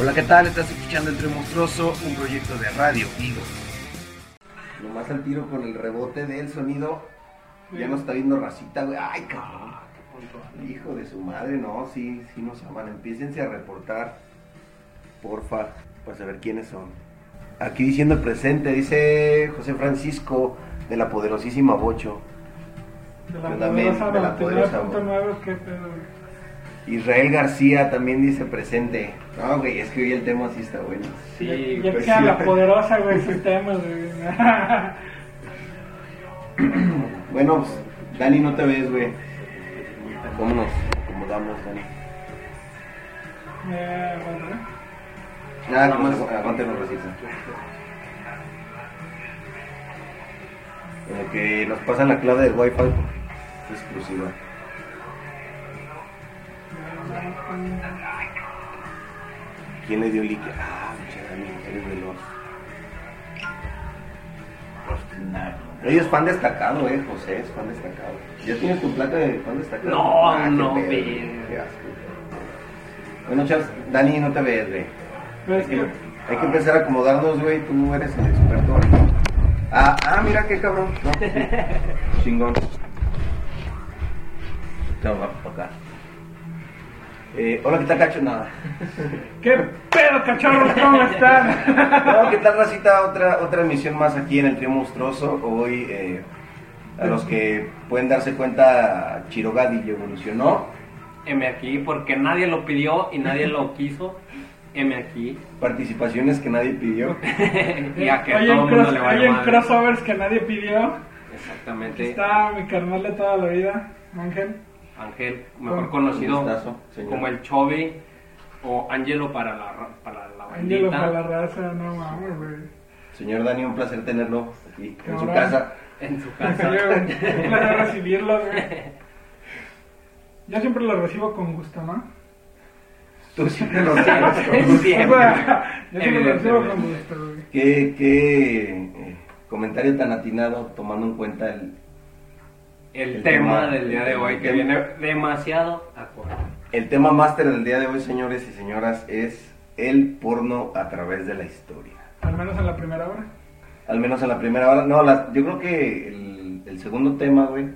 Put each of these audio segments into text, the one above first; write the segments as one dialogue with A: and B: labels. A: Hola, ¿qué tal? Estás escuchando Entre Monstruoso, un proyecto de radio vivo. Nomás al tiro con el rebote del sonido, ya nos está viendo racita, güey. Ay, cabrón. Hijo de su madre, no, sí, sí nos aman. Empiecense a reportar, porfa, para saber quiénes son. Aquí diciendo presente, dice José Francisco de la poderosísima Bocho.
B: De
A: Yo
B: la
A: también,
B: poderosa
A: de la poderosa,
B: 99.9, qué pedo, güey.
A: Israel García también dice presente. No, güey, es que hoy el tema sí está bueno.
B: Sí, ya
A: pues,
B: que sea
A: sí.
B: la poderosa, güey, sus temas, güey.
A: Bueno, pues, Dani, no te ves, güey. ¿Cómo nos acomodamos, Dani?
B: Eh, bueno,
A: Nada, no, más aguántenos, racista. En lo que nos pasan la clave del Wi-Fi exclusiva. ¿Quién le dio el líquido? Ah, pinche Dani, eres veloz. Ella es fan destacado, eh, José, es fan destacado. ¿Ya tienes tu placa de fan destacado? Ah,
C: No,
A: qué
C: no,
A: pedo,
C: ve.
A: qué asco. Bueno, chavos, Dani, no te ves, güey.
B: pero
A: Hay
B: es que,
A: que- Hay que empezar a acomodarnos, güey. Tú eres el experto. Ah, ah, mira qué cabrón. No, sí. Chingón. Te va para acá. Eh, hola, ¿qué tal, cacho? Nada.
B: ¿qué pedo, cachorros? ¿Cómo están?
A: Hola, ¿qué tal, Racita? Otra, otra emisión más aquí en el Trío Monstruoso. Hoy, eh, a los que pueden darse cuenta, Chirogadi evolucionó.
C: M aquí, porque nadie lo pidió y nadie lo quiso. M aquí.
A: Participaciones que nadie pidió.
C: y a que
B: Oye, en
C: todo el mundo le
B: cross- oye,
C: vaya
B: en
C: mal.
B: crossovers que nadie pidió. Aquí
C: Exactamente.
B: está mi carnal de toda la vida, Ángel.
C: Ángel, mejor
B: Con-
C: conocido
A: Un gustazo, señor.
C: como el Chove o Angelo para la, ra- para la
B: Ángelo
C: bandita.
B: para la raza, no mames, güey.
A: Señor Dani, un placer tenerlo aquí en su
B: Cabrón.
A: casa.
C: En su
B: En
C: casa.
B: serio, un placer recibirlos, güey. Yo siempre los recibo con gusto, ¿no?
A: Tú siempre lo sabes. cabrón.
C: Siempre.
B: Yo siempre los recibo con gusto, güey.
A: Qué, qué eh, comentario tan atinado tomando en cuenta el,
C: El,
A: El
C: tema,
A: tema-
C: del día de hoy que
A: el-
C: viene demasiado acorde.
A: el tema máster del día de hoy, señores y señoras, es el porno a través de la historia.
B: Al menos en la primera hora.
A: Al menos en la primera hora, no, la- yo creo que el, el segundo tema, güey,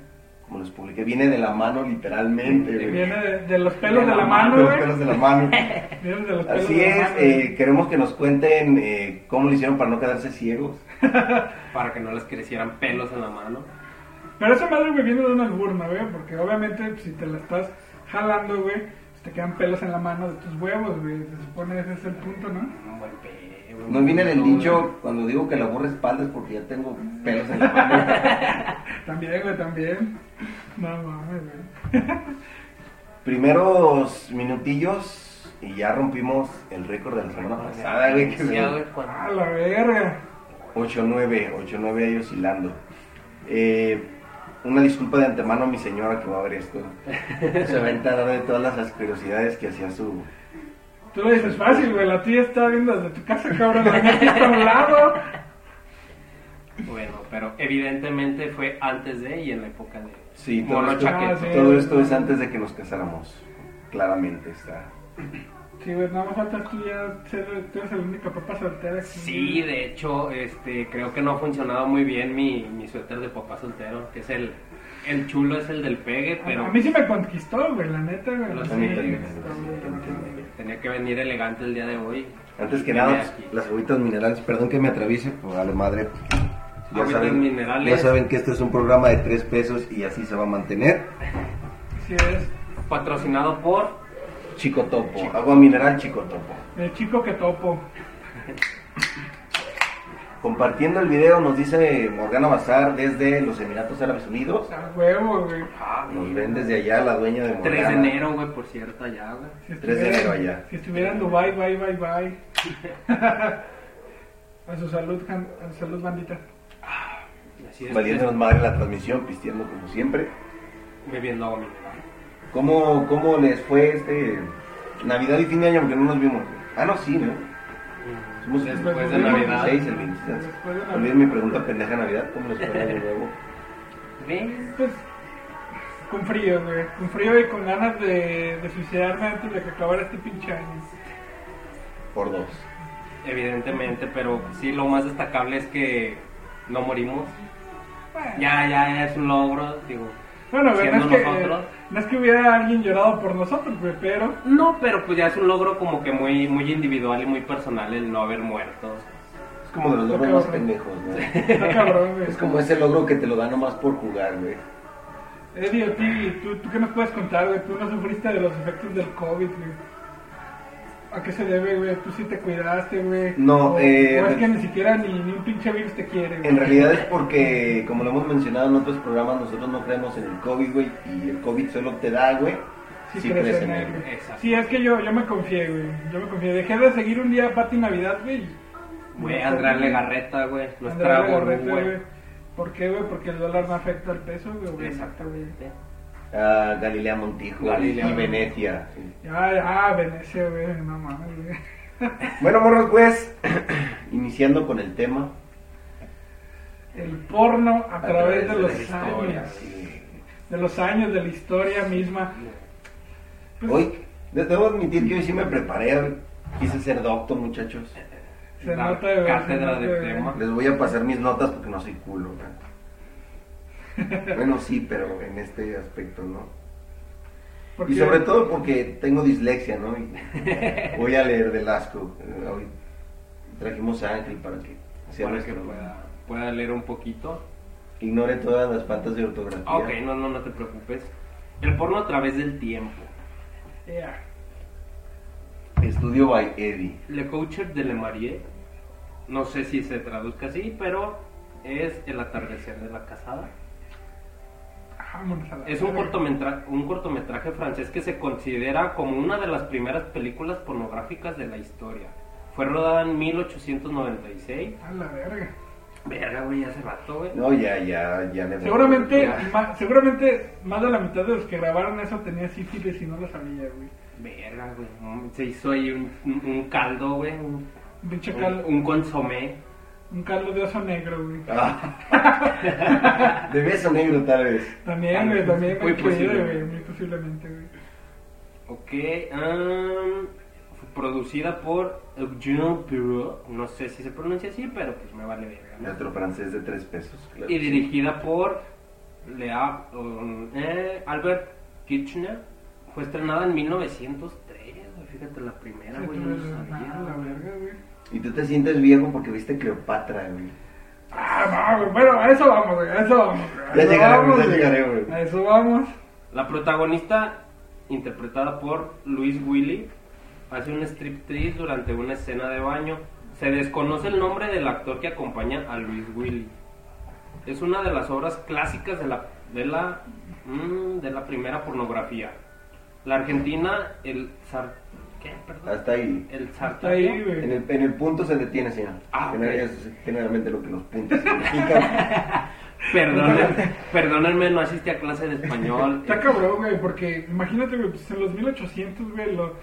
A: como les publiqué, viene de la mano literalmente, güey.
B: Viene de, de los pelos
C: De
B: de
C: la
B: la,
C: mano,
B: mano,
A: Los
B: güey.
A: pelos de la mano.
B: Viene de los pelos
A: Así
B: de la
A: es,
B: mano.
A: eh, queremos que nos cuenten eh, cómo lo hicieron para no quedarse ciegos.
C: Para que no les crecieran pelos en la mano.
B: Pero esa madre, güey, viene de una burna, güey. Porque obviamente pues, si te la estás jalando, güey, pues, te quedan pelos en la mano de tus huevos, güey. Se supone ese es el punto, ¿no?
C: Un buen pelo.
A: No viene del dicho, cuando digo que la burra espalda es porque ya tengo pelos en la mano.
B: También, güey, también. No mames, güey.
A: Primeros minutillos y ya rompimos el récord de la semana pasada, güey. que
C: Sí, güey,
A: se-
C: cuando-
B: A la verga.
A: 8-9, 8-9 ahí oscilando. Eh, una disculpa de antemano a mi señora que va a ver esto. Se va a enterar de todas las asquerosidades que hacía su.
B: Tú lo dices fácil, güey. La tía está viendo desde tu casa, cabrón. La mía está a un lado.
C: Bueno, pero evidentemente fue antes de y en la época de
A: Sí, todo
C: Mono
A: esto,
C: Chaqueta.
B: Ah, sí.
A: todo esto es antes de que nos casáramos. Claramente está.
B: Sí, güey, nada más faltas tú ya. ser- Tú eres la única papá soltera. aquí.
C: Sí, de hecho, este, creo que no ha funcionado muy bien mi, mi suéter de papá soltero, que es el, el chulo es el del pegue,
B: A-
C: pero
B: Ah, A mí sí me conquistó, güey, la neta, güey.
C: Lo
B: Sí,
C: sé,
B: me
A: también.
B: conquistó, güey.
C: tenía que venir elegante el día de hoy.
A: Antes que
C: Viene
A: nada, pues,
C: aquí.
A: las agüitas minerales, perdón que me atraviese, pues a la madre. Ya
C: Agüitas
A: saben,
C: minerales.
A: ya saben que este es un programa de 3 pesos y así se va a mantener.
B: Así es.
C: Patrocinado por
A: Chico Topo, agua mineral Chico Topo.
B: El chico que topo.
A: Compartiendo el video nos dice Morgana Bazar desde los Emiratos Árabes Unidos.
B: A huevo, güey.
A: Ah, Nos ven desde allá la dueña de Morgana.
C: 3 ah, de enero, güey, por cierto, allá, güey.
B: Si
A: Tres de
B: estuviera-
A: enero allá.
B: Si estuviera en Dubai, bye, bye, bye. a su salud, Jan- a su salud, bandita.
C: Así es,
A: Valiéndonos madre la transmisión, pisteando como siempre.
C: bebiendo agua mineral.
A: ¿Cómo, ¿Cómo les fue este Navidad y fin de año? Porque no nos vimos. Ah, no, sí, ¿no? Somos
C: Después de
A: el
C: Navidad.
A: 26, el 26.
B: Después de Navidad.
A: Olviden mi pregunta pendeja de Navidad. ¿Cómo les fue el año nuevo?
C: ¿Ves?
B: Pues, con frío, güey. Con frío y con ganas de, de suicidarme antes de que acabara este pinche año.
A: por dos.
C: Evidentemente, pero sí, lo más destacable es que no morimos.
B: Bueno.
C: Ya, ya, ya es un logro, digo.
B: Bueno, güey, no es,
C: siendo
B: que,
C: nosotros.
B: no es que hubiera alguien llorado por nosotros, güey, pero
C: No, pero pues ya es un logro como que muy, muy individual y muy personal el no haber muerto.
A: Es como de los logros más pendejos, ¿no?
B: está cabrón, güey.
A: Es como ese logro que te lo dan nomás por jugar, güey.
B: Eddie, a ti, ¿tú, ¿tú qué nos puedes contar, güey? Tú no sufriste de los efectos del COVID, güey. ¿A qué se debe, güey? ¿Tú sí te cuidaste, güey?
A: No,
B: o,
A: eh,
B: o es que ni siquiera ni, ni un pinche virus te quiere, güey.
A: En realidad es porque, como lo hemos mencionado en otros programas, nosotros no creemos en el COVID, güey, y el COVID solo te da, güey,
B: Sí,
A: si
B: crees
A: crees en
B: en él,
A: él.
B: güey.
A: güey.
C: Exacto.
B: Sí, es que yo, yo me confié, güey. Yo me confié. Dejé de seguir un día a Pati Navidad, güey.
C: Güey, Andrea Legarreta, güey. Nuestra
B: Andrea
C: gorra,
B: Legarreta,
C: güey.
B: ¿Por qué, güey? Porque el dólar no afecta al peso, güey. güey.
C: Exactamente.
A: Ah, Galilea Montijo güey,
C: Galilea.
A: y Venecia. sí.
B: Ya, ya, Ah, Venecia, güey. No mames, güey.
A: Bueno, morros, pues, iniciando con el tema.
B: El porno a, través, de los
A: la historia,
B: años.
A: sí.
B: De los años, de la historia misma. Pues,
A: Hoy, de- debo admitir que hoy sí me preparé, güey. quise ser doctor, muchachos.
B: Se
C: Dar
B: nota, güey, se
C: cátedra
B: nota,
C: de
B: güey.
C: tema.
A: Les voy a pasar mis notas porque no soy culo, güey. Bueno, sí, pero en este aspecto, ¿no?
B: porque-
A: Y sobre todo porque tengo dislexia, ¿no? Y voy a leer Velasco. eh, Hoy trajimos a Ángel para que sea
C: Para que
A: nuestro-
C: pueda, pueda leer un poquito.
A: Ignore todas las faltas de ortografía.
C: Ah, Ok, no, no, no te preocupes. El porno a través del tiempo.
B: Yeah.
A: Estudio by Eddie.
C: Le Coacher de Le Marié. No sé si se traduzca así, pero es El atardecer de la casada.
B: Vámonos a la
C: Es un,
B: verga.
C: cortometra- un cortometraje francés que se considera como una de las primeras películas pornográficas de la historia. Fue rodada en 1896.
B: A la verga.
C: Verga, güey, hace rato, güey.
A: No, ya, ya, ya le
B: Seguramente,
A: Ya.
B: ma- seguramente más de la mitad de los que grabaron eso tenía sífilis y no lo sabía, güey.
C: Verga, güey. Mm, Se hizo ahí un, un- un caldo, güey. Un,
B: Un pinche
C: un,
B: caldo,
C: un consomé.
B: un caldo de oso negro, güey.
A: Ah. de beso negro, tal vez.
B: También,
C: Ah,
B: güey, también
C: muy
B: muy posible,
C: posible.
B: güey, muy posiblemente, güey.
C: Ok. am, fue producida por Eugène Pirou. No sé si se pronuncia así, pero pues me vale verga. ¿no?
A: Nuestro francés de tres pesos. claro.
C: y dirigida por Lea, um, eh, Albert Kirchner. Fue estrenada en 1903, güey, fíjate, la primera, güey, yo no
B: Ah,
C: sabía.
B: la verga, güey.
A: Y tú te sientes viejo porque viste Cleopatra, güey.
B: Ah, no, güey. Bueno, a eso vamos, güey, a eso vamos. güey, a
A: Ya
B: eso
A: llegaré,
B: vamos,
A: güey, ya llegaré, güey.
B: A eso vamos.
C: La protagonista, interpretada por Luis Willy, hace un striptease durante una escena de baño. Se desconoce el nombre del actor que acompaña a Luis Willy. Es una de las obras clásicas de la, de la, mm, de la primera pornografía. La Argentina, el zar... ¿Qué? Perdón.
A: Hasta ahí.
C: El
B: Está ahí,
C: sartén.
B: güey.
A: En el, en el punto se detiene, señor.
C: Ah,
A: General-
C: ok.
A: es generalmente lo que los puntos significan.
C: Perdónenme, perdónenme, no asistí a clase de español.
B: Está cabrón, güey, porque imagínate, güey, pues en los 1800, güey, lo,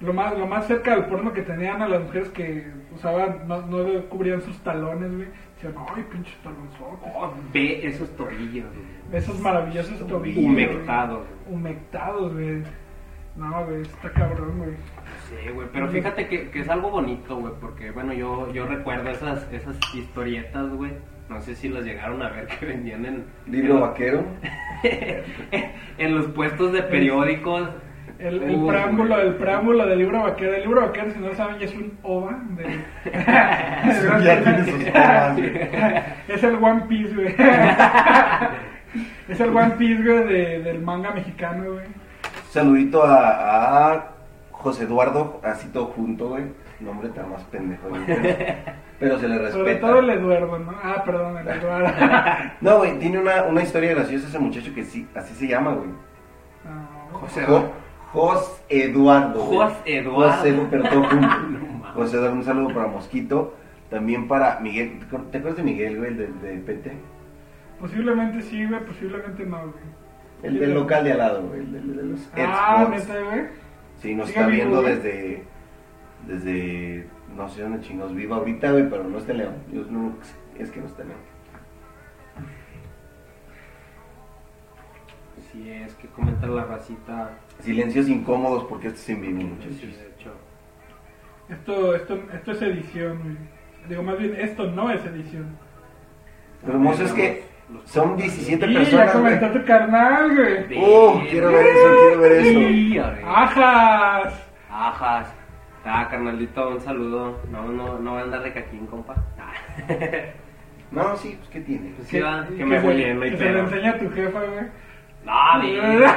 B: lo, más, lo más cerca del porno que tenían a las mujeres que usaban, no, no cubrían sus talones, güey. Decían, ay, pinche talonzotes.
C: Oh, ve esos tobillos, güey.
B: Esos maravillosos tobillos.
C: Humectados.
B: güey. Humectados, güey. No, güey, está cabrón, güey.
C: Sí, güey, pero fíjate que, que es algo bonito, güey, porque, bueno, yo, yo recuerdo esas, esas historietas, güey. No sé si las llegaron a ver que vendían en...
A: Libro
C: en-
A: vaquero.
C: en los puestos de periódicos.
B: El, el
C: Uh,
B: preámbulo,
C: güey.
B: el preámbulo del libro vaquero. El libro vaquero, si no lo saben, ya es un OVA. De...
A: Ya tiene sus obras, güey.
B: es el One Piece, güey. es el One Piece, güey, de- del manga mexicano, güey.
A: Saludito a, a José Eduardo, así todo junto, güey. Nombre tan más pendejo, güey. Pero, pero se le
B: Sobre
A: respeta.
B: todo el Eduardo, ¿no? Ah, perdón, el Eduardo.
A: No, güey, tiene una, una historia graciosa ese muchacho que sí, así se llama, güey.
B: No,
C: José
A: Jo- Jos Eduardo. güey.
C: Jos Eduardo.
A: José, pero todo junto.
C: mames.
A: José Eduardo, un saludo para Mosquito. También para Miguel. ¿Te acuerdas de Miguel, güey, el del de PT?
B: posiblemente sí, güey, posiblemente no, güey.
A: El del local de al lado, güey, el de, de los
B: Ah,
A: Xbox.
B: neta, güey.
A: Sí, nos
B: Sigue
A: está
B: vivo,
A: viendo
B: güey.
A: desde. Desde. No sé dónde chingados viva ahorita, güey, pero no está en León. Yo no- es que no está en León.
C: Sí, es que comenta la racita.
A: Silencios incómodos porque esto es en vivo,
C: Sí,
A: muchachos.
C: de hecho.
B: Esto, esto, esto es edición, güey. Digo, más bien, esto no es edición.
A: Lo hermoso es que son 17
B: Y ya
A: personas. güey.
B: comentó tu carnal, güey.
A: Uh, quiero ver eso, quiero ver eso.
C: Sí, a
B: Ah,
C: ver.
B: ¡Ajas!
C: Ajas. Ah, carnalito, un saludo. No, no, no va a andar de caquín, compa. Ah.
A: No, sí, pues ¿qué tiene?
C: Pues sí, va, que me
B: se-
C: bullyeen, no hay
B: que se lo
C: pedo.
B: enseña a tu jefa, güey.
C: No, bien.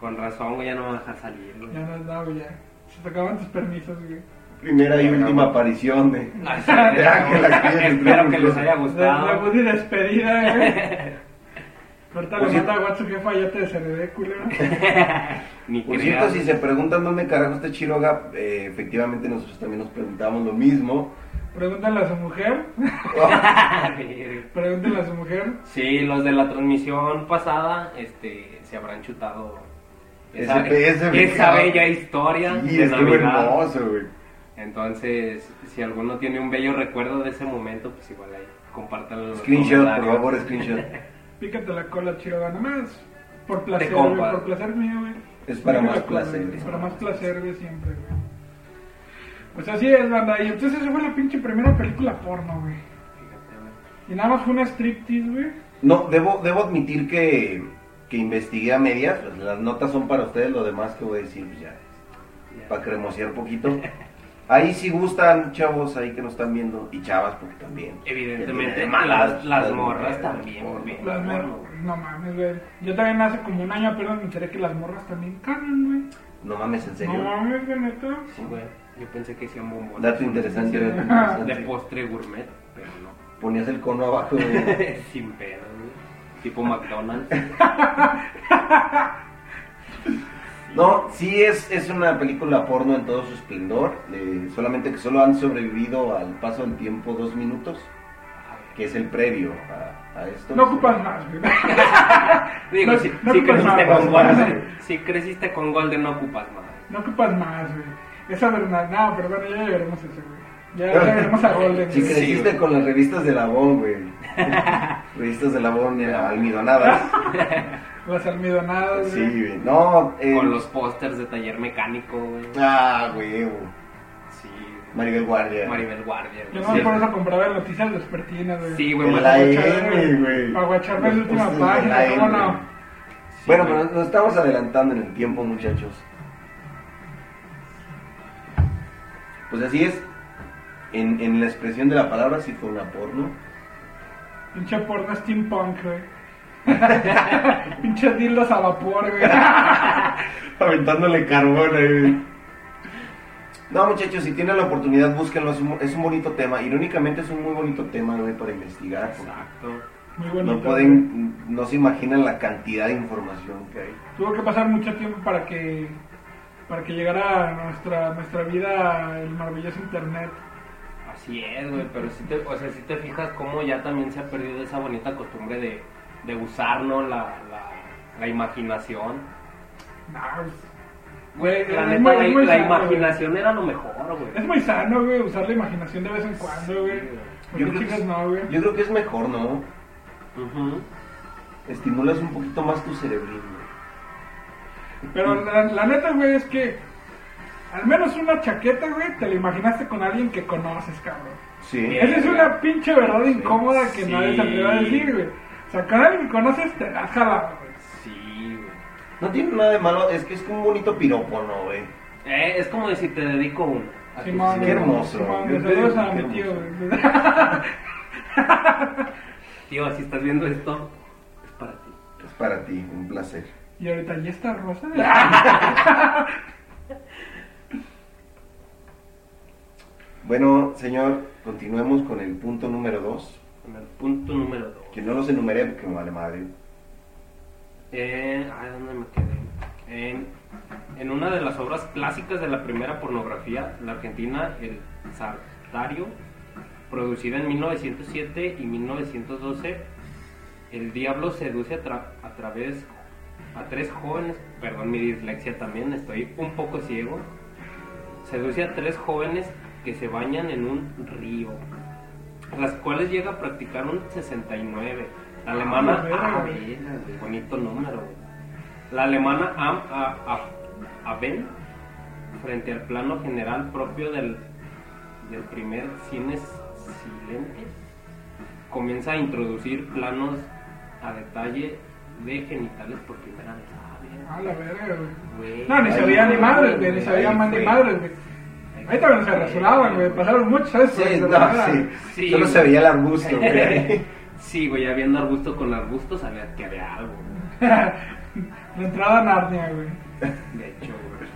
C: Con razón, güey, ya no me va a dejar salir, güey.
B: Ya no es nada, güey, ya. Se te acaban tus permisos, güey.
A: Primera y última aparición de.
C: Ay, sí, Espero que les haya
B: La, la
C: gustado.
B: buena despedida, güey.
C: Pues
B: Ahorita
A: Por
B: le
A: cierto-
B: manda a su jefa, ya te desheredé, culero.
C: Ni
A: Por cierto,
C: creas.
A: si se preguntan dónde carajo está Chiroga, eh, efectivamente nosotros también nos preguntamos lo mismo.
B: Pregúntale a su mujer. Pregúntale a su mujer.
C: Sí, los de la transmisión pasada, este, se habrán chutado esa,
A: Ese- ese
C: esa
A: pecado.
C: bella historia
A: Y
C: de
A: es que
C: Navidad.
A: hermoso, güey.
C: Entonces, si alguno tiene un bello recuerdo de ese momento, pues igual ahí, compártanlo. en los
A: Screenshot, por
C: comentarios.
A: favor, screenshot.
B: Pícate la cola, chiroga, nada más. Por placer,
C: De compas.
B: güey, por placer mío, güey.
A: Es para
B: Pícate
A: más
B: la cola,
A: placer,
B: güey,
A: es
B: Para
A: para
B: más
A: más
B: placer, güey, siempre, güey. Pues así es, banda. Y entonces esa fue la pinche primera película porno, güey.
C: Fíjate, güey.
B: Y nada más fue una striptease, güey.
A: No, debo, debo admitir que, que investigué a medias. pues, las notas son para ustedes, lo demás que voy a decir, pues ya,
C: Ya.
A: para cremosear poquito. Ahí si gustan, chavos, ahí que nos están viendo, y chavas, porque también.
C: Evidentemente,
A: Gente mala,
C: las- las
A: mujeres,
C: morras también,
A: porno.
C: güey.
B: Las
C: Claro,
B: morras,
C: güey.
B: no mames, güey. Yo también hace como un año apenas me enteré que las morras también cagan, güey.
A: No mames, en
B: No
A: serio.
B: mames, güey, neta.
C: Sí, güey. Yo pensé que hacían bombones.
A: Dato interesante. dato
C: De
A: interesante.
C: postre gourmet, pero no.
A: Ponías el cono abajo. güey.
C: Sin pena, güey. Tipo McDonald's.
A: No, sí es, es una película porno en todo su esplendor. eh, solamente que solo han sobrevivido al paso del tiempo dos minutos, que es el previo a, a esto.
B: No ocupas más, güey.
C: Digo,
B: No-
C: si,
B: no
C: si
B: ocupas
C: creciste
B: más,
C: con
B: güey.
C: Golden, si creciste con Golden no ocupas más.
B: No ocupas más, güey. Esa verdad, no, pero bueno, ya llegaremos a eso, güey. Ya llegaremos a Golden,
A: Si
B: güey.
C: crees.
A: creciste
C: güey.
A: con las revistas de Labón, güey. revistas de Labón eh, almidonadas.
B: Las almidonadas,
A: Sí,
B: güey.
A: güey. No, eh,
C: Con los pósters de taller mecánico, güey.
A: Ah, güey. güey.
C: Sí.
A: Ah, Maribel Guardia.
C: Maribel Guardia,
B: Yo
C: güey.
B: no me
C: Sí.
B: acuerdo compraba noticias despertinas, güey.
C: Sí, güey,
A: En
C: más
A: la
B: guachar,
A: M,
B: güey.
A: güey.
B: Para guacharme en la
A: Los
B: última
A: postes de la
B: página,
A: M,
B: ¿cómo
A: güey.
B: no?
A: Bueno,
C: güey.
A: pero nos estamos adelantando en el tiempo, muchachos. Pues así es. En, en la expresión de la palabra sí fue una porno.
B: Pinche porno steampunk, güey. Pinche dildos a vapor, güey.
A: Aventándole carbón ahí. No, muchachos, si tienen la oportunidad, búsquenlo. Es un, es un bonito tema. Irónicamente, es un muy bonito tema, güey, para investigar. porque
C: Exacto.
B: Muy bonito.
A: No pueden, mm, no se imaginan la cantidad de información que hay.
B: Tuvo que pasar mucho tiempo para que para que llegara a nuestra nuestra vida el maravilloso internet.
C: Así es, güey, pero si te, o sea, si te fijas cómo ya también se ha perdido esa bonita costumbre de, de usar, ¿no? La, la, la imaginación.
B: Nah, pues,
C: Güey,
B: Güey,
C: la
B: es
C: neta,
B: muy-
C: la,
B: es muy
C: la
B: sano, güey.
C: imaginación era lo mejor, güey.
B: es muy sano, güey, usar la imaginación de vez en cuando, güey.
C: Sí,
A: Yo
C: güey.
B: Porque
A: creo, que
B: chicas
A: es,
B: no, güey.
A: yo creo que es mejor, ¿no?
C: Ujú.
A: Estimulas un poquito más tu Mm, cerebrito. güey.
B: Pero la, la neta, güey, es que al menos una chaqueta, güey, te la imaginaste con alguien que conoces, cabrón.
A: Sí.
C: Bien.
B: Esa es una pinche verdad incómoda que
C: Sí.
B: nadie se atreve a decir, güey. O sea, con alguien que conoces te la has jalado, güey.
C: Sí, güey.
A: No tiene nada de malo, es que es como un bonito piropo, ¿no, güey?
C: Eh, es como de si te dedico una. A tu-
B: Simón,
A: Ah, qué
B: güey.
A: hermoso,
B: Simón,
A: güey.
B: güey, saludos a
A: Qué
B: mi tío,
A: hermoso.
B: güey.
C: Tío, si estás viendo esto, es para ti.
A: Es para ti, un placer.
B: Y ahorita, ¿y esta rosa? Ah,
A: Bueno, señor, continuemos con el punto número 2.
C: Con el punto número dos.
A: Que no los enumeré porque me vale madre.
C: Eh, ay, ¿dónde me quedé? En, en una de las obras clásicas de la primera pornografía, la argentina, El Sartario, producida en 1907 y 1912, el diablo seduce a, tra- a través a tres jóvenes, perdón mi dislexia también, estoy un poco ciego, seduce a tres jóvenes que se bañan en un río, las cuales llega a practicar un 69. La alemana...
B: Ah, verga,
C: Ah,
B: güey.
C: verga, güey, bonito número. güey. La alemana Am a, a, Aben frente al plano general propio del, del primer cine silente, comienza a introducir planos a detalle de genitales por primera vez. Ah, bien.
B: Ah, la verga, güey.
C: Güey.
B: No, ni
A: Ahí
B: sabía ni
A: fue,
B: madres, güey, ni
C: güey,
B: sabía
C: ahí
B: más ni
C: fue.
B: madres, güey. Ahí también se rasuraban, güey, pasaron muchos, ¿sabes?
A: Sí,
B: Se
A: no, sí.
B: rasuraban.
C: Sí,
A: Solo
C: güey.
A: se veía el arbusto, güey.
C: Sí, güey, ya viendo arbusto con arbusto sabía que había algo, güey.
B: La entrada a Narnia, güey.
C: de hecho, güey.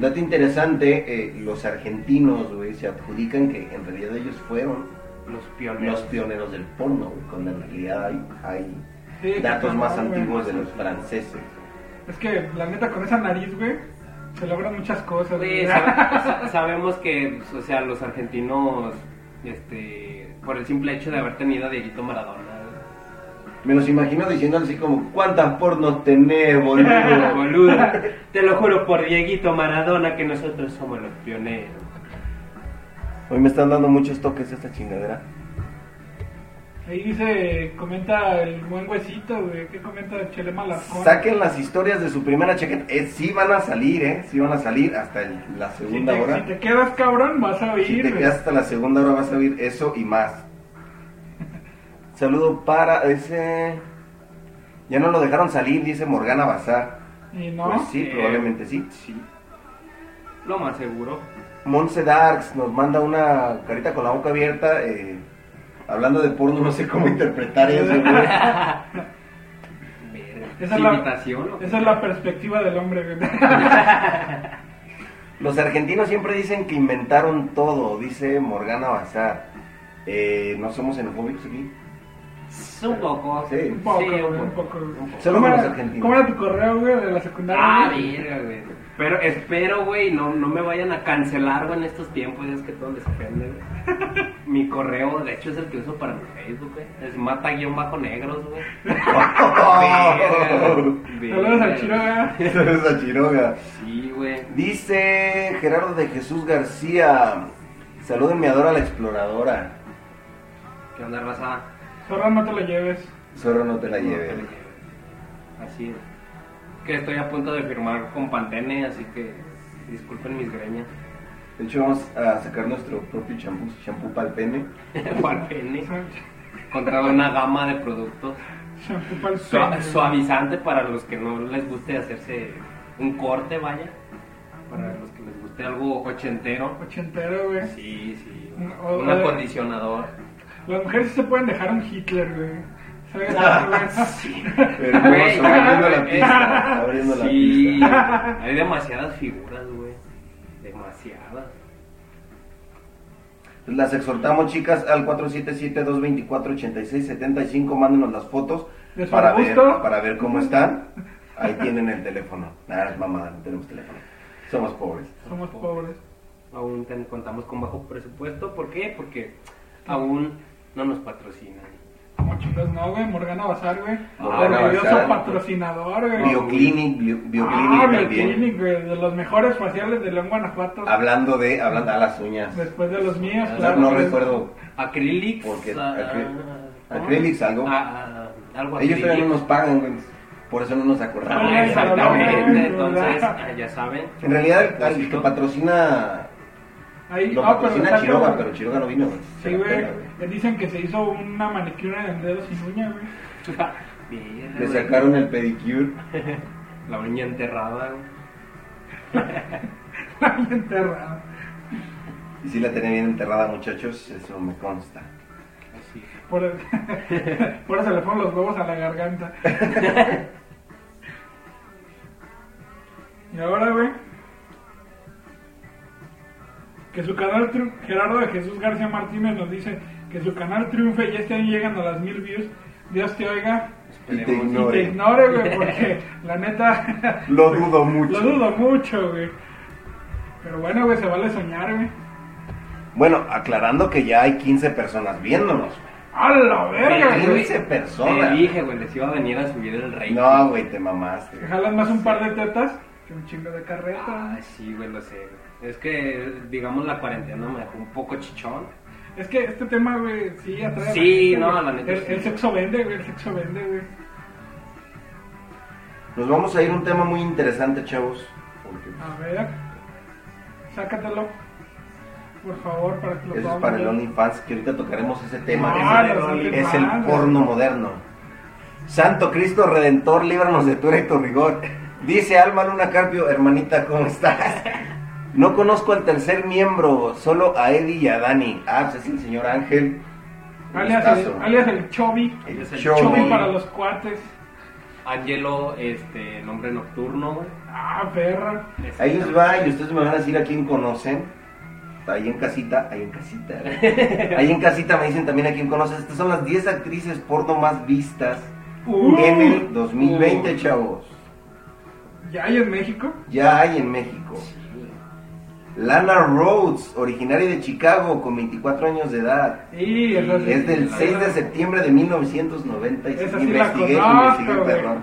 A: Dato interesante, eh, los argentinos, güey, se adjudican que en realidad ellos fueron
C: Los pioneros.
A: los pioneros del porno, güey, cuando en realidad hay, hay
B: Sí,
A: datos
B: cabrón,
A: más
B: güey.
A: antiguos de los franceses.
B: Es que, la neta, con esa nariz, güey, se logran muchas cosas,
C: Güey,
B: güey.
C: sab- sa- sabemos que, pues, o sea, los argentinos, este, por el simple hecho de haber tenido a Dieguito Maradona, güey.
A: Me los imagino diciendo así como, ¿cuántas pornos tenés,
C: Boludo,
A: boludo?
C: boludo. Te lo juro por Dieguito Maradona que nosotros somos los pioneros.
A: Hoy me están dando muchos toques esta chingadera.
B: Ahí dice, comenta el buen huesito, güey. ¿Qué comenta Chelema Larcón?
A: Saquen las historias de su primera chaqueta. Eh, sí van a salir, ¿eh? Sí van a salir hasta el- la
B: Si
A: segunda
B: te, si
A: hora.
B: te quedas cabrón, vas a oír,
A: Si te
B: güey.
A: quedas hasta la segunda hora vas a oír eso y más. Saludo para ese... Ya no lo dejaron salir, dice Morgana Bazar.
B: Y no,
A: Pues sí,
C: Eh.
A: probablemente sí.
C: Lo más seguro.
A: Monse Darks nos manda una carita con la boca abierta. eh, hablando de porno, no sé cómo interpretar eso. güey.
B: Esa
C: Esa
B: es la-
C: invitación.
A: pues,
C: o qué?
B: esa es la perspectiva del hombre, güey.
A: Los argentinos siempre dicen que inventaron todo, dice Morgana Bazar. Eh, no somos xenofóbicos aquí.
C: Un poco.
A: Sí.
B: Un poco,
C: Sí,
B: güey,
C: un
B: un
C: poco.
B: poco. güey.
A: Solo
B: ¿Cómo
A: con los
B: era-
A: argentinos.
B: ¿Cómo era tu correo, güey, de la secundaria?
C: Ah,
B: güey?
C: verga, güey. Pero espero, güey, no, no me vayan a cancelar, güey, en estos tiempos. Es que todo les ofende, güey. Mi correo, de hecho, es el que uso para mi Facebook, güey. Es mata-negros, güey. Verga, güey.
B: Saludos
C: Verga,
B: al eh. Chiro, güey.
A: Saludos a Chiroga.
C: Sí, güey.
A: Dice Gerardo de Jesús García. Salúdenme, adora la exploradora.
C: ¿Qué onda, raza?
B: Zorra, no te la lleves.
A: Zorro no te la
C: No,
A: lleve.
C: te la lleve. Así es. Que estoy a punto de firmar con Pantene, así que disculpen mis greñas.
A: De hecho, vamos a sacar nuestro propio champú, champú para el pene.
C: Pantene.
B: Esa-
C: Contra una gama de productos.
B: Shampoo pa'l
C: Sua-
B: pene, güey.
C: suavizante para los que no les guste hacerse un corte, vaya. Para los que les guste algo ochentero.
B: Ochentero, güey.
C: Sí, sí.
B: Un- o-
C: Un
B: o-
C: acondicionador.
B: Las mujeres sí se pueden dejar un Hitler, güey. ¿Sabes? güey?
A: Pero
C: Güey,
A: vamos abriendo la
C: eh,
A: pista. Abriendo la
C: Sí,
A: pista.
C: hay demasiadas figuras, güey. Demasiadas.
A: Pues Las exhortamos, chicas, al 477-224-8675. Mándenos las fotos
B: ¿De su
A: para ver,
B: gusto?
A: para ver cómo están. Ahí tienen el teléfono. Nada, es mamada, no tenemos teléfono. Somos pobres.
B: Somos pobres.
C: Aún ten- contamos con bajo presupuesto. ¿Por qué? Porque aún no nos patrocinan.
B: Como chicos, no, güey. Morgana Bazar, güey.
A: Ah, Morgana
B: Orgulloso
A: Bazar.
B: patrocinador, güey.
A: Bioclinic, bio- Bioclinic
B: Ah,
A: también.
B: Bioclinic, güey. De los mejores faciales de León, Guanajuato.
A: Hablando de, hablando a las uñas.
B: Después de los míos,
A: No,
B: claro.
A: no
B: güey.
A: recuerdo.
C: Acrylics.
A: Porque
C: ah,
A: acry-
C: ¿cómo?
A: acrylics, algo.
C: Ah, ah, algo
A: Ellos
C: acrylics.
A: todavía no nos pagan, güey. Por eso no nos acordamos.
C: Ah, exactamente.
B: Ay,
C: Entonces,
B: ¿verdad?
C: ah, ya saben.
A: En realidad, el, el que patrocina.
B: Ahí,
A: Lo
B: ah, pero
A: patrocina
B: está
A: Chiroga,
B: cabrón.
A: pero Chiroga no vino, güey. Se
B: Sí,
A: la
B: güey.
A: pela, güey.
B: Le Dicen que se hizo una manicura en dedos sin uña, güey.
C: Mira,
A: Le
C: güey,
A: sacaron el pedicure.
C: La uña enterrada. güey.
B: La uña enterrada.
A: Y sí la tenía bien enterrada, muchachos, eso me consta.
C: Así.
B: Por, por eso le ponen los huevos a la garganta. y ahora, güey. Que su canal triun- Gerardo de Jesús García Martínez nos dice que su canal triunfe y este año llegan a las mil views. Dios te oiga
A: Y
C: Esperemos.
A: te
B: y te
A: ignore.
B: ignore, güey, porque la neta
A: Lo dudo mucho.
B: lo dudo mucho, güey. Pero bueno, güey, se vale soñar, güey.
A: Bueno, aclarando que ya hay 15 personas viéndonos.
B: ¡A la verga,
A: Pero,
B: güey!
A: güey, 15 personas.
C: Te dije, güey, les iba a venir a subir el rey.
A: No, güey, te mamaste.
B: Que jalan más un par de tetas que un chingo de carreta.
C: Ah, sí, güey, lo sé. güey. Es que, digamos, la cuarentena me dejó un poco chichón.
B: Es que este tema, güey, sí atrae. a la
C: Sí,
B: gente,
C: no,
B: güey.
C: la neta
B: El,
C: sí.
B: el sexo vende, güey, el sexo vende, güey.
A: Nos vamos a ir a un tema muy interesante, chavos. Porque
B: A ver. Sácatelo. Por favor, para que lo
A: Eso es
B: podamos
A: para el
B: ver.
A: OnlyFans, que ahorita tocaremos ese tema.
B: Ah,
A: Ese
B: los OnlyFans.
A: es el porno moderno. Santo Cristo Redentor, líbranos de tu y tu rigor. Dice Alma Luna Carpio, hermanita, ¿cómo estás? No conozco al tercer miembro, solo a Eddie y a Dani. Ah, pues es el señor Ángel.
B: Alias
A: Gustazo.
B: el, alias el Chobi.
A: El
C: Es el
A: Chobi.
B: Chobi para los cuates.
C: Angelo, este, nombre nocturno, güey.
B: Ah, perra.
A: Ahí os va y ustedes me van a decir a quién conocen. Ahí en casita, ahí en casita. Ahí en casita me dicen también a quién conoces. Estas son las 10 actrices porno más vistas
B: Uh, Uh.
A: en el 2020, chavos.
B: ¿Ya hay en México?
A: Ya hay en México. Lana Rhodes, originaria de Chicago, con 24 años de edad.
B: Sí, esa sí.
A: Es del 6 de septiembre de 1996.
B: Esa sí la
A: investigué,
B: conozco,
A: investigué,
B: güey.
A: perdón.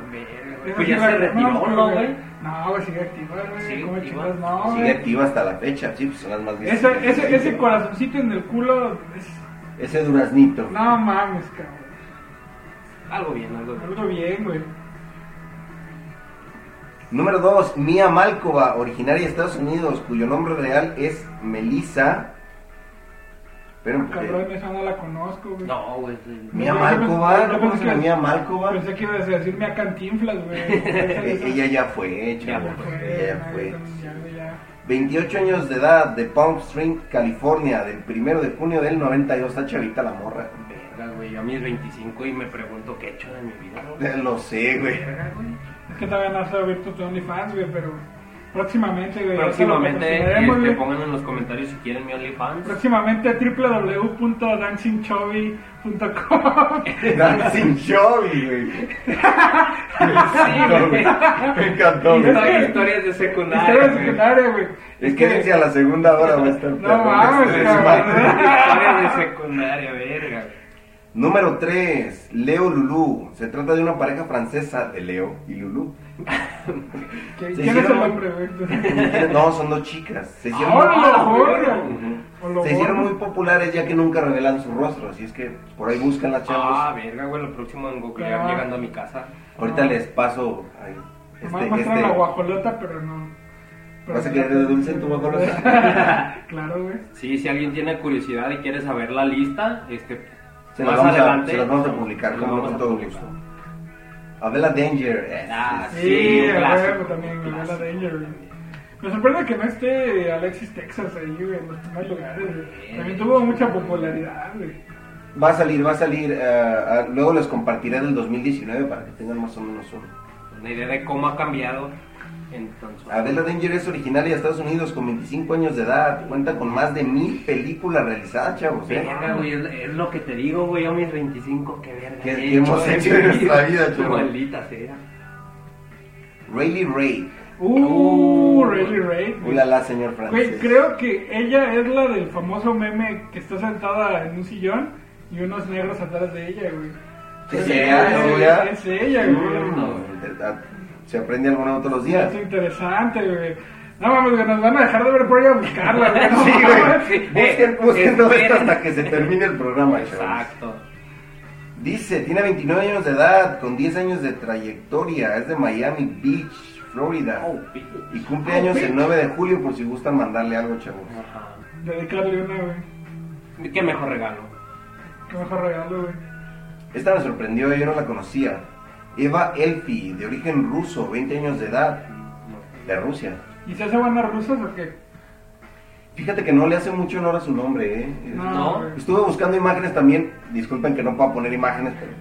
B: Esa
C: Pues
B: sí
C: ya
B: la
C: se retiró,
B: conozco,
C: ¿no, güey?
B: No, güey, sigue activa, güey.
C: Sigue
B: ¿Cómo
C: activa.
B: chingas? No,
A: Sigue
B: güey.
A: activa hasta la fecha, sí, pues son las más vistas.
B: Ese, ese, ese corazoncito en el culo es-
A: Ese duraznito.
B: No mames, cabrón.
C: Algo bien, algo bien.
B: Algo bien, güey.
A: Número 2, Mia Malkova, originaria de Estados Unidos, cuyo nombre real es Melissa. Pero,
B: Cabrón, esa no la conozco, güey.
C: No, güey. sí.
A: Mia Malkova,
B: Yo
A: ¿no
B: pensé
A: conoces a
B: que-
A: Mia Malkova?
B: Pensé que ibas a decir mea cantinflas, güey.
A: Eh, ella ya fue, chavo, ella ya fue.
B: Ya, güey, ya.
A: 28 años de edad, de Palm Spring, California, del 1 de junio del 92, está chavita la morra.
C: Verga, güey. Yo a mis 25 y me pregunto qué he hecho de mi vida, güey.
A: Eh, Lo sé, güey.
C: Verga, güey.
B: Es que todavía no has abierto tu OnlyFans, güey, pero próximamente, güey. ya se lo
C: Próximamente,
B: patrocinaremos,
C: este,
B: güey.
C: pongan en los comentarios si quieren mi OnlyFans.
B: Próximamente www.dancingchobby.com
A: Dancing Chubby, güey.
C: güey.
A: Me encantó, güey.
B: Es que-
C: Historias de secundaria.
B: Historia de
C: güey.
B: secundaria, güey.
A: Es que dice a la segunda hora va a estar.
B: No
A: perrón,
B: mames,
A: este
B: cabrón.
A: desmadre.
C: Pues, Historias de secundaria, verga. güey.
A: Número 3, Leo Lulú. Se trata de una pareja francesa de Leo y Lulú.
B: ¿Quién
A: Se
B: quién
A: hicieron-
B: es el
A: este,
B: hombre, güey?
A: No, son dos chicas. Se hicieron,
B: Ahora
C: Ah,
B: lo borra.
C: güey.
B: O
A: Ujú.
B: lo
A: Se hicieron
B: borra.
A: muy populares ya que nunca revelan su rostro. Así es que por ahí buscan las chavos.
C: Ah, verga, güey. Lo próximo en Google
B: Ah.
C: llegando a mi casa.
A: Ahorita les paso ahí.
B: Nomás
A: Este,
B: muestran la
A: este,
B: guajolota, pero no.
A: ¿Vas a querer de dulce en tu guajolota?
B: claro, güey.
C: Sí, si alguien tiene curiosidad y quiere saber la lista, este,
A: se las
C: más
A: vamos, a,
C: adelante.
A: se las vamos a publicar
C: Las
A: como no,
C: vamos
A: con
C: a
A: todo
C: publicar.
A: gusto. Abela Danger. eh,
C: Ah,
A: sí,
C: Sí,
B: Sí,
C: un
B: a
C: clásico,
B: huevo también,
C: un
B: güey, la
C: clásico.
B: Danger, güey. Me sorprende que no esté Alexis Texas ahí, güey, en los primeros lugares, güey. También tuvo mucha popularidad, güey.
A: sí. Va a salir, va a salir. eh, ah, luego les compartiré del 2019 para que tengan más o menos uno.
C: Una idea de cómo ha cambiado entonces.
A: Adela Danger es originaria de Estados Unidos con 25 años de edad. Cuenta con más de mil películas realizadas, chavos. ¿eh?
C: Verga, güey, es, es lo que te digo, güey, yo a mis 25, qué verga.
A: ¿Qué-
C: he
A: qué hemos
C: de
A: hecho
C: mi
A: en nuestra vida, chaval?
C: Maldita sea.
A: Rayleigh Ray.
B: Uh,
C: Uh,
B: Rayleigh Ray. güey.
A: Ulala, señor francés.
B: Güey, creo que ella es la del famoso meme que está sentada en un sillón y unos negros atrás de ella, güey.
A: Es
B: Sí,
A: ella,
B: es-
A: ¿no, ya?
B: es ella, güey.
A: Mm, te- a- Se aprende alguna todos los días.
B: Es interesante, güey. No mames, güey, nos van a dejar de ver por ir a buscarla, güey. No
A: Sí, güey.
B: mames.
C: sí.
A: Busquen,
C: Eh,
A: busquen todo esto
C: esperen.
A: hasta que se termine el programa, chavos.
C: Exacto.
A: Dice, tiene 29 años de edad, con 10 años de trayectoria. Es de Miami Beach, Florida.
C: Oh, pi-
A: Y cumple años el 9 de julio, por si gustan mandarle algo, chavos.
C: Ajá.
B: Dedicarle una, güey.
C: Qué mejor regalo.
B: Qué mejor regalo, güey.
A: Esta me sorprendió, yo no la conocía. Eva Elfi, de origen ruso, 20 años de edad, de Rusia.
B: ¿Y se hace buenas rusas o qué?
A: Fíjate que no le hace mucho honor a su nombre, ¿eh?
C: No.
B: güey.
A: Estuve buscando imágenes también, disculpen que no puedo poner imágenes, pero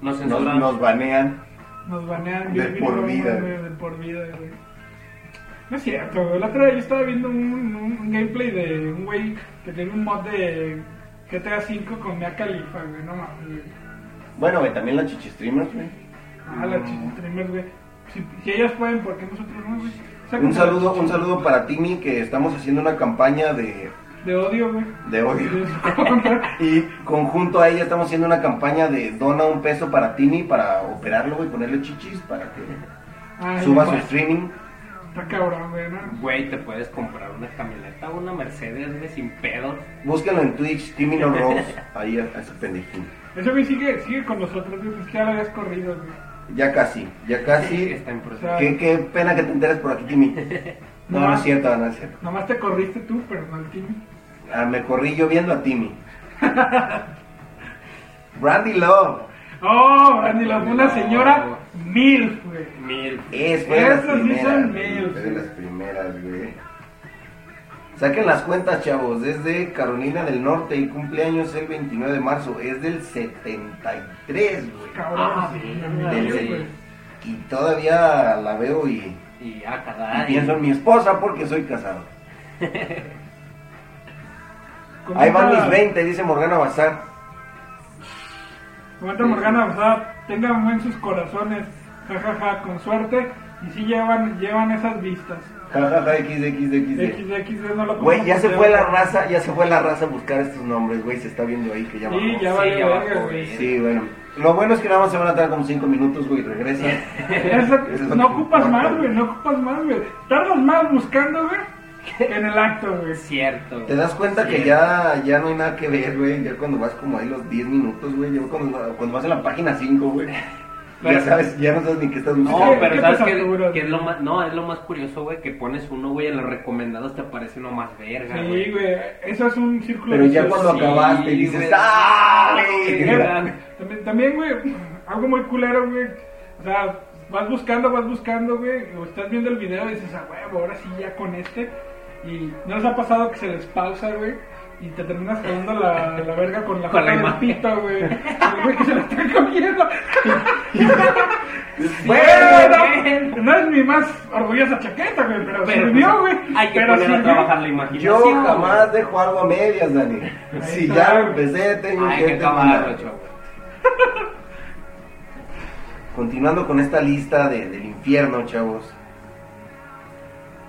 C: No
A: nos,
C: censuran.
A: nos banean.
B: Nos banean
A: De
B: bien,
A: por
B: güey,
A: vida.
B: güey, De por vida, güey. No es cierto, güey. La otra vez yo estaba viendo un, un gameplay de un güey que tiene un mod de GTA V con Mia Khalifa, güey. No mames, güey.
A: Bueno, güey, también la chichistreamers, güey.
B: Ah, las chichitrimers, güey. Si, si ellas pueden, ¿por qué nosotros no, güey? O sea,
A: Un
B: como-
A: saludo, un saludo para Timmy, que estamos haciendo una campaña de,
B: De odio, güey.
A: de
B: De
A: odio.
B: su contra.
A: Y conjunto a ella estamos haciendo una campaña de dona un peso para Timmy para operarlo, güey, ponerle chichis para que
B: Ay,
A: suba su
B: güey,
A: streaming.
B: Está cabrón, güey, ¿no?
C: Güey, te puedes comprar una camioneta, una Mercedes, güey, sin pedos.
A: Búsquenlo en Twitch, Timmy No Rose, ahí a, a ese pendejín.
B: Ese güey sigue, sigue con nosotros, güey. Pues que ya lo habías corrido, güey.
A: Ya casi, ya casi.
C: Está en proceso.
B: sea,
A: Qué, qué pena que te enteres por aquí, Timmy. No, no es cierto, no es cierto.
B: Nomás te corriste tú, pero no el Timmy.
A: Ah, me corrí yo viendo a Timmy. Brandy Love.
B: Oh, Brandy Love, una señora mil, güey.
C: Mil.
A: Es, fue de las
B: Esas sí
A: primeras,
B: son
A: güey,
B: mil,
A: fue
B: sí.
A: de las primeras, güey. Saquen las cuentas, chavos. Es de Carolina del Norte y cumpleaños el 29 de marzo. Es del 73, güey.
B: Cabrón.
C: Ah,
B: sí,
C: sí,
B: la
A: del
B: mil,
A: seis.
B: güey.
A: Y todavía la veo y, y
C: Y ah, a
B: Ah,
C: cada
A: pienso en mi esposa porque soy casado.
B: Comenta-
A: Ahí van mis 20, dice Morgana Bazar.
B: Comenta Morgana, o sea, tengan buen sus corazones. Ja, ja, ja, con suerte. Y si llevan, llevan esas vistas.
A: Jajaja, XXXX.
B: XXD no lo
A: Güey, ya se fue la
B: raza
A: raza, ya se fue la raza a buscar estos nombres, güey. Se está viendo ahí que ya
B: Sí,
A: bajó.
B: ya
C: Sí,
B: vale
C: ya
B: verga,
C: bajó,
B: güey.
A: Sí, bueno. Lo bueno es que nada más se van a tardar como 5 minutos, güey, y regresan.
B: Eso-
A: Eso es lo
B: no
A: que
B: ocupas
A: importa.
B: más, güey, no ocupas más, güey. Tardas más buscando, güey, que en el acto, güey.
C: Es cierto.
A: Te das cuenta que ya, ya no hay nada que ver, güey. Ya cuando vas como ahí los 10 minutos, güey. Ya cuando, cuando vas a la página 5, güey. Ya
C: Pero-
A: sabes, ya no sabes ni qué estás buscando.
C: No,
B: Sí,
C: pero
B: ¿qué
C: sabes
B: te
C: que,
B: saturas?
C: es lo más, no, es lo más curioso, güey, que pones uno, güey, en los recomendados te aparece uno más verga, güey.
B: Sí, güey, eso es un círculo
A: Pero ya
B: vicioso.
A: cuando
C: Sí,
A: acabaste y dices,
C: güey.
A: ¡ah!
C: Sí,
A: güey!
C: güey.
B: También, también, güey, algo muy culero, güey. O sea, vas buscando, vas buscando, güey. O estás viendo el video y dices, ah, huevo, ahora sí ya con este. Y no les ha pasado que se les pausa, güey. Y te terminas cagando la, la verga con la
C: Con
B: foto
C: la
B: del
C: imagen.
B: pito, güey. El Güey, que se la están comiendo.
C: Bueno,
B: Bueno, no es mi más orgullosa chaqueta, güey, pero,
C: Pero, pues,
B: sirvió, güey.
C: Hay que
B: Pero
C: poner a
B: sirvió.
C: trabajar la imaginación.
A: Yo
C: güey.
A: jamás dejo algo a medias, Dani. Si
B: está.
A: ya lo empecé, tengo
C: Hay que acabarlo,
A: terminarlo.
C: chavo.
A: Continuando con esta lista de- del infierno, chavos.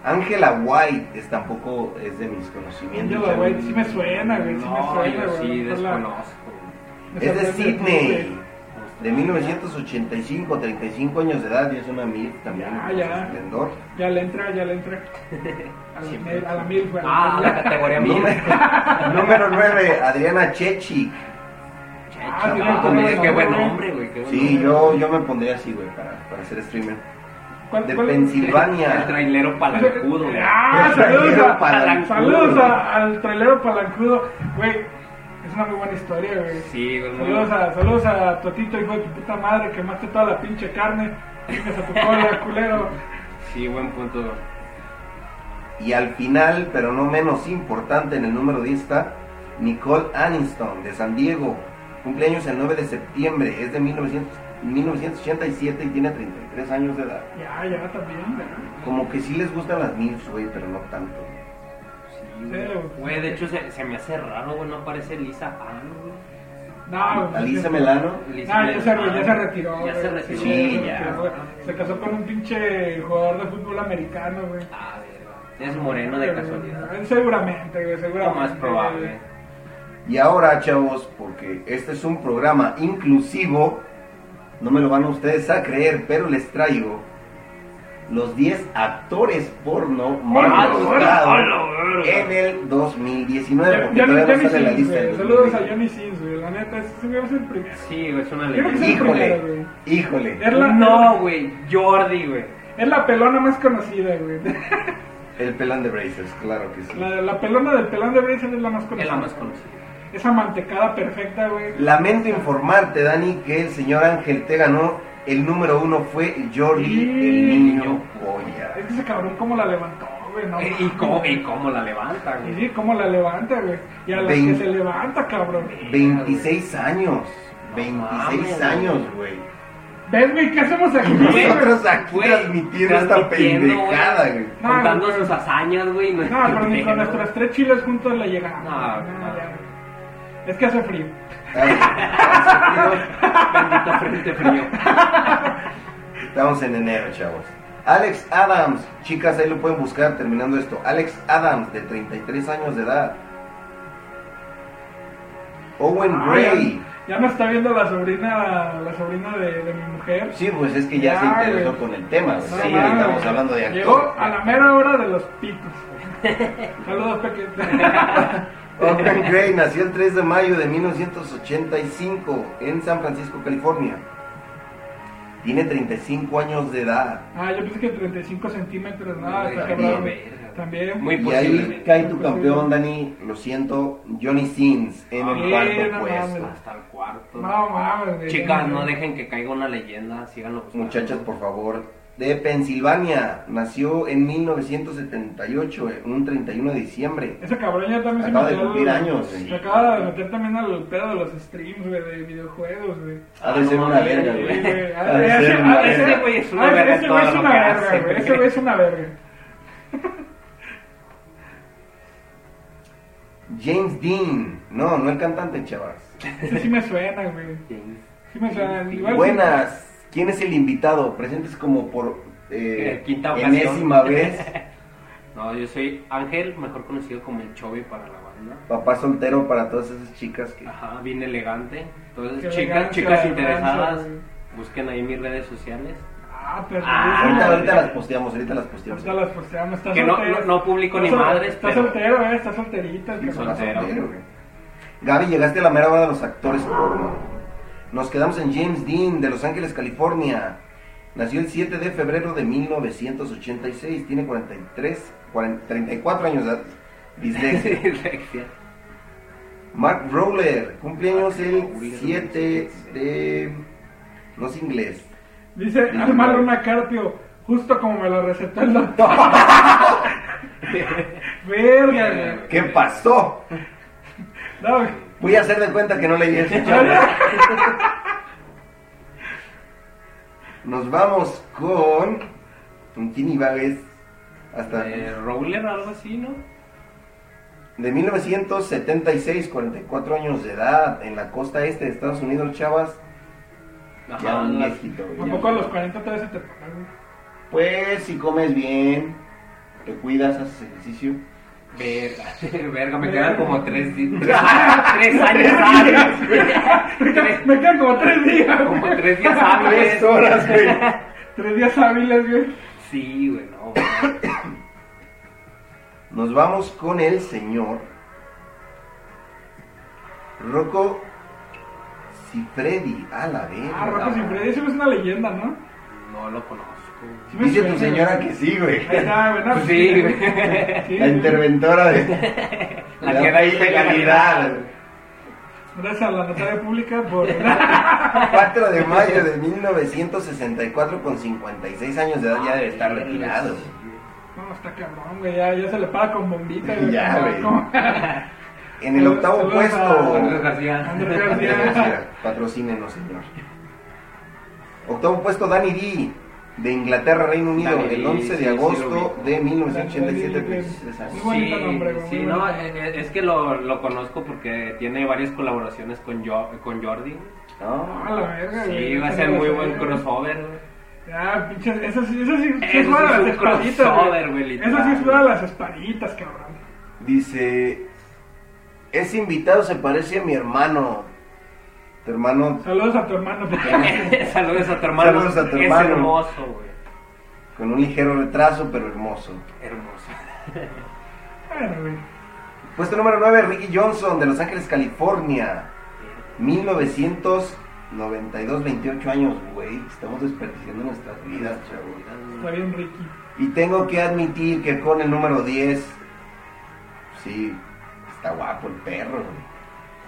A: Ángela White es tampoco es de mis conocimientos.
B: Ángela
A: chavos.
B: White, sí me suena, güey, sí me
C: No,
B: suena,
C: yo
B: güey.
C: sí
B: Ojalá.
C: desconozco.
B: Me
A: Es de
B: sorprende,
A: Sydney.
B: pues, güey.
A: De 1985, 35 años de edad, ya es una mil también.
B: Ya,
A: en su
B: ya.
A: esplendor.
B: Ya le entra, ya le entra. A la,
C: Siempre.
B: mil- a la mil, güey.
C: Ah, la categoría mil.
A: Número, número 9, Adriana Chechi.
B: Ah,
A: tiene
C: Ah,
A: todo
C: güey,
A: el
C: qué buen
B: nombre.
C: nombre, güey. qué buen
A: Sí,
C: nombre.
A: yo, yo me pondría así, güey, para, para ser streamer.
B: ¿Cuál-
A: De
B: cuál-
A: Pensilvania.
C: El trailero palancudo, güey.
B: Ah,
A: El
B: saludos,
A: trailero
B: a-
A: palancudo.
B: saludos a- al trailero palancudo. Güey, es una muy buena historia, güey.
C: Sí, güey. muy
B: Saludos
C: bueno.
B: a, saludos a Totito, hijo de tu puta madre, quemaste toda la pinche carne. Chingas a tu cola, culero.
C: Sí, buen punto.
A: Y al final, pero no menos importante, en el número 10 está Nicole Aniston de San Diego. Cumpleaños el 9 de septiembre, es de 1900 1987 y tiene 33 años de edad.
B: Ya, ya, también, güey.
A: Como que sí les gustan las mils, güey, pero no tanto.
C: Sí,
B: Sí,
C: güey.
B: güey.
C: Güey, de hecho se, se me hace raro, güey, no aparece Lisa Ann, güey.
B: No, güey,
A: Alisa
B: Ah, sí.
A: Melano.
C: Lisa
B: Ah, ya se, ya se retiró.
C: Ya se
B: güey.
C: retiró.
A: Sí,
B: se
A: ya.
B: retiró, güey. Se casó con un pinche jugador de fútbol americano, güey.
C: Ah, verga. Es moreno de casualidad.
B: Eh, Seguramente, güey,
C: Lo
B: seguramente.
C: más probable.
A: Y ahora, chavos, porque este es un programa inclusivo, no me lo van ustedes a creer, pero les traigo los 10 actores porno más
B: Hola,
A: buscados
C: hola, hola.
A: en el 2019.
B: Ya-
A: porque
B: ya ni-
A: todavía no
B: Johnny
A: sale la
B: Sins,
A: lista del
B: güey. Saludos a
A: 2020.
B: Johnny Sins, güey. La neta, ese güey es el primero.
C: Sí, güey, es una
B: Creo que
C: leyenda.
B: sí.
A: Híjole,
B: primero, güey.
A: híjole.
B: Es la-
C: No, güey, Jordi, güey.
B: Es la pelona más conocida, güey.
A: El pelón de Brazers, claro que sí.
B: La, la pelona del pelón de Brazil es la más
C: Es
B: conocida.
C: la más conocida.
B: Esa mantecada perfecta, güey.
A: Lamento informarte, Dani, que el señor Ángel te ganó. El número uno fue Jordi, el niño polla.
B: Es que ese cabrón cómo la levantó, güey. No,
C: Eh, ¿Y cómo, y cómo la levanta,
B: Y
C: güey?
B: sí, cómo la levanta, güey. Y a las que
A: Veinte.
B: se levanta, cabrón.
A: 26 años.
C: No
A: 26
C: mames,
A: años, güey.
B: ¿Ves, güey? ¿Qué hacemos aquí,
C: Güey,
B: güey?
A: Nosotros aquí
C: güey,
A: transmitiendo esta
C: transmitiendo, güey.
A: pendejada, güey.
B: No,
C: Contando
B: güey.
C: sus hazañas, güey. No,
B: No, pero ni
C: pendejo.
B: con nuestras tres chiles juntos la llegamos.
C: No,
B: güey.
C: no.
B: ya, güey. Es que hace frío.
C: Bendito frente frío.
A: Estamos en enero, chavos. Alex Adams, chicas, ahí lo pueden buscar terminando esto. Alex Adams, de 33 años de edad. Owen
B: Ah,
A: Gray.
B: Ay, ya, ya me está viendo la sobrina, la sobrina de, de mi mujer.
A: Sí, pues es que ya se
B: Ay,
A: interesó
B: güey.
A: con el tema, güey.
B: No
A: Sí,
B: mames.
A: estamos hablando de actor.
B: Llegó a la mera hora de los pitos. Saludos, pequeños.
A: Owen Gray nació el 3 de mayo de 1985 en San Francisco, California. Tiene 35 años de edad.
B: Ah, yo pensé que 35 centímetros,
A: Ah,
B: nada,
C: No,
B: está
C: güey,
B: cabrón.
C: verga.
B: También.
C: Muy
A: Y ahí
C: posiblemente.
A: cae tu campeón, Dani. Lo siento, Johnny Sins en el
B: Sí,
A: cuarto
B: no
A: puesto.
B: mames.
C: pues, Hasta el cuarto.
B: No mames, güey.
C: Chicas, no dejen que caiga una leyenda, síganlo buscando.
A: Muchachas, por favor. De Pensilvania. Nació en 1978, eh, un 31 de diciembre.
B: Ese cabrón ya también
A: Acaba de
B: metió al-
A: cumplir años, güey.
B: Se acaba de meter también al pedo de los streams, güey, de videojuegos, güey.
A: Ha de ser una verga,
B: Sí,
A: güey.
B: güey.
A: Ha de
B: Ese-
A: ser una
B: ah, ese-
A: verga.
C: güey es una
B: ah,
C: verga
B: Ese
C: en
B: güey
C: todo
B: es
C: lo
B: una
C: que
B: verga,
C: hace,
B: güey. Ese
C: güey.
B: güey es una verga.
A: James Dean. No, no el cantante, chavas.
B: Ese sí me suena, güey. Sí me suena. Igual
A: Buenas. ¿Quién es el invitado? Presentes como por eh,
C: Eh, quinta ocasión.
A: enésima vez.
C: No, yo soy Ángel, mejor conocido como el Chovy para la banda.
A: Papá soltero para todas esas chicas que...
C: Ajá, bien elegante. Entonces,
B: Qué
C: chicas,
B: elegancia,
C: chicas
B: elegancia,
C: interesadas,
B: güey.
C: busquen ahí mis redes sociales.
B: Ah, pero.
C: Ah,
A: Ahorita, ahorita
C: güey.
A: las posteamos, ahorita las posteamos.
B: Ahorita las posteamos. Está
C: Que no-
B: soltero.
C: no- no publico
B: Está
C: ni
B: sol-
C: madres,
B: Está
C: pero-
B: soltero, eh. Está solterita. el
C: Sí,
B: cabrón.
A: Las
C: soltero.
A: soltero, güey. Gaby, llegaste a la mera hora de los actores porno. Nos quedamos en James Dean, de Los Ángeles, California. Nació el 7 de febrero de 1986. Tiene 43, 40, 34 años de edad. Dislexia.
C: Dislexia.
A: Mark Rowler, cumpleaños el
C: Rowler,
A: 7 de... No es inglés.
B: Dice Alma Luna Carpio, justo como me la recetó el doctor. Verga, güey.
A: ¿Qué pasó?
B: No, güey.
A: Voy a hacer de cuenta que no leí ese Nos vamos con. Un Tini Vagues. Hasta.
C: Eh, Rowler, algo así, ¿no?
A: De 1976, 44 años de edad, en la costa este de Estados Unidos, chavas. Ya
C: Ajá,
A: un
C: las-
A: viejito, güey.
B: Tampoco a los 40 todavía se te pagan, güey.
A: Pues si comes bien, te cuidas, haces ejercicio.
C: Verga, verga, me quedan como tres, di- tres, tres años hábiles. Tres-
B: Me quedan como tres días,
C: como
B: güey.
C: tres días
A: Ah, Tres
C: hábiles.
A: horas, güey.
B: Tres días hábiles, güey.
C: Sí, güey, no. güey.
A: Nos vamos con el señor Rocco Cifredi, a la vez.
B: Ah, Rocco Siffredi, ese güey es una leyenda, ¿no?
C: No lo conozco.
B: Sí me
A: Dice
B: suena,
A: tu señora
B: güey.
A: que sí, güey.
B: Ahí está, güey, no,
C: Pues
B: pues
C: sí,
B: sí,
C: güey.
B: güey.
A: La interventora de
C: La
A: de
C: que da ilegalidad.
B: Gracias a la notaria pública por...
A: 4 de mayo de 1964 con 56 años de edad ya debe estar retirado.
B: No, está cabrón, güey. Ya, ya se le paga con bombita, güey. Ah,
A: Ya,
B: Como-
A: güey.
B: como-
A: En el octavo
B: Saludos a
C: Andrés
A: puesto,
C: García.
B: Andrés
A: Andrés
B: García.
A: García, patrocínenos, señor. Octavo puesto, Danny D. De Inglaterra, Reino Unido,
C: Danny
A: el
C: D,
A: 11
C: sí,
A: de
C: sí lo
A: agosto
C: ubico.
A: de 1987.
B: Danny D,
A: pues,
B: güey.
A: esas.
B: Muy bonito nombre, güey,
C: sí,
B: muy
C: no,
B: bonito.
C: eh, es que lo, lo conozco porque tiene varias colaboraciones con, Jo- con Jordi.
B: A
A: Ah,
B: la verga, güey.
C: Sí, va a ser muy buen crossover. güey.
B: Ah, pinches, eso sí, eso sí, sí
C: Eso
B: es una de
C: sí
B: las
C: es un
B: espaditas.
C: crossover,
B: güey.
C: güey,
B: Eso
C: literal,
B: sí es
C: güey.
B: una de las espaditas, cabrón.
A: Dice: Ese invitado se parece a mi hermano. Tu hermano
B: Saludos a tu hermano.
C: Saludos a tu hermano.
A: Saludos a tu
C: es
A: hermano.
C: hermoso, güey.
A: con un ligero retraso, pero hermoso.
C: Hermoso.
B: bueno, güey.
A: Puesto número 9, Ricky Johnson de Los Ángeles, California. 1992, 28 años, güey. Estamos desperdiciando nuestras vidas, chavos.
B: Está bien, Ricky.
A: Y tengo que admitir que con el número 10, sí, está guapo el perro, güey.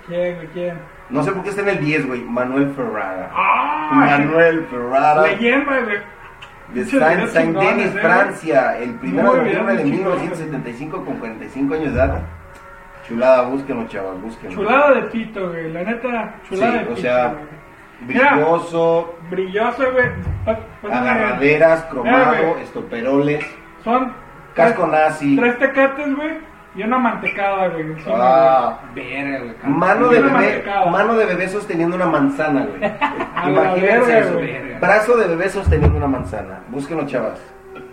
B: ¿Quién, güey? ¿Quién?
A: No sé por qué está en el 10, güey. Manuel Ferrara.
B: ¡Ah!
A: Manuel Ferrara.
B: Leyenda, güey.
A: De
B: Pinches
A: Saint,
B: videos
A: Saint
B: chingones,
A: Denis,
B: eh, güey.
A: Francia, el primero
B: Muy
A: de noviembre de
B: bien, chingones.
A: 1975 con 45 años de edad. Chulada, búsquenlo, chavos, búsquenlo.
B: Chulada de pito, güey. La neta, chulada
A: Sí,
B: de
A: o
B: pito.
A: sea,
B: güey. Mira.
A: Brilloso,
B: Brilloso, güey. Pa- pásame-
A: agarraderas,
B: Mira,
A: cromado,
B: güey.
A: estoperoles,
B: Son
A: casco
B: tres,
A: nazi,
B: tres tecates, güey. Y una mantecada, güey. encima,
A: ah,
C: Verga, güey. cara.
A: mano de
B: Y una
A: bebé,
B: mantecada.
A: mano de bebé sosteniendo una manzana, güey.
B: la
A: Imagínense
B: verga,
A: eso.
C: güey.
A: Brazo de bebé sosteniendo una manzana. Búsquenlo, chavas.
B: güey.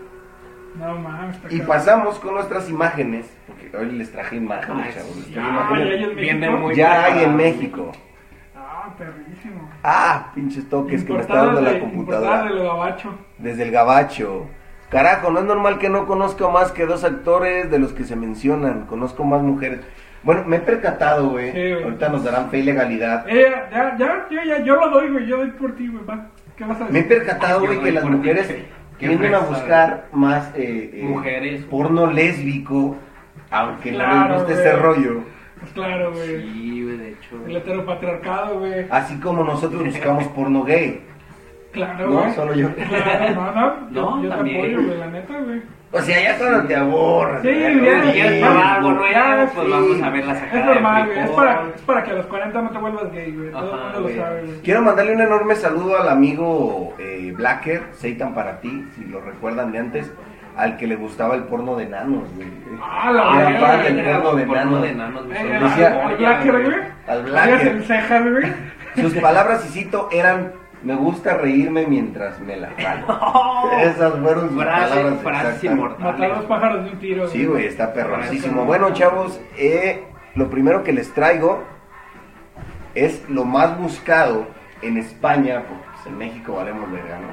B: No mames. está
A: Y
B: cabrón.
A: pasamos con nuestras imágenes, porque hoy les traje
C: Ay,
A: imágenes, chavos. les
C: sí,
A: traje
B: ya,
A: imágenes.
B: ya, ya.
C: Viene
B: México.
C: muy
A: Ya hay
C: preparado.
A: en México.
B: Ah, perrísimo.
A: Ah, pinches toques que me está dando la computadora.
B: de lo gabacho.
A: Desde el gabacho. Carajo, no es normal que no conozca más que dos actores de los que se mencionan. Conozco más mujeres. Bueno, me he percatado, güey.
B: Sí, güey.
A: Ahorita nos darán fe y legalidad.
B: Eh, ya, ya, yo, ya, yo lo doy, güey. Yo doy por ti, güey, va. ¿Qué vas a
A: Me he
B: decir?
A: percatado,
C: Ay,
A: güey,
C: yo
A: que
C: doy
A: las
C: por ti,
A: mujeres
C: qué- qué
A: tienden a
C: fresa,
A: buscar más eh, eh,
C: Mujeres.
A: porno lésbico, aunque no
B: Claro,
A: les guste
B: güey.
A: ese rollo.
B: Pues claro, güey.
C: Sí, güey, de hecho.
B: El heteropatriarcado, güey.
A: Así como nosotros buscamos porno gay.
B: Claro, Ah, güey.
A: No, solo yo.
B: Claro, no, no. yo-
C: No,
B: yo,
C: también.
B: te apoyo, güey, la neta, güey.
A: O sea, ya cuando te aborras.
B: Sí,
A: ¿no?
B: ya,
C: Si quieres
B: Sí,
C: probar algo nuevo,
B: ya,
C: pues
A: sí.
C: vamos a ver la
B: Es
C: sacada
B: normal,
C: de Ah,
B: güey. Es
C: frijol.
B: para, es para que a los 40 no te vuelvas gay, güey. Todo
C: Ajá,
B: el mundo
A: güey.
B: lo sabe, güey.
A: Quiero mandarle un enorme saludo al amigo eh, Blacker, Seitan para ti, si lo recuerdan de antes, al que le gustaba el porno de nanos, güey.
B: Ah, la
A: Era
B: verga,
A: fan del
B: güey.
A: porno de
C: Porno
A: nanos.
C: de pues, enanos, güey,
B: Eh,
C: son
B: el-
C: una
A: Decía-
B: al
C: joya,
B: Blacker, güey.
A: Al
B: Oigas en
A: Blacker. Ah,
B: cejas, güey.
A: Sus palabras, y cito, eran: Me gusta reírme mientras me la jalo.
B: Oh,
C: ¡Oh!
A: Esas fueron sus
C: Frases,
A: palabras. exactas.
C: frases
B: Matar a los
C: inmortales.
B: pájaros de un tiro,
A: Sí, güey, está perrosísimo.
B: Frases.
A: Bueno, chavos, eh, lo primero que les traigo es lo más buscado en España, porque pues, en México valemos verga, ¿no?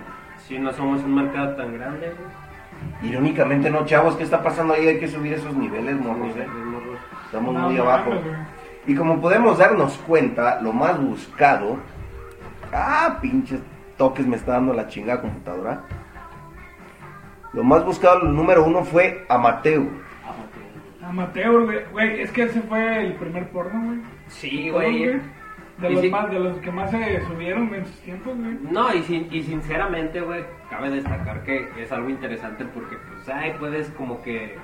C: Si no somos un mercado tan grande, güey.
A: Irónicamente no, chavos, ¿qué está pasando ahí? Hay que subir esos niveles, morros, ¿eh? Estamos
B: No
A: muy
B: mames,
A: abajo.
B: güey.
A: Y como podemos darnos cuenta, lo más buscado... Ah, pinches toques, me está dando la chingada computadora. Lo más buscado, el número uno, fue Amateo.
C: Ah,
B: Amateur, güey. Güey, es que ese fue el primer porno, güey.
C: Sí,
B: Todos,
C: güey.
B: De
C: Y
B: los,
C: sí.
B: más, de los que más se subieron güey, en sus tiempos, güey.
C: No, y, sin- y sinceramente, güey, cabe destacar que es algo interesante porque, pues, ay, puedes como que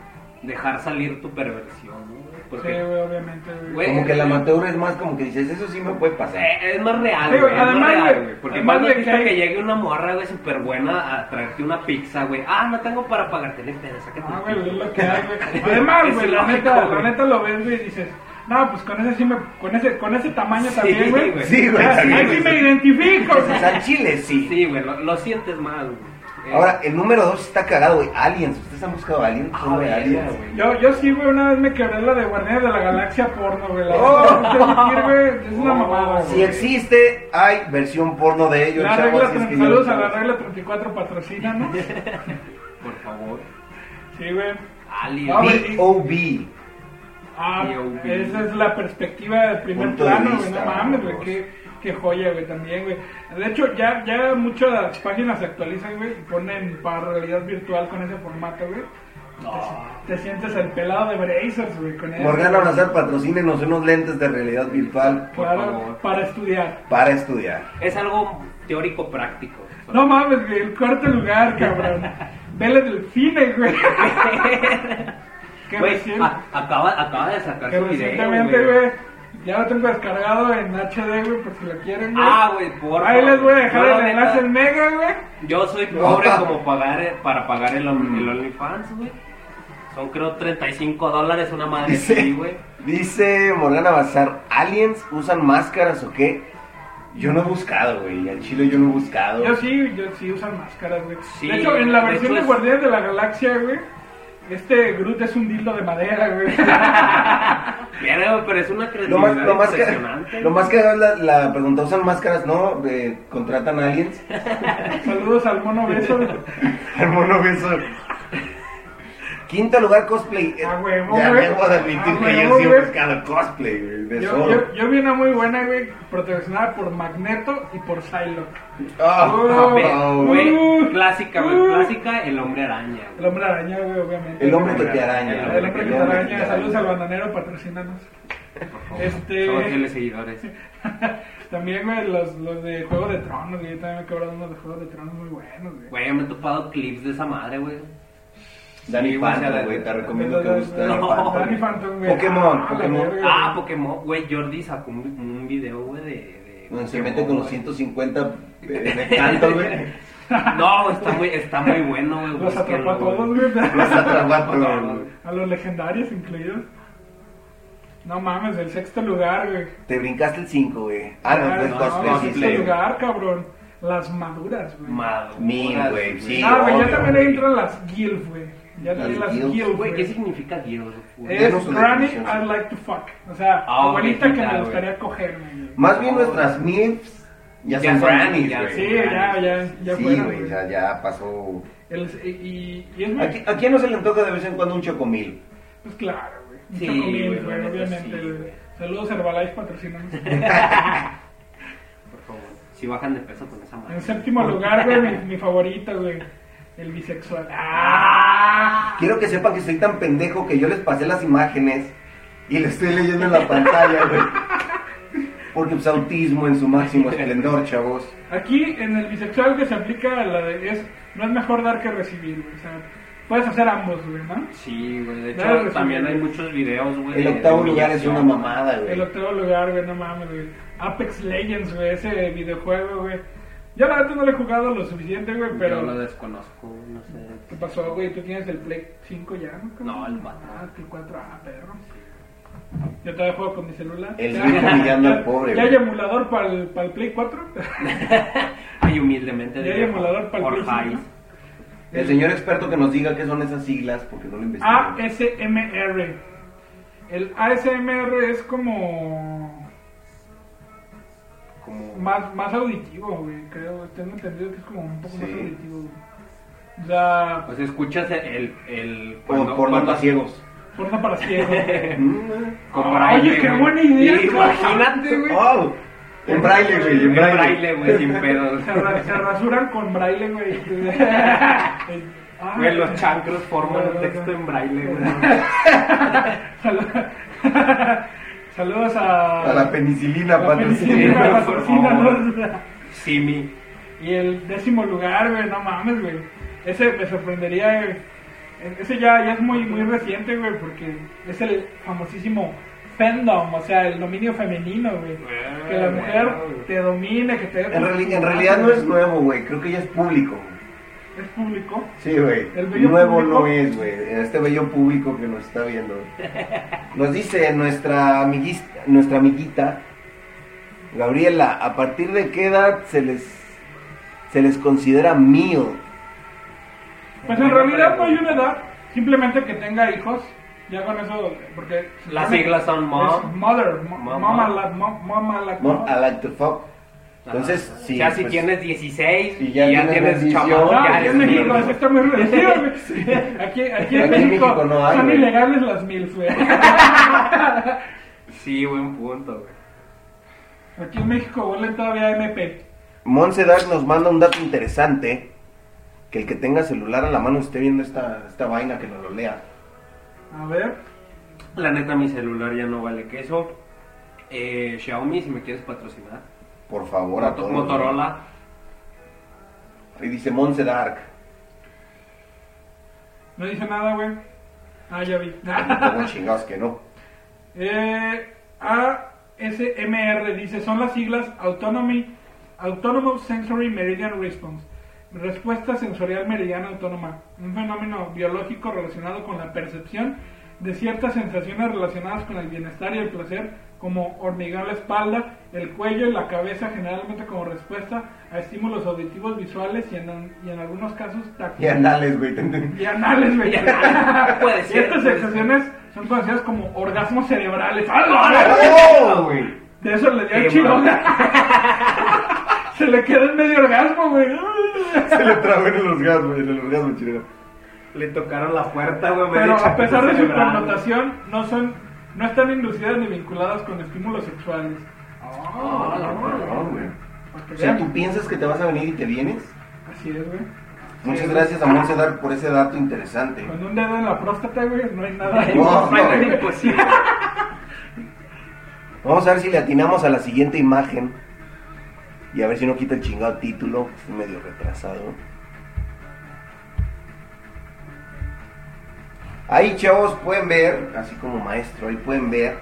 C: dejar salir tu perversión, ¿no? güey?
B: Sí,
C: Porque
B: güey, obviamente, güey.
C: Güey,
A: Como que el amateur es más como que dices, eso sí me puede pasar.
C: eh, es más real,
B: Sí,
C: güey.
B: güey,
C: es más
B: además,
C: real,
B: güey,
C: güey, Porque
B: además
C: más
B: le
C: difícil
B: cae-
C: que llegue una morra, güey, súper buena a traerte una pizza, güey. Ah, no tengo para pagarte, este, le interesa que
B: Ah, güey, es lo que hay, güey. Además,
C: Es
B: güey, la
C: ilógico,
B: neta, la
C: güey.
B: neta lo ves, güey, y dices, no, pues con ese sí me, con ese, con ese tamaño
C: Sí,
B: también, güey.
C: güey.
A: Sí, güey,
B: Ah,
A: también,
B: Ahí
A: güey.
B: sí me identifico,
A: O
B: güey.
A: sea, al chile sí.
C: Sí, güey, lo, lo sientes más, güey. Eh,
A: Ahora, el número 2 está cagado, güey. Aliens. ¿Ustedes han buscado aliens?
C: ah,
A: Son de
C: verga,
A: aliens.
C: güey.
B: Yo, yo sí, güey, una vez me quebré la de Guardianes de la Galaxia porno, güey. La neta, tengo que decir, güey, es una
C: Oh.
B: mamada,
A: Si
B: güey.
A: existe, hay versión porno de ellos,
B: La
A: chavos.
B: regla,
A: así es que yo
B: saludos
A: lo
B: a la
A: sabes.
B: regla 34 patrocina, ¿no?
C: Por favor.
B: Sí, güey.
C: Alien.
B: Ah, güey.
A: B.O.B.
B: Ah,
C: POV.
B: esa es la perspectiva del primer
A: Punto de
B: plano, güey.
A: vista,
B: No mames, güey.
A: vamos.
B: Qué, qué joya, güey, también, güey. De hecho, ya, ya muchas páginas se actualizan, güey, y ponen para realidad virtual con ese formato, güey. Te, te sientes el pelado de Brazers, güey, con eso.
A: Morgana Brazar, patrocínenos unos lentes de realidad virtual
C: por
B: Claro,
C: favor.
B: para estudiar.
A: para estudiar.
C: Es algo teórico práctico.
B: No mames, güey, el cuarto lugar, cabrón. Vele del cine, güey. qué
C: Güey,
B: recién-
C: a- acaba, acaba de sacar
B: que
C: su video.
B: recientemente,
C: güey.
B: güey, ya lo tengo descargado en HD, güey, por si lo quieren, güey.
C: Ah, güey, por
B: Ahí les voy a dejar
C: Yo,
B: el
C: la
B: enlace
C: neta,
B: en mega, güey.
C: Yo soy pobre como pagar eh, para pagar el, el OnlyFans, güey. Son creo 35 dólares una
B: Ah,
C: madre así,
A: Dice,
C: güey.
A: dice Morgana Bazar, ¿aliens usan máscaras o qué? Yo no he buscado, güey. Al chile yo no he buscado.
B: Yo sí, yo sí usan máscaras, güey.
C: Sí,
B: de hecho, en la
C: de
B: versión
C: hecho
B: de,
C: es-
B: Guardianes de la Galaxia, güey, este Groot es un dildo de madera, güey.
C: Verga, güey, Pero es una
A: Lo
C: creatividad
A: más, lo más que,
C: impresionante.
A: lo más que es la, la pregunta, ¿usan máscaras? ¿No? Eh, ¿Contratan aliens?
B: Saludos al mono beso. güey.
A: El mono beso. Quinto lugar, cosplay.
B: A huevo,
A: ya
B: güey.
A: debo de admitir
B: A
A: que
B: huevo,
A: yo sí he
B: güey.
A: buscado cosplay, güey, de
B: Yo,
A: Zorro.
B: yo- yo vi una muy buena, güey, protagonizada por Magneto y por Psylocke.
A: Ah,
B: Oh,
A: ah, güey.
C: Ve- güey,
B: Uh,
C: clásica, güey,
B: uh.
C: clásica, el hombre araña,
B: El
C: güey.
B: hombre araña, güey, obviamente.
A: El hombre que
B: Güey.
A: te araña.
C: El
A: la
B: El
A: verdad que
B: hombre que te
A: el hombre
B: araña. Saludos al bananero, patrocínanos.
C: por favor.
B: Este-
C: Somos fieles seguidores.
B: También, güey, los, los de Juego de Tronos, güey. Yo también me he quebrado unos de Juego de Tronos muy buenos, güey.
C: Güey, me he topado clips de esa madre, güey.
A: Dani
C: Sí, güey, o
A: Phantom,
C: sea,
A: güey. Te
C: la-
A: recomiendo que
B: la-
A: busques Danny
C: no,
A: Phantom.
B: Danny Phantom, güey.
A: Pokémon,
B: Ah, la
A: Pokémon.
B: verga.
C: Ah, Pokémon, güey, Jordi sacó un, un video, güey, de... de
A: Donde se
C: Pokémon,
A: mete con los
C: güey.
A: 150 de canto, eh, güey.
C: No, está muy, está muy bueno, güey.
B: Los atrapó a
C: búsquenlo, güey.
B: todos, güey.
A: Los atrapando.
B: A los legendarios incluidos. No mames, el sexto lugar, güey.
A: Te brincaste el 5, güey. Ah, no, fue
B: no,
A: cosplay. sí, sí,
B: sexto
A: güey.
B: lugar, cabrón. Las maduras, güey.
C: Maduras,
A: Mil, güey, sí.
B: ah, güey, ya
A: obvio,
B: también
A: güey.
B: ahí entran las guild, güey. Ya también
A: Las
B: las
A: guild,
B: guild,
C: Güey, ¿qué
B: güey.
C: significa Guild? güey?
A: Eh, Denos
B: Es
A: una
B: Granny,
A: definición.
B: I'd like to fuck. O sea,
C: Ah,
B: abuelita que
C: güey,
B: me
C: güey.
B: gustaría cogerme, güey.
A: Más bien nuestras MILFs ya
C: Ya
A: son
C: son
A: grannies,
C: ya,
A: güey.
B: Sí, ya, ya, ya
A: Sí,
B: fueron,
A: güey, ya, ya pasó.
B: El- y, y- y es muy...
A: ¿A qui- a quién no se le antoja de vez en cuando un chocomil?
B: Pues claro, güey. Un
C: Sí,
B: chocomil,
C: güey,
B: güey,
C: la neta,
B: obviamente.
C: sí,
B: güey.
C: güey.
B: Saludos Herbalife, patrocinanos.
C: Por favor. si bajan de peso con esa madre.
B: En séptimo lugar, güey, mi, mi favorita, güey. El bisexual. ¡Ah!
A: Quiero que sepan que soy tan pendejo que yo les pasé las imágenes y les estoy leyendo en la pantalla, güey. Porque pues autismo en su máximo esplendor, chavos.
B: Aquí en el bisexual que se aplica la de es no es mejor dar que recibir, güey. O sea, puedes hacer ambos, güey, ¿no?
C: Sí, güey. De hecho,
B: Claro que sí,
C: también
B: güey.
C: hay muchos videos, güey.
A: El
C: de-
A: octavo
C: de
A: lugar es una
C: humillación.
A: mamada,
B: El
A: güey.
B: octavo lugar, güey, no mames, güey. Apex Legends, güey, ese videojuego, güey. Yo la verdad no lo he jugado lo suficiente, güey,
C: Yo lo
B: pero...
C: desconozco, no
B: ¿Qué
C: sé.
B: pasó, güey? ¿Tú tienes el Play 5 ya? No, cabrón?
C: No, el cuatro.
B: Ah, el 4, ah, perro. Yo todavía juego con mi celular.
A: El
B: Ya-
A: viejo humillando
B: ya-
A: al pobre,
B: ¿Ya hay
A: güey.
B: emulador para el, Play 4?
C: Ay, humildemente.
B: ¿Ya hay emulador para el Play 5?
A: El señor experto que nos diga qué son esas siglas porque no lo investigamos.
B: Ah, eh, ASMR. El ASMR es como...
A: Como...
B: Más, más auditivo, güey, creo. Tengo entendido que es como un poco más
A: Sí.
B: auditivo, güey. O sea,
C: Pues escuchas el. el
A: Por, por
C: cuando-
A: ciegos. Mm,
B: porno para ciegos. güey.
C: con
B: Oye,
C: braille,
B: qué
C: güey.
B: buena idea,
C: Sí,
B: cabrón.
C: Imagínate, güey.
A: ¡Oh! En braille, güey, en
C: En
A: braille.
C: braille, güey, sin pedos.
B: Se, ra- se rasuran con braille, güey. Ah,
C: Güey, los chancros
B: No,
C: forman
B: no,
C: un texto
B: no.
C: en braille, güey.
B: Saludos- Saludos a...
A: A la penicilina,
B: la
A: patrocina.
B: penicilina,
C: por
B: patrocínanos.
C: Simi.
B: Y el décimo lugar, güey, no mames, güey. Ese me sorprendería, güey. E-, Ese ya, ya es muy, muy reciente, güey, porque es el famosísimo fandom, o sea, el dominio femenino, güey.
C: Güey,
B: Que la
C: güey,
B: mujer
C: Ah, güey.
B: te domine, que te dé
A: En, reali- en realidad no es nuevo, güey. Creo que ya es público.
B: Es público.
A: Sí, güey.
B: El bello
A: Nuevo
B: público.
A: no es, güey. Este bello público que nos está viendo. Nos dice nuestra amiguista, nuestra amiguita, Gabriela, ¿a partir de qué edad se les se les considera mío?
B: Pues en realidad no hay una edad, simplemente que tenga hijos. Ya con eso, porque...
C: Las siglas son mom.
B: Es Mother, mo-
C: Mama.
B: mama, la, mo- mama, la-
A: Mom, I like to fuck. Entonces,
C: Ajá.
A: sí,
C: Ya si
A: pues-
C: tienes 16
A: Y
C: y
A: ya
C: ya,
A: tienes
C: tienes,
A: 18,
C: chamaco,
B: No,
C: ya
B: aquí
C: eres
B: en México
C: mierda.
B: eso está muy reducido, güey. Sí. Aquí, aquí en
A: Aquí en
B: México,
A: México no hay,
B: son
A: güey.
B: ilegales las mils, güey.
C: Sí, buen punto, güey.
B: Aquí en México huelen todavía MP.
A: Monse Dark nos manda un dato interesante. Que el que tenga celular a la mano esté viendo esta, esta vaina que nos lo lea.
B: A ver.
C: La neta, mi celular ya no vale queso. Eh, Xiaomi, si me quieres patrocinar.
A: Por favor, a
C: Moto-
A: todos.
C: Motorola.
A: Y dice Monse Dark.
B: No dice nada, güey. Ah, ya vi.
A: Como chingados que no.
B: eh, ASMR dice, son las siglas Autonomy, Autonomous Sensory Meridian Response. Respuesta sensorial meridiana autónoma. Un fenómeno biológico relacionado con la percepción de ciertas sensaciones relacionadas con el bienestar y el placer, como hormigueo en la espalda, el cuello y la cabeza, generalmente como respuesta a estímulos auditivos, visuales y en, y en algunos casos
A: Y
B: táctiles.
A: anales, güey. te entendí.
B: Y anales, güey.
C: Puede ser,
B: Estas
C: puede
B: sensaciones son conocidas como orgasmos cerebrales. ¡Ah, la verga!
A: ¡Oh!
B: De eso le dio
C: Qué
B: el Chiroga. Se le quedó en medio orgasmo, güey.
A: Se le trabó en el orgasmo, en el orgasmo chileno.
C: Le tocaron la puerta, güey. me
B: Pero
C: dijo,
B: a pesar de su
C: cerebral.
B: connotación, no son, no están inducidas ni vinculadas con estímulos sexuales.
C: Ah, la verga.
A: No, güey.
B: Para que
A: O sea,
B: vean.
A: ¿tú piensas que te vas a venir y te vienes?
B: Así es, güey.
A: Muchas gracias a Monse Dark por ese dato interesante.
B: Con un dedo en la próstata, güey, no hay nada.
A: No,
C: No,
A: no.
C: es imposible.
A: Vamos a ver si le atinamos a la siguiente imagen. Y a ver si no quita el chingado título. que Estoy medio retrasado. Ahí, chavos, pueden ver, así como maestro, ahí pueden ver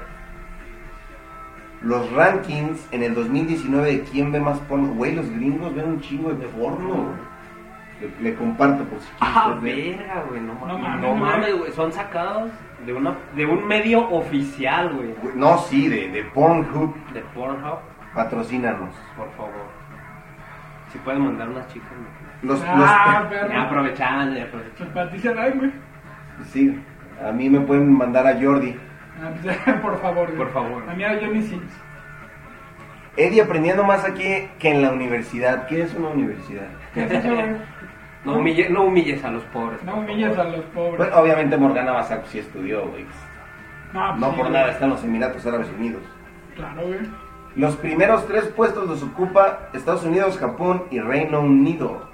A: los rankings en el 2019 de quién ve más porno. Güey, los gringos ven un chingo de porno. güey. Le, le comparto por si
C: Ah,
A: quieren ver.
C: verga, güey, no
B: No
C: mames.
B: mames,
C: No
B: güey.
C: mames, güey. Son sacados de, una, de un medio oficial, güey.
A: Güey, No, sí, de, de Pornhub.
C: De Pornhub,
A: Patrocínanos.
C: por favor. Si puedes mandar unas chicas, güey.
A: Los,
B: Ah,
A: los,
C: Ya
B: perro.
C: aprovechando, ya aprovechando.
B: Pues para ti será, güey.
A: sí, a mí me pueden mandar a Jordi.
B: Ah, pues, Por favor, güey.
C: Por favor.
B: La mía, Johnny Sins.
A: Eddie aprendiendo más aquí que en la universidad. ¿Qué es una universidad?
B: ¿Qué has hecho, güey?
C: No, humille- no humilles a los pobres.
B: No
C: por
B: humilles a
C: favor.
B: los pobres.
A: Pues, obviamente Morgana Basak sí estudió, güey.
B: no, pues
A: No
B: sí,
A: por
B: güey.
A: nada está en los Emiratos Árabes Unidos.
B: Claro, güey.
A: Los primeros tres puestos los ocupa Estados Unidos, Japón y Reino Unido.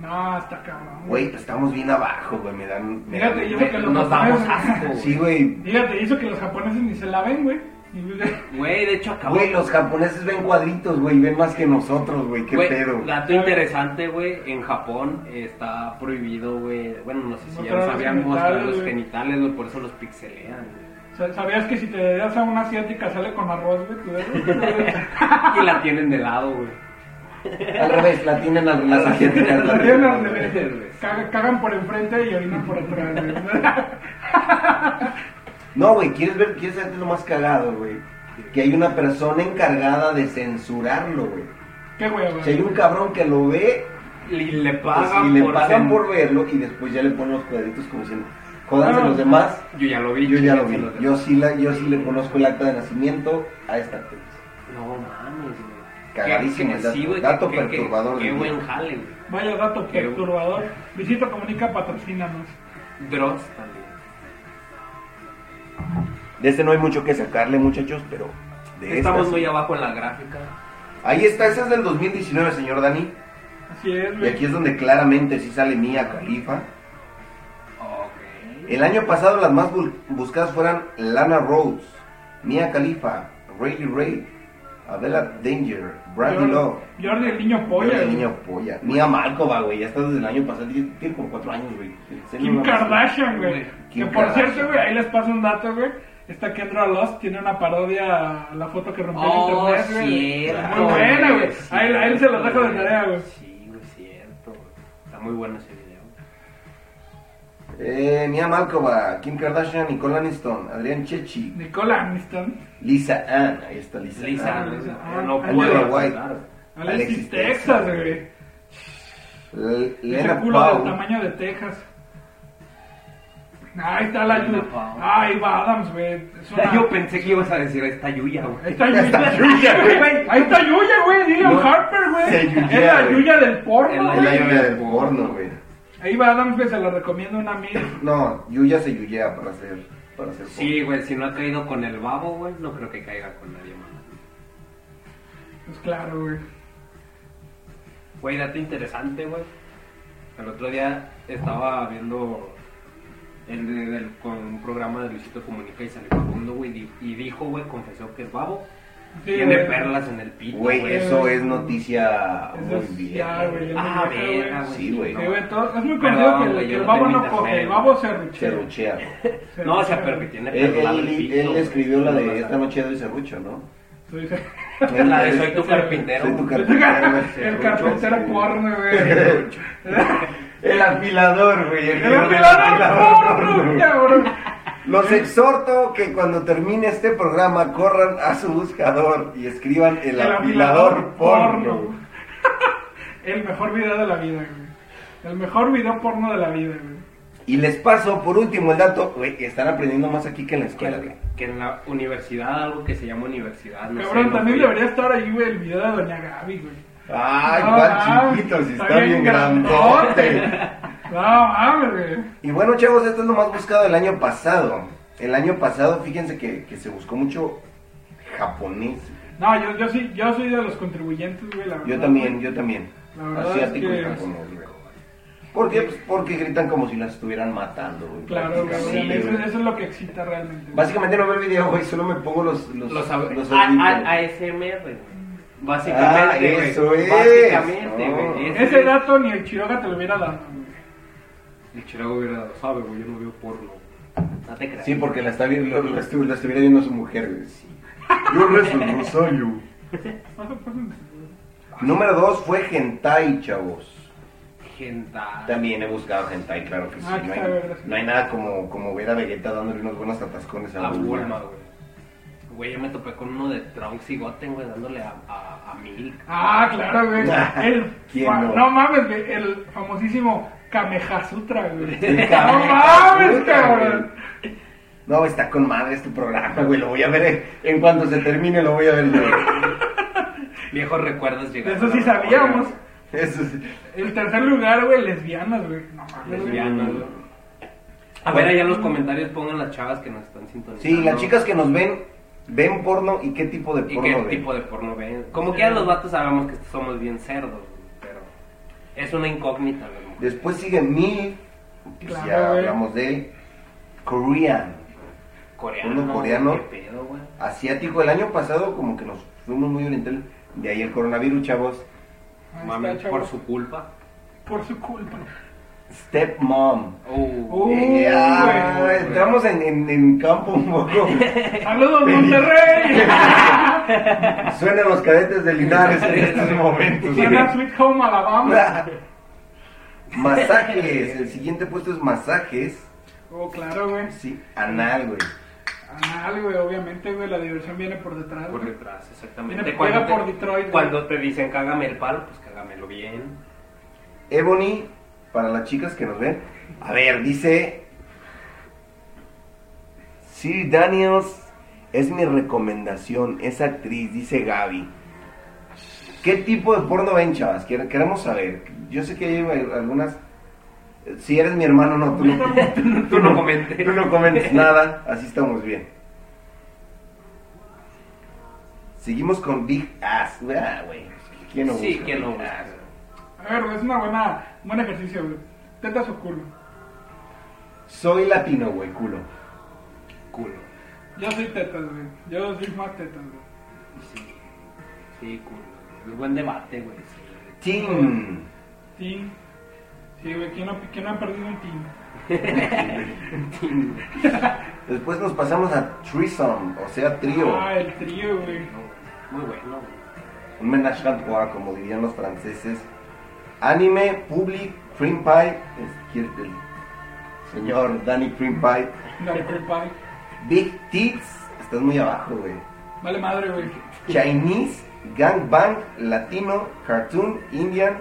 B: No, está cabrón.
A: Güey, pues estamos bien abajo, güey. Me dan. Me dan
B: Fíjate, yo creo que los
C: Nos damos
B: japoneses-
C: asco, güey.
A: sí, güey.
B: Fíjate, hizo que los japoneses ni se la ven, güey. Y, güey,
C: Güey, de hecho acabó.
A: Güey, los japoneses ven cuadritos, güey. Ven más que nosotros, güey. Qué
C: Güey,
A: pedo.
C: Dato interesante, güey. En Japón eh, está prohibido, güey. Bueno, no sé si ya
B: Mostrar
C: lo
B: los
C: sabían mostrar
B: genitales,
C: los
B: güey.
C: genitales, güey. Por eso los pixelean, güey.
B: sa- ¿Sabías que si te das a una asiática sale con arroz, güey? tu dedo?
C: Y la tienen de lado, güey.
A: Al revés, la tienen al- las asiáticas.
B: La
A: la
B: tienen al
A: tienen.
B: revés. Caga- Cagan por enfrente y orinan por atrás, güey.
A: No, güey, ¿quieres ver? ¿Quieres saber lo más cagado, güey? Que hay una persona encargada de censurarlo, güey.
B: ¿Qué güey,
A: Si hay
B: güey?
A: un cabrón que lo ve
C: Y le
A: pues,
C: pagan,
A: y le
C: por,
A: pagan
C: sen-
A: por verlo y después ya le ponen los cuadritos como diciendo, jodanse
B: Ah.
A: los demás,
C: Yo ya lo vi.
A: yo ya lo
C: chinguense
A: vi.
C: los
A: Yo
C: demás.
A: sí, la, yo sí le conozco el acta de nacimiento a esta actriz.
C: No mames, güey.
A: Cagadísimo
C: Que-
A: el
C: que-
A: dato.
C: sí, güey,
A: Dato
C: que- que-
A: perturbador
C: Qué
A: del
C: buen
A: día.
C: jale, güey.
B: Vaya dato
C: Qué-
B: perturbador. Visita Comunica patrocínanos.
C: Dross también.
A: De este no hay mucho que sacarle, muchachos, pero de
C: Estamos
A: esta sí.
C: muy abajo en la gráfica.
A: Ahí está, esa es del 2019, señor Dani.
B: Así es,
A: Y
B: güey.
A: aquí es donde claramente sí sale Mía Khalifa.
C: Ok.
A: El año pasado las más bu- buscadas fueran Lana Rhodes, Mia Khalifa, Ray Ray, Adela Danger, Brandy Love,
B: Jordi, Jordi el niño polla.
A: Jordi
B: güey.
A: Niño Polla, Mia Malkova, güey, ya está desde el año pasado, tiene, tiene como cuatro años, güey. Es
B: Kim
A: una-
B: Kardashian, güey. Que
A: Kim
B: por
A: Kardashian.
B: cierto, güey, ahí les paso un dato, güey. Esta Kendra Lost tiene una parodia a la foto que rompió
C: Oh,
B: el internet, güey.
C: cierto.
B: Muy buena, güey.
C: cierto,
B: Ahí, ahí se lo dejo de
C: güey.
B: tarea, güey.
C: Sí, güey, cierto. güey. Está muy bueno ese video.
A: Eh, Mia Malkova, Kim Kardashian, Nicole Aniston, Adrián Chechi,
B: Nicola Aniston.
A: Lisa Ann, ahí está Lisa,
C: Lisa,
A: Ann,
C: Lisa,
B: ah,
C: no
B: ah,
A: Angela
C: puedo.
A: White.
C: claro.
B: Alexis,
A: Alexis
B: Texas,
A: Texas,
B: güey.
A: L-
B: Ese
A: Lena
B: culo del
A: Paul,
B: tamaño de Texas. Ahí está la
C: Lena
B: ayuda.
C: Paul.
B: Ahí va Adams, güey. Es una-
C: Yo pensé que ibas a decir esta Yuya, güey.
B: Ahí está Yuya, güey. Ahí está Yuya, güey. Dile a
A: No,
B: Harper, güey.
A: sea Yuya,
B: Es la
A: güey.
B: Yuya del
C: Es
B: porno,
C: la
A: el
B: güey.
A: año del porno, güey.
B: Ahí va Adams, güey. Se lo recomiendo una mil.
A: No, Yuya se yuyea para hacer, para hacer
C: Sí, güey, si no ha caído con el babo, güey, no creo que caiga con nadie más.
B: Pues claro, güey.
C: Güey, dato interesante, güey. El otro día estaba viendo el, de- del- con un programa de Luisito Comunica y salió Facundo, güey, di- y dijo, güey, confesó que es babo.
B: Sí,
C: Tiene
B: güey.
C: perlas en el pito,
A: Güey,
C: güey.
A: eso es noticia
B: Eso
A: muy
B: es
A: bien.
B: ya, güey, ya
C: Ah,
B: no me creo,
C: verga, güey.
A: Sí, güey.
B: Sí, güey, todo- es muy
C: Perdón,
B: conocido que,
C: güey,
B: que
C: yo
B: el
C: no
B: babo
C: tengo
B: no
C: internet,
B: coge, el
C: güey.
B: babo se ruchea.
A: Se ruchea. güey.
C: No, o sea, pero que tiene
A: Él,
C: perlas en el
A: él-
C: pito.
A: él
C: güey.
A: escribió la de
C: Perlas
A: Esta noche doy serrucho, ¿no?
B: Tú dices,
C: La de Soy tu
B: Soy
C: carpintero.
A: Soy tu carpintero. güey,
B: El
A: serrucho,
B: carpintero
A: sí.
B: porno, güey.
A: El afilador, güey.
B: El afilador porno, cabrón.
A: Los exhorto que cuando termine este programa corran a su buscador y escriban el, afilador porno.
B: El mejor video de la vida, güey. El mejor video porno de la vida, güey.
A: Y les paso por último el dato, güey, están aprendiendo más aquí que en la
C: que,
A: escuela, güey.
C: que en la universidad, algo que se llama universidad. Ah, No
B: Cabrón,
C: sé, no
B: también
C: fui-
B: debería estar ahí, güey, el video de Doña Gaby, güey.
A: Ay,
B: No,
A: cuán
B: mames,
A: chiquito, si está bien
B: ah, grandote.
A: grandote.
B: No, mames, güey.
A: Y bueno, chavos, esto es lo más buscado del año pasado. El año pasado, fíjense que, que se buscó mucho japonés.
B: No, yo, yo, sí, yo soy de los contribuyentes, güey, la verdad.
A: Yo también,
B: güey.
A: yo también.
B: La verdad
A: Asiático
B: es
A: y
B: que-
A: japonés, güey. ¿Por qué? Pues porque gritan como si las estuvieran matando, güey.
B: Claro, güey.
A: prácticamente,
B: eso,
A: güey.
B: eso es lo que excita realmente. güey.
A: Básicamente no veo el video, güey, solo me pongo los... Los,
C: Los, a-
A: los
C: a- a-
A: audífonos.
C: ASMR, güey. Básicamente,
A: Ah,
C: güey.
A: eso es.
C: Básicamente,
A: No.
C: güey. ese
B: Ese
C: es.
B: dato ni el Chiroga te lo hubiera dado. güey.
C: El chirago hubiera dado, sabe, güey, yo no veo porno. No te creas.
A: Sí, porque la, está viendo, la, estu- la estuviera viendo su mujer, güey. Yo rezo el rosario.
B: Pasa, pasa.
A: Número dos fue hentai, chavos.
C: Gental.
A: También he buscado hentai, claro que sí.
B: Ah,
A: no,
B: qué
A: hay,
B: cabrón.
A: no hay nada como, como ver a Vegeta dándole unos buenos atascones a
C: A
A: Bulma.
C: Ah, Bulma, güey. Güey, yo me topé con uno de Trunks y Goten, güey, dándole a, a, a Milk.
B: Ah, claro, güey. El
A: ¿Quién
B: fa-
A: no?
B: no mames, güey. El famosísimo Kamehasutra, güey.
A: El
B: No
A: cabrón.
B: mames, cabrón.
A: No, está con madre este programa, güey. Lo voy a ver eh, en cuanto se termine, lo voy a ver yo.
C: Viejos recuerdos llegaron.
B: Eso sí
C: a la memoria,
B: sabíamos.
C: güey.
A: Eso sí.
B: El tercer lugar, güey, lesbianas, güey. No mames, güey.
C: Lesbianas, güey. A ver, allá en los comentarios pongan las chavas que nos están sintonizando.
A: Sí, las chicas que nos ven, ¿Ven porno y qué tipo de
C: ¿Y
A: porno
C: qué
A: ven?
C: tipo de porno ven? Como que a los vatos sabemos que somos bien cerdos, güey, pero es una incógnita las mujeres.
A: Después sigue Mil, pues
B: Claro,
A: ya
B: güey.
A: hablamos de él. Korean,
C: Coreano.
A: Uno coreano.
C: güey, ¿Qué pedo, güey?
A: asiático. El año pasado como que nos fuimos muy orientales. De ahí el coronavirus, chavos.
B: Ahí
C: Mami,
B: está,
C: por
B: chavos.
C: su culpa.
B: por su culpa.
A: Stepmom.
C: Uh,
B: Uh. Uy,
A: Eh, ah,
C: güey.
A: entramos en, en- en campo un poco.
B: ¡Saludos, Monterrey!
A: Suenan los cadetes de Linares en estos momentos. güey.
B: Suena Sweet Home Alabama.
A: masajes. El siguiente puesto es masajes.
B: Oh, claro, güey.
A: Sí, anal, güey.
B: Anal, güey, obviamente, güey, la diversión viene por detrás.
C: Por
B: güey.
C: detrás, exactamente.
B: Mira,
C: cuando,
B: juega por
C: te,
B: Detroit, güey.
C: cuando te dicen cágame el palo, pues cágamelo bien.
A: Ebony, para las chicas que nos ven. A ver, dice. Sir Daniels es mi recomendación, es actriz, dice Gaby. ¿Qué tipo de porno ven, chavas? Quer- Queremos saber. Yo sé que hay algunas. Si eres mi hermano, no, tú no,
C: Tú no comentes.
A: tú no comentes nada, así estamos bien. Seguimos con Big Ass. Ah, güey. ¿Quién no
C: Sí,
A: busca
C: ¿quién no
A: Big
C: busca?
A: Ass?
B: A ver, güey, es una buena, un buen ejercicio, güey. Tetas o culo.
A: Soy latino, güey, culo.
C: Culo.
B: Yo soy tetas, güey. Yo soy más tetas, güey.
C: Sí. Sí, culo. Es buen debate, güey. sí.
A: Team.
B: Team. Sí, güey, ¿quién no, quién no ha perdido un team?
A: Después nos pasamos a threesome, o sea, trío.
B: Ah, el trío, güey.
C: No, güey. Muy bueno, güey.
A: Un menage à trois, como dirían los franceses. Anime, public, cream pie. Es que el señor Danny cream pie.
B: La Apple Pie.
A: Big tits. Estás muy abajo, güey.
B: Vale madre, güey.
A: Chinese, gangbang, latino, cartoon, indian.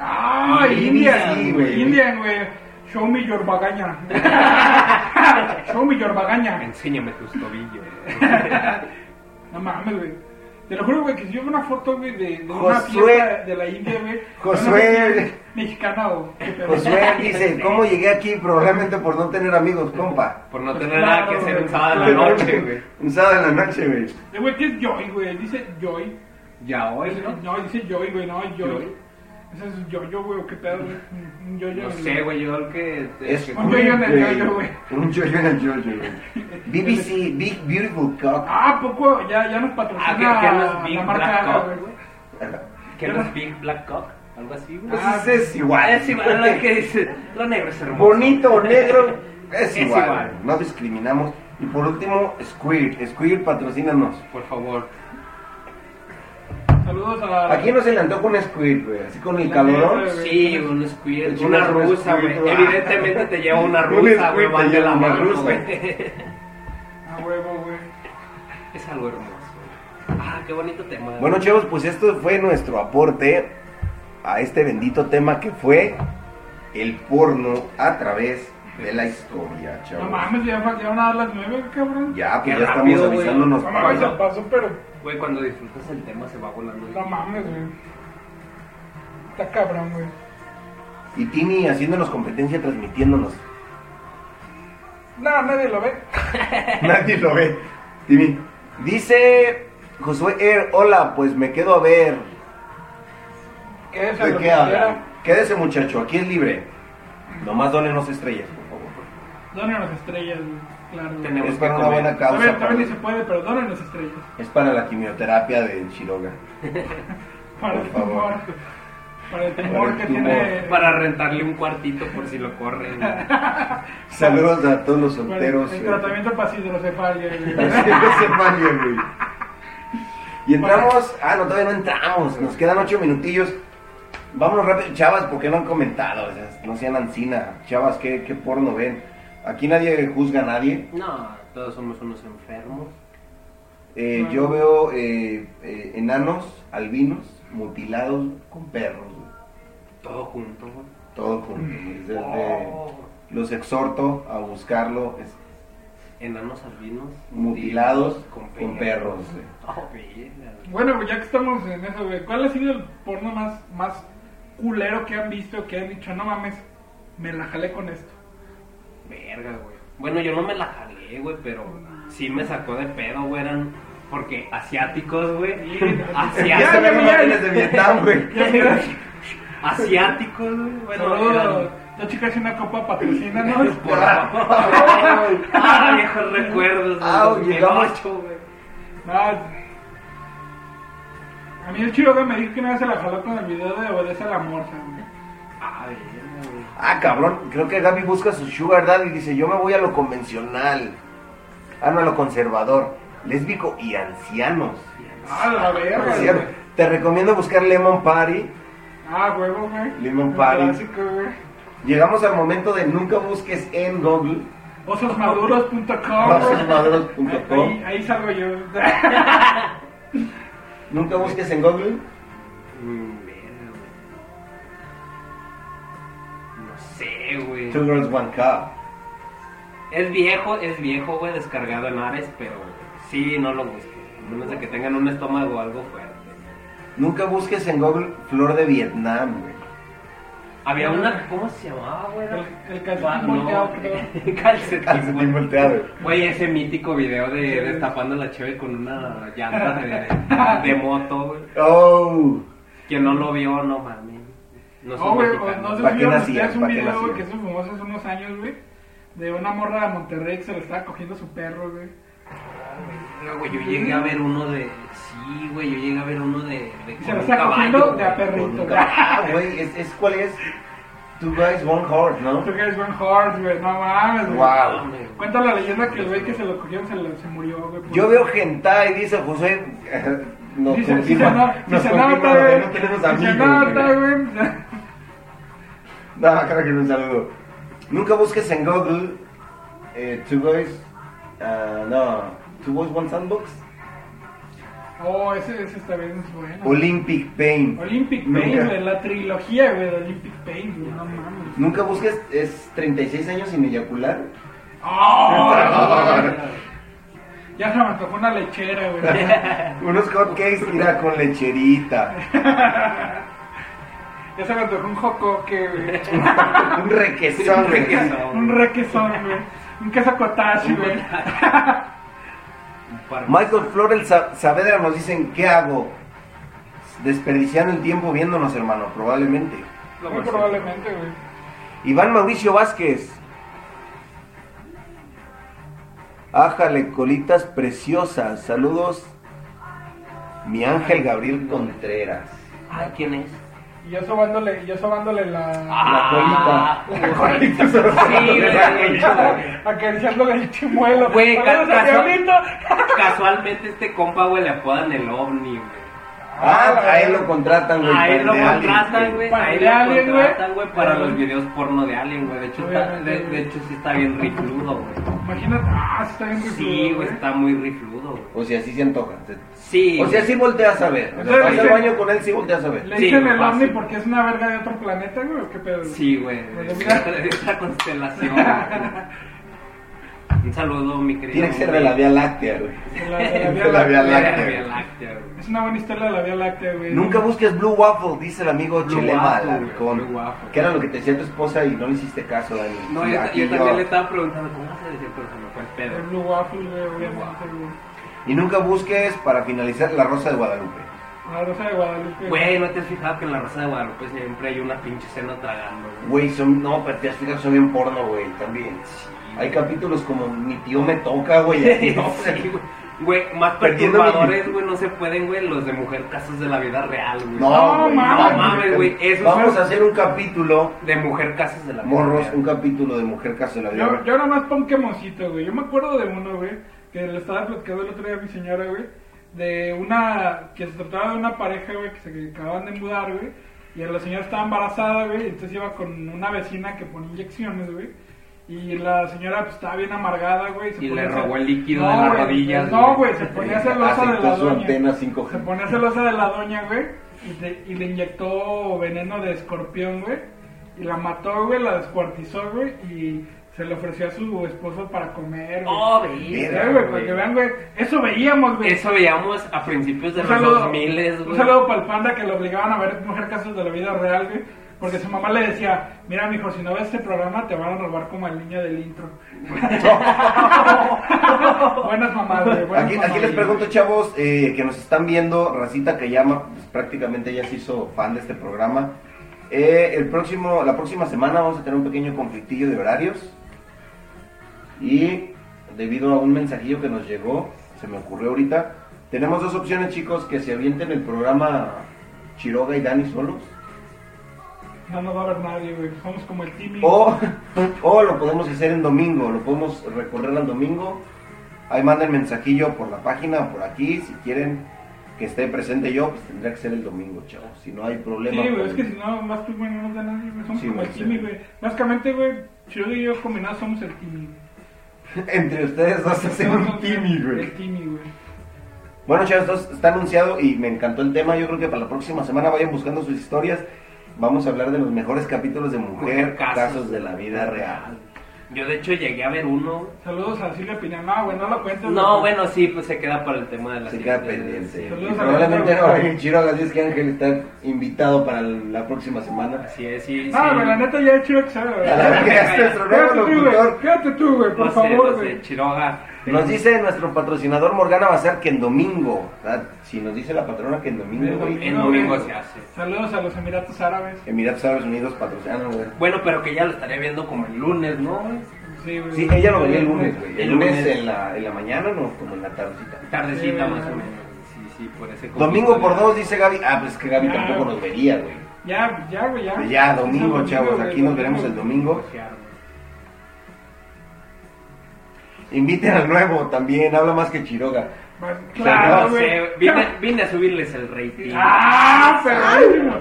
B: Ah,
A: Indian,
B: Indian,
A: sí, güey.
B: güey. Indian, güey. Show me your bagaña. Show me your bagaña.
C: Enséñame tus tobillos.
B: No mames, güey. Te lo juro, güey, que si yo veo una foto, güey, de, de una
A: Josué.
B: fiesta de la India, güey.
A: Josué.
B: no sé si es Mexicana o... qué pedo.
A: Josué Pues, dice, ¿cómo llegué aquí? Probablemente por no tener amigos, compa.
C: Por no
B: Pues
C: tener nada
B: claro,
C: que hacer
B: güey.
C: un sábado en Ah, la noche, güey.
A: Un sábado en la noche, güey.
B: Eh, güey, ¿qué es Joy, güey? Dice Joy.
C: Ya hoy,
B: Dice-
C: ¿no?
B: No, dice Joy, güey, no, Joy.
C: Joy.
B: Ese es Jojo, güey, o qué pedo, güey. Un- un Jojo.
C: No
B: en el-
C: sé, güey, yo el que...
A: Es
C: que-
B: Un yoyo en el
A: güey.
B: yoyo, güey.
A: Un yoyo en el yoyo, güey. BBC Big Beautiful Cock.
B: Ah, ¿a poco ya, ya nos patrocina
C: Ah, que, que no es
B: la
C: Big
B: marca
C: Black
B: Ara,
C: Cock,
B: güey.
C: güey. Que no es Big Black Cock, algo así, güey.
A: Pues
B: Ah,
A: ese es igual.
C: es igual lo que dice, lo negro es hermoso.
A: Bonito o negro, es
C: Es
A: igual.
C: igual.
A: güey. No discriminamos. Y por último, Squirt. Squirt, patrocínanos.
C: Por favor.
B: Saludos a...
A: ¿A quién no se le antoja un Squirt, güey? Así con el
B: La
A: calorón.
B: neta, güey.
C: Sí, un squid,
A: Sí,
C: una
A: un
C: rusa, güey.
A: squid, ah.
C: Evidentemente te lleva una
A: Un
C: rusa,
A: squid
C: güey,
A: te
C: van de
A: lleva
C: la
A: una
C: mano,
A: rusa.
C: güey.
B: A huevo, güey.
C: Es algo hermoso. Ah, qué bonito tema.
A: Bueno, chavos, pues esto fue nuestro aporte a este bendito tema que fue el porno a través de la historia,
B: No
A: chavos.
B: mames, ya, fa- ya van a dar las nueve, cabrón.
A: Ya, pues
C: Qué
A: ya estamos
C: rápido, güey.
A: avisándonos
B: No
A: para
B: mames,
A: allá.
B: se pasó, pero...
C: güey, cuando disfrutas el tema se va volando.
B: No mames, güey. Está cabrón, güey.
A: Y Tini haciéndonos competencia, transmitiéndonos.
B: Nada, nadie lo ve.
A: Nadie lo ve. Tini. Dice Josué Er, hola, pues me quedo a ver.
B: ¿Qué es
A: ¿De
B: lo
A: qué
B: que
A: habla?
B: habla?
A: Quédese muchacho, aquí es libre. Nomás donenos estrellas, por favor.
B: Dónenos estrellas, güey. Claro. güey.
C: Tenemos
A: Es para
C: que
A: una
C: comer.
A: buena
B: A
A: causa.
B: ver,
A: para-
B: también se puede, pero dónenos estrellas.
A: Es para la quimioterapia de Shiroga.
B: Para el
A: Por favor.
B: tumor. Para el
A: Para
B: tumor
A: el
B: que
A: tumor.
B: tiene.
C: Para rentarle un cuartito por si lo corren. güey.
A: Saludos a todos los
B: para
A: solteros.
B: El
A: eh.
B: tratamiento para hidrocefalia, güey.
A: Así no se vale, güey. Y entramos. Ah, no, todavía no entramos. Nos quedan ocho minutillos. Vámonos rápido. Chavas, ¿por qué no han comentado? O sea, no sean ancina. Chavas, ¿qué, qué porno ven? Aquí nadie juzga a nadie.
C: No, todos somos unos enfermos.
A: Eh,
B: Ah.
A: Yo veo eh, eh, enanos, albinos, mutilados con perros. güey.
C: Todo junto, güey.
A: Todo junto. güey. Desde-
C: Oh,
A: Los exhorto a buscarlo. es-
C: Enanos albinos.
A: mutilados con,
C: con
A: perros. güey.
C: Oh, verga, güey.
B: Bueno, güey, ya que estamos en eso, güey, ¿cuál ha sido el porno más, más culero que han visto que han dicho, no mames, me la jalé con esto?
C: Verga, güey. Bueno, yo no me la jalé, güey, pero sí me sacó de pedo, güey. Eran porque asiáticos, güey.
A: Ya, ya,
C: Asiáticos,
A: ya,
B: ya,
A: ya. de Vietnam, güey.
B: Ya, mira,
C: asiáticos, güey. Bueno,
B: saludos.
C: eran-
B: La chica hace una copa patrocínanos.
C: por favor. Ah, viejos recuerdos.
A: Ah,
C: del
A: llegamos.
C: 2008, güey.
B: No. Ah, A mí el chiroga me dijo que una vez se la jaló con el video de Obedece a la Morsa, güey.
C: Ah, verga, güey.
A: Ah, cabrón, creo que Gaby busca su sugar daddy y dice, yo me voy a lo convencional. Ah, no, a lo conservador, lésbico y ancianos.
B: Ah, la
A: Por
B: verga,
A: cierto,
B: güey.
A: Te recomiendo buscar Lemon Party.
B: Ah, huevo, güey.
A: Lemon
B: Un
A: Party.
B: clásico, güey.
A: Llegamos al momento de nunca busques en Google.
B: Ososmaduros.com. güey. Ahí,
A: rosasmaduros.com.
B: ahí salgo yo.
A: Nunca busques en Google.
C: Mm, verga, güey. No sé, güey.
A: Two Girls One Cup.
C: Es viejo, es viejo, güey, descargado en Ares, pero sí, no lo busquen. A menos de que tengan un estómago algo fuerte.
A: Nunca busques en Google Flor de Vietnam, güey.
C: Había una, ¿cómo se llamaba, güey?
B: El- el calcetín
C: Ah, no,
B: volteado,
C: güey. calcetín,
A: Calcetín
C: güey.
A: volteado.
C: Güey, ese mítico video de destapando la cheve con una llanta de, de moto, güey.
A: Oh.
C: Quien no lo vio, no mames. No
B: No,
C: soy
B: güey,
C: mexicano.
A: ¿Para
B: no sé
A: qué
B: si vieron
A: nacían?
B: ustedes un
A: ¿Para qué
B: video, güey,
A: nacían?
B: que es muy famoso hace unos años, güey. De una morra de Monterrey que se lo estaba cogiendo su perro, güey.
C: Verga, güey, yo llegué a ver uno de... Sí, güey, yo llegué a ver uno de... de
B: Y
C: con
B: se lo
C: un
B: está cogiendo
C: caballo,
B: de a
C: güey.
B: perrito,
A: Nunca-
B: güey.
A: Ah, güey, es, es- cuál es. Two Guys One Horse, ¿no?
B: Tú que eres buen horse, güey. No mames, güey.
A: Wow.
C: No, mames, güey.
B: Cuenta la leyenda que el güey que se lo cogieron se, lo- se murió, güey. por-
A: Yo veo hentai, dice José. eh, Nos
B: Dice, eh, si se
A: confirma,
B: nota, si
A: nos
B: se
A: confirma
B: nota,
A: lo que
B: güey.
A: no tenemos
B: Si se
A: amigos.
B: nota,
A: güey.
B: güey.
A: No, claro que no, un saludo. Nunca busques en Google eh, Two Guys. ah, no, Two Boys One Sandbox.
B: Ah. Oh, ese, ese está bien, es bueno.
A: Olympic Pain.
B: Olympic
A: Nunca.
B: Pain, güey. La trilogía, güey, de Olympic Pain, güey. No mames.
A: Nunca busques, es 36 años sin eyacular.
B: Oh, ya se me antojó una lechera, güey.
A: Unos hotcakes, mira, con lecherita.
B: Ya se me antojó un jocoque, güey.
A: Un requesón,
C: Un
A: güey.
C: requesón.
B: Un requesón, güey. Un queso cotache, güey.
C: Un par-
A: Michael Florel Sa- Saavedra nos dicen, ¿qué hago? Desperdiciando el tiempo viéndonos, hermano, probablemente.
C: Lo
B: Muy
C: más-
B: pues, probablemente, güey.
A: Iván Mauricio Vázquez. Ájale, colitas preciosas. Saludos. Mi ángel Gabriel Contreras.
C: Ay, ¿quién es?
B: Y yo sobándole, yo sobándole la...
A: La colita.
C: Ah,
A: colita se lo
C: Sí, güey.
B: Acariciándole el chimuelo.
C: Güey,
B: Saludos
C: ca-
B: al
C: caso-
B: diablito.
C: Casualmente este compa, güey, le apodan el ovni, güey.
A: Ah, a él lo contratan, güey.
C: A él lo
A: para el de Aliens,
C: contratan, güey.
B: Para
C: A él
B: el
C: lo
B: alien, güey.
C: contratan, güey, para
B: Para
C: los
B: el-
C: videos porno de Alien, güey. De hecho, está,
B: Obviamente,
C: de, de
B: güey.
C: hecho sí está bien rifludo, güey.
B: Imagínate, ah, está bien
C: Sí,
B: rudo,
C: güey, está muy rifludo, güey.
A: O sea, sí se antoja.
C: Sí.
A: O sea, sí volteas a ver. O sea, vas al baño con él, sí volteas a ver.
B: Le
C: Sí,
B: dicen el
C: fácil.
B: ovni porque es una verga de otro planeta, güey, ¿o qué pedo. güey?
C: Sí, güey.
B: Bueno, mira.
C: De otra constelación. güey. Un saludo, mi querido.
A: Tiene que ser de la Vía Láctea, güey.
B: De la- de la Vía
A: De la Vía
B: Láctea.
C: De la
A: Láctea.
C: Vía Láctea, güey.
B: Es una buena historia de la Vía Láctea, güey.
A: Nunca busques Blue Waffle, dice el amigo
C: Blue
A: Chelema
C: Waffle,
A: Alarcón.
C: Blue Waffle.
A: Que era lo que te decía tu esposa y no le hiciste caso, Dani.
C: No,
A: Y
C: yo,
A: aquí
C: yo también le estaba preguntando cómo se decía, pero se me fue el
B: El
C: pedo.
B: Blue Waffle, güey, obviamente, güey.
A: Y nunca busques, para finalizar, La Rosa de Guadalupe.
B: La Rosa de Guadalupe.
C: Güey, ¿no te has fijado que en la raza de Guadalupe siempre hay una pinche cena tragando, güey?
A: Güey, son... No, pero te has fijado, son bien porno, güey, también. Hay capítulos como Mi tío me toca, güey. así, No,
C: Sí, güey. Güey, más
A: Perdiendo
C: perturbadores, güey, no se pueden, güey, los de mujer casos de la vida real, güey.
B: No,
A: güey,
B: mames.
C: mames, güey, eso
A: Vamos
C: fue-
A: a hacer un capítulo,
C: De mujer casos de la vida
A: morros, un
C: real.
A: capítulo de Mujer Caso de la Vida.
B: Yo, yo nomás pongo quemosito, güey. Yo me acuerdo de uno, güey, que le estaba platicando el otro día a mi señora, güey, de una, que se trataba de una pareja, güey, que se que acababan de mudar, güey, y la señora estaba embarazada, güey, entonces iba con una vecina que ponía inyecciones, güey. Y la señora pues, estaba bien amargada, güey. se
C: Y
B: ponía
C: le
B: a hacer-
C: robó el líquido de las
B: güey,
C: rodillas,
B: No,
C: güey.
B: güey, se ponía celosa de la
A: Aceptó su
B: doña.
A: antena 5G.
B: Se ponía celosa de la doña, güey. Y, te- y le inyectó veneno de escorpión, güey. Y la mató, güey, la descuartizó, güey. Y se le ofreció a su esposo para comer, güey.
C: Oh,
B: Sí,
A: verga,
C: verga,
B: güey, para que
C: güey.
B: vean, güey. Eso veíamos, güey.
C: Eso veíamos a principios de
B: Un
C: los
B: saludo,
C: 2000,
B: un
C: güey.
B: saludo para el panda que lo obligaban a ver mujer casos de la vida real, güey. Porque su mamá le decía, mira mijo, si no ves este programa te van a robar como al niño del intro. buenas mamás, güey, buenas
A: Aquí,
B: mamás.
A: aquí les pregunto, chavos, eh, que nos están viendo, Racita que llama, pues, prácticamente ya se hizo fan de este programa. Eh, el próximo, la próxima semana vamos a tener un pequeño conflictillo de horarios. Y debido a un mensajillo que nos llegó, se me ocurrió ahorita, tenemos dos opciones, chicos, que se avienten el programa Chiroga y Dani solos.
B: No nos va a ver nadie, güey. Somos como el Timmy.
A: O, o lo podemos hacer en domingo, lo podemos recorrer al domingo. Ahí manden mensajillo por la página o por aquí. Si quieren que esté presente yo, pues tendría que ser el domingo, chavos. Si no hay problema.
B: Sí, güey,
A: pues,
B: es que si no, más tú, güey, no nos da nadie, güey. Somos
A: Sí,
B: como
A: güey,
B: el
A: sí.
B: Timmy, güey. Básicamente, güey, yo y yo combinados somos el Timmy, güey.
A: Entre ustedes dos hacen un
B: Somos
A: timi, güey.
B: El Timmy, güey.
A: Bueno, chavos, entonces, está anunciado y me encantó el tema. Yo creo que para la próxima semana vayan buscando sus historias. Vamos a hablar de los mejores capítulos de mujer,
C: Casos.
A: casos de la vida real.
C: Yo de hecho llegué a ver uno.
B: Saludos a Silvia Pinal. No, güey, no lo cuentes.
C: No,
B: güey.
C: bueno, sí, pues se queda para el tema de la
A: Se queda
C: siguiente-
A: pendiente. Y
B: Saludos Pues, a
A: probablemente no
B: Alejandro.
A: va a venir Chiroga, así es que Ángel está invitado para la próxima semana.
C: Así es, sí,
B: No,
C: sí.
B: güey, la neta ya he hecho que sabe, güey.
A: A la verga, es nuestro nuevo
B: Quédate tú, güey.
A: locutor.
B: Quédate tú, güey, por
C: No sé,
B: favor,
C: no sé,
B: güey.
C: Chiroga.
A: Nos dice nuestro patrocinador Morgana Bazar que en domingo, ¿verdad? si nos dice la patrona que en domingo,
B: En
A: güey,
C: En
B: No,
C: domingo
B: güey.
C: se hace.
B: Saludos a los Emiratos Árabes.
A: Emiratos Árabes Unidos patrocinan, güey.
C: Bueno, pero que ya lo estaré viendo como el lunes, ¿no?
B: Sí, güey.
A: Sí, ella lo venía el lunes, güey. El
C: El
A: lunes
C: lunes.
A: en la, en la mañana, no, como en la tardecita.
C: Tardecita
B: Sí,
C: más o
B: güey.
C: menos. Sí, sí, por ese
A: Domingo por
C: conflicto.
A: dos, dice Gaby. Ah, pues es que Gaby
B: Ya.
A: tampoco nos vería, güey.
B: Ya, ya, güey, ya.
A: Pues ya, domingo,
B: Domingo,
A: chavos.
B: güey,
A: Aquí nos
B: domingo.
A: veremos el domingo. Inviten al nuevo también, habla más que Chiroga.
B: Pues,
C: Claro,
B: Claro,
C: no sé,
B: güey.
C: eh, vine, vine a subirles el rating.
B: Ah, pero.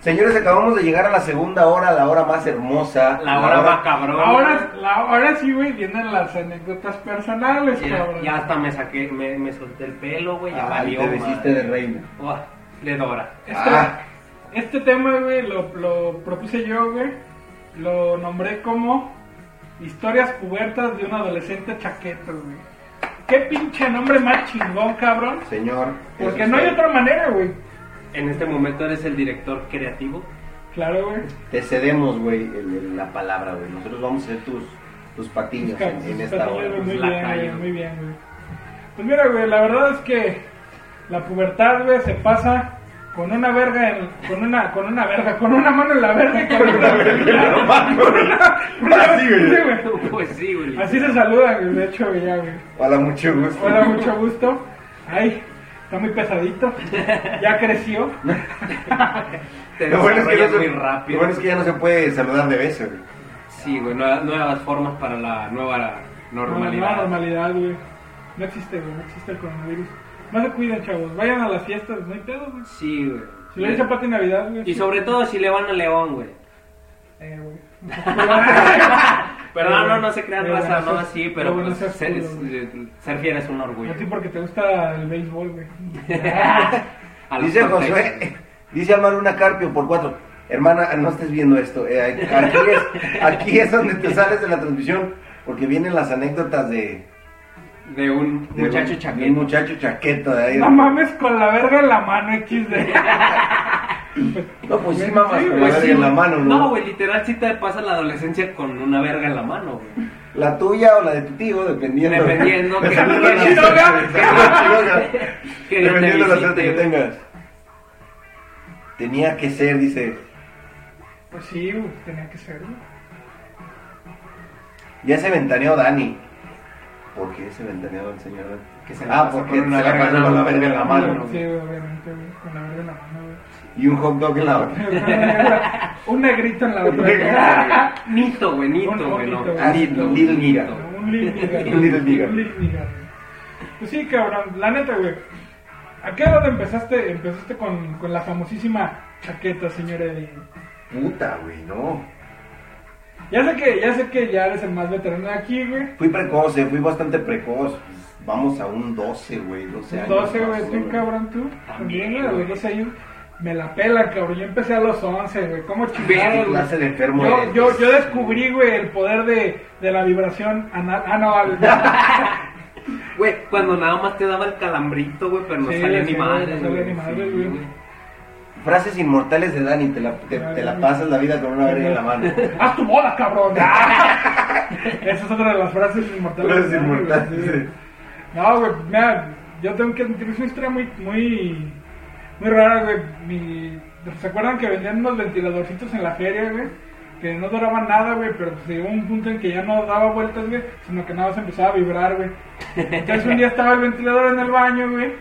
A: Señores, acabamos de llegar a la segunda hora, la hora más hermosa.
C: La hora va cabrón.
B: Ahora, la- ahora sí, güey, vienen las anécdotas personales,
C: Ya,
B: cabrón.
C: ya hasta me saqué, me, me solté el pelo, güey. Ya
A: Ah,
C: valió,
A: te vestiste
C: madre.
A: de reina.
C: Uah, de Dora.
B: Este,
A: Ah.
B: este tema, güey, lo, lo propuse yo, güey. Lo nombré como Historias cubiertas de un adolescente chaqueto, güey. Qué pinche nombre más chingón, cabrón.
A: Señor.
B: Porque
A: es
B: no hay
A: usted.
B: otra manera, güey.
C: En este momento eres el director creativo.
B: Claro, güey.
A: Te cedemos, güey, el- el- la palabra, güey. Nosotros vamos a ser tus, tus
B: Sus
A: patiños en,
B: cactus,
A: en
B: sus
A: esta hora.
B: patillas, Muy
C: la
B: bien,
C: calle,
B: güey,
C: ¿no?
B: muy bien, güey. Pues mira, güey, la verdad es que la pubertad, güey, se pasa con una verga en, con una, con una verga, con una mano en la verga y con una
A: Así, güey.
B: Sí, güey.
C: pues sí, güey.
B: Así se saluda, güey, de hecho, güey, ya, güey.
A: Hola, mucho gusto.
B: Hola, mucho gusto. Ay, está muy pesadito. Ya creció.
C: Te
A: Lo bueno, es que
C: desarrollas
A: no se-
C: muy
A: lo
C: rápido.
A: bueno es que ya no se puede saludar de beso, güey.
C: Sí, güey, nueva- nuevas formas para la nueva
B: No, no,
C: normalidad.
B: normalidad, güey. No existe, güey, no existe el coronavirus. No se cuiden, chavos. Vayan a las fiestas, no hay pedo, güey.
C: Sí, güey.
B: Si le echan pata en Navidad, güey.
C: Y sobre todo si le van a León, güey.
B: Eh, güey.
C: Pero no, no, no se crean
B: Eh,
C: raza,
B: bueno,
C: no
B: eso-
C: así,
B: eh,
C: pero
B: bueno,
C: pues,
B: eso es
C: ser,
B: culo, güey.
C: es- eh, ser fiel es un orgullo.
B: A ti porque te gusta el béisbol, güey.
C: A los
A: Dice
C: contextos.
A: Josué, dice Alma Luna Carpio por cuatro. Hermana, no estés viendo esto. eh, aquí, es, aquí es donde te sales de la transmisión. Porque vienen las anécdotas de.
C: De un
A: de
C: muchacho
A: un- de
C: chaqueto.
A: un muchacho chaqueta de ahí.
B: No mames con la verga en la mano, XD.
A: No, pues sí, mamas,
B: Sí,
A: con la
C: Pues
A: verga
C: sí,
A: en la
C: güey.
A: mano, ¿no?
C: No, güey, literal sí te pasa la adolescencia con una verga en la mano, güey.
A: La tuya o la de tu tío, dependiendo.
C: Dependiendo que-
A: Dependiendo de la-
B: que Chiroga.
A: Chiroga.
C: Que Dios te
A: Dependiendo de la suerte que
C: visite, güey.
A: tengas. Tenía que ser, dice.
B: Pues sí, güey, tenía que ser, güey.
A: Ya se ventaneó Dani. ¿Por qué se ventaneó el señor?
C: Que se la
A: ah,
C: pasa
A: porque
C: con una
A: se la
C: verga
A: pasó
C: en la
A: con la
C: mano.
A: verga en la mano.
C: ¿no?
B: Sí, güey, obviamente, güey. Con la verga en la mano, güey.
A: Y un hot dog en la boca.
B: Un negrito en la
A: Un negrito en
B: otra.
A: la boca.
C: Nito, güey,
B: Un
C: Nito, güey, no.
B: poquito, güey.
A: Ah, sí, Little Nigga.
B: Un little nigga.
A: Un little nigga.
B: Un little nigga, güey. Pues sí, cabrón. La neta, güey. ¿A qué edad empezaste, empezaste con, con la famosísima chaqueta, señora Edwin?
A: Puta, güey, no.
B: Ya sé que, ya sé que ya eres el más veterano de aquí, güey.
A: Fui precoz, eh, fui bastante precoz. Pues, Vamos a un 12, güey, 12 años.
B: 12, güey,
A: más o
B: tú,
A: menos.
B: cabrón, tú.
C: También,
B: También, güey, a los
C: güey.
B: 12 años. Me la pela, cabrón. Yo empecé a los 11, güey. ¿Cómo
A: ¿Qué
B: chingados, güey?
A: clase de enfermo
B: Yo,
A: eres?
B: yo, yo descubrí, güey, el poder de, de la vibración anal. Ah, no, al-
C: Güey, cuando nada más te daba el calambrito, güey, pero no
B: Sí,
C: salía
B: sí,
C: ni
B: güey,
C: madre,
B: no salía ni madre, güey.
A: Frases inmortales de Dani, te la, te, te la pasas la vida con una verga en la mano.
B: ¡Haz tu moda, cabrón! Esa es otra de las frases inmortales.
A: Frases
B: de Dani, güey,
A: inmortales,
B: sí.
A: sí.
B: No, güey, mira, yo tengo que admitir, es una historia muy, muy, muy rara, güey. Mi- ¿Se acuerdan que vendían unos ventiladorcitos en la feria, güey? Que no duraban nada, güey, pero pues llegó un punto en que ya no daba vueltas, güey, sino que nada más empezaba a vibrar, güey. Entonces un día estaba el ventilador en el baño, güey.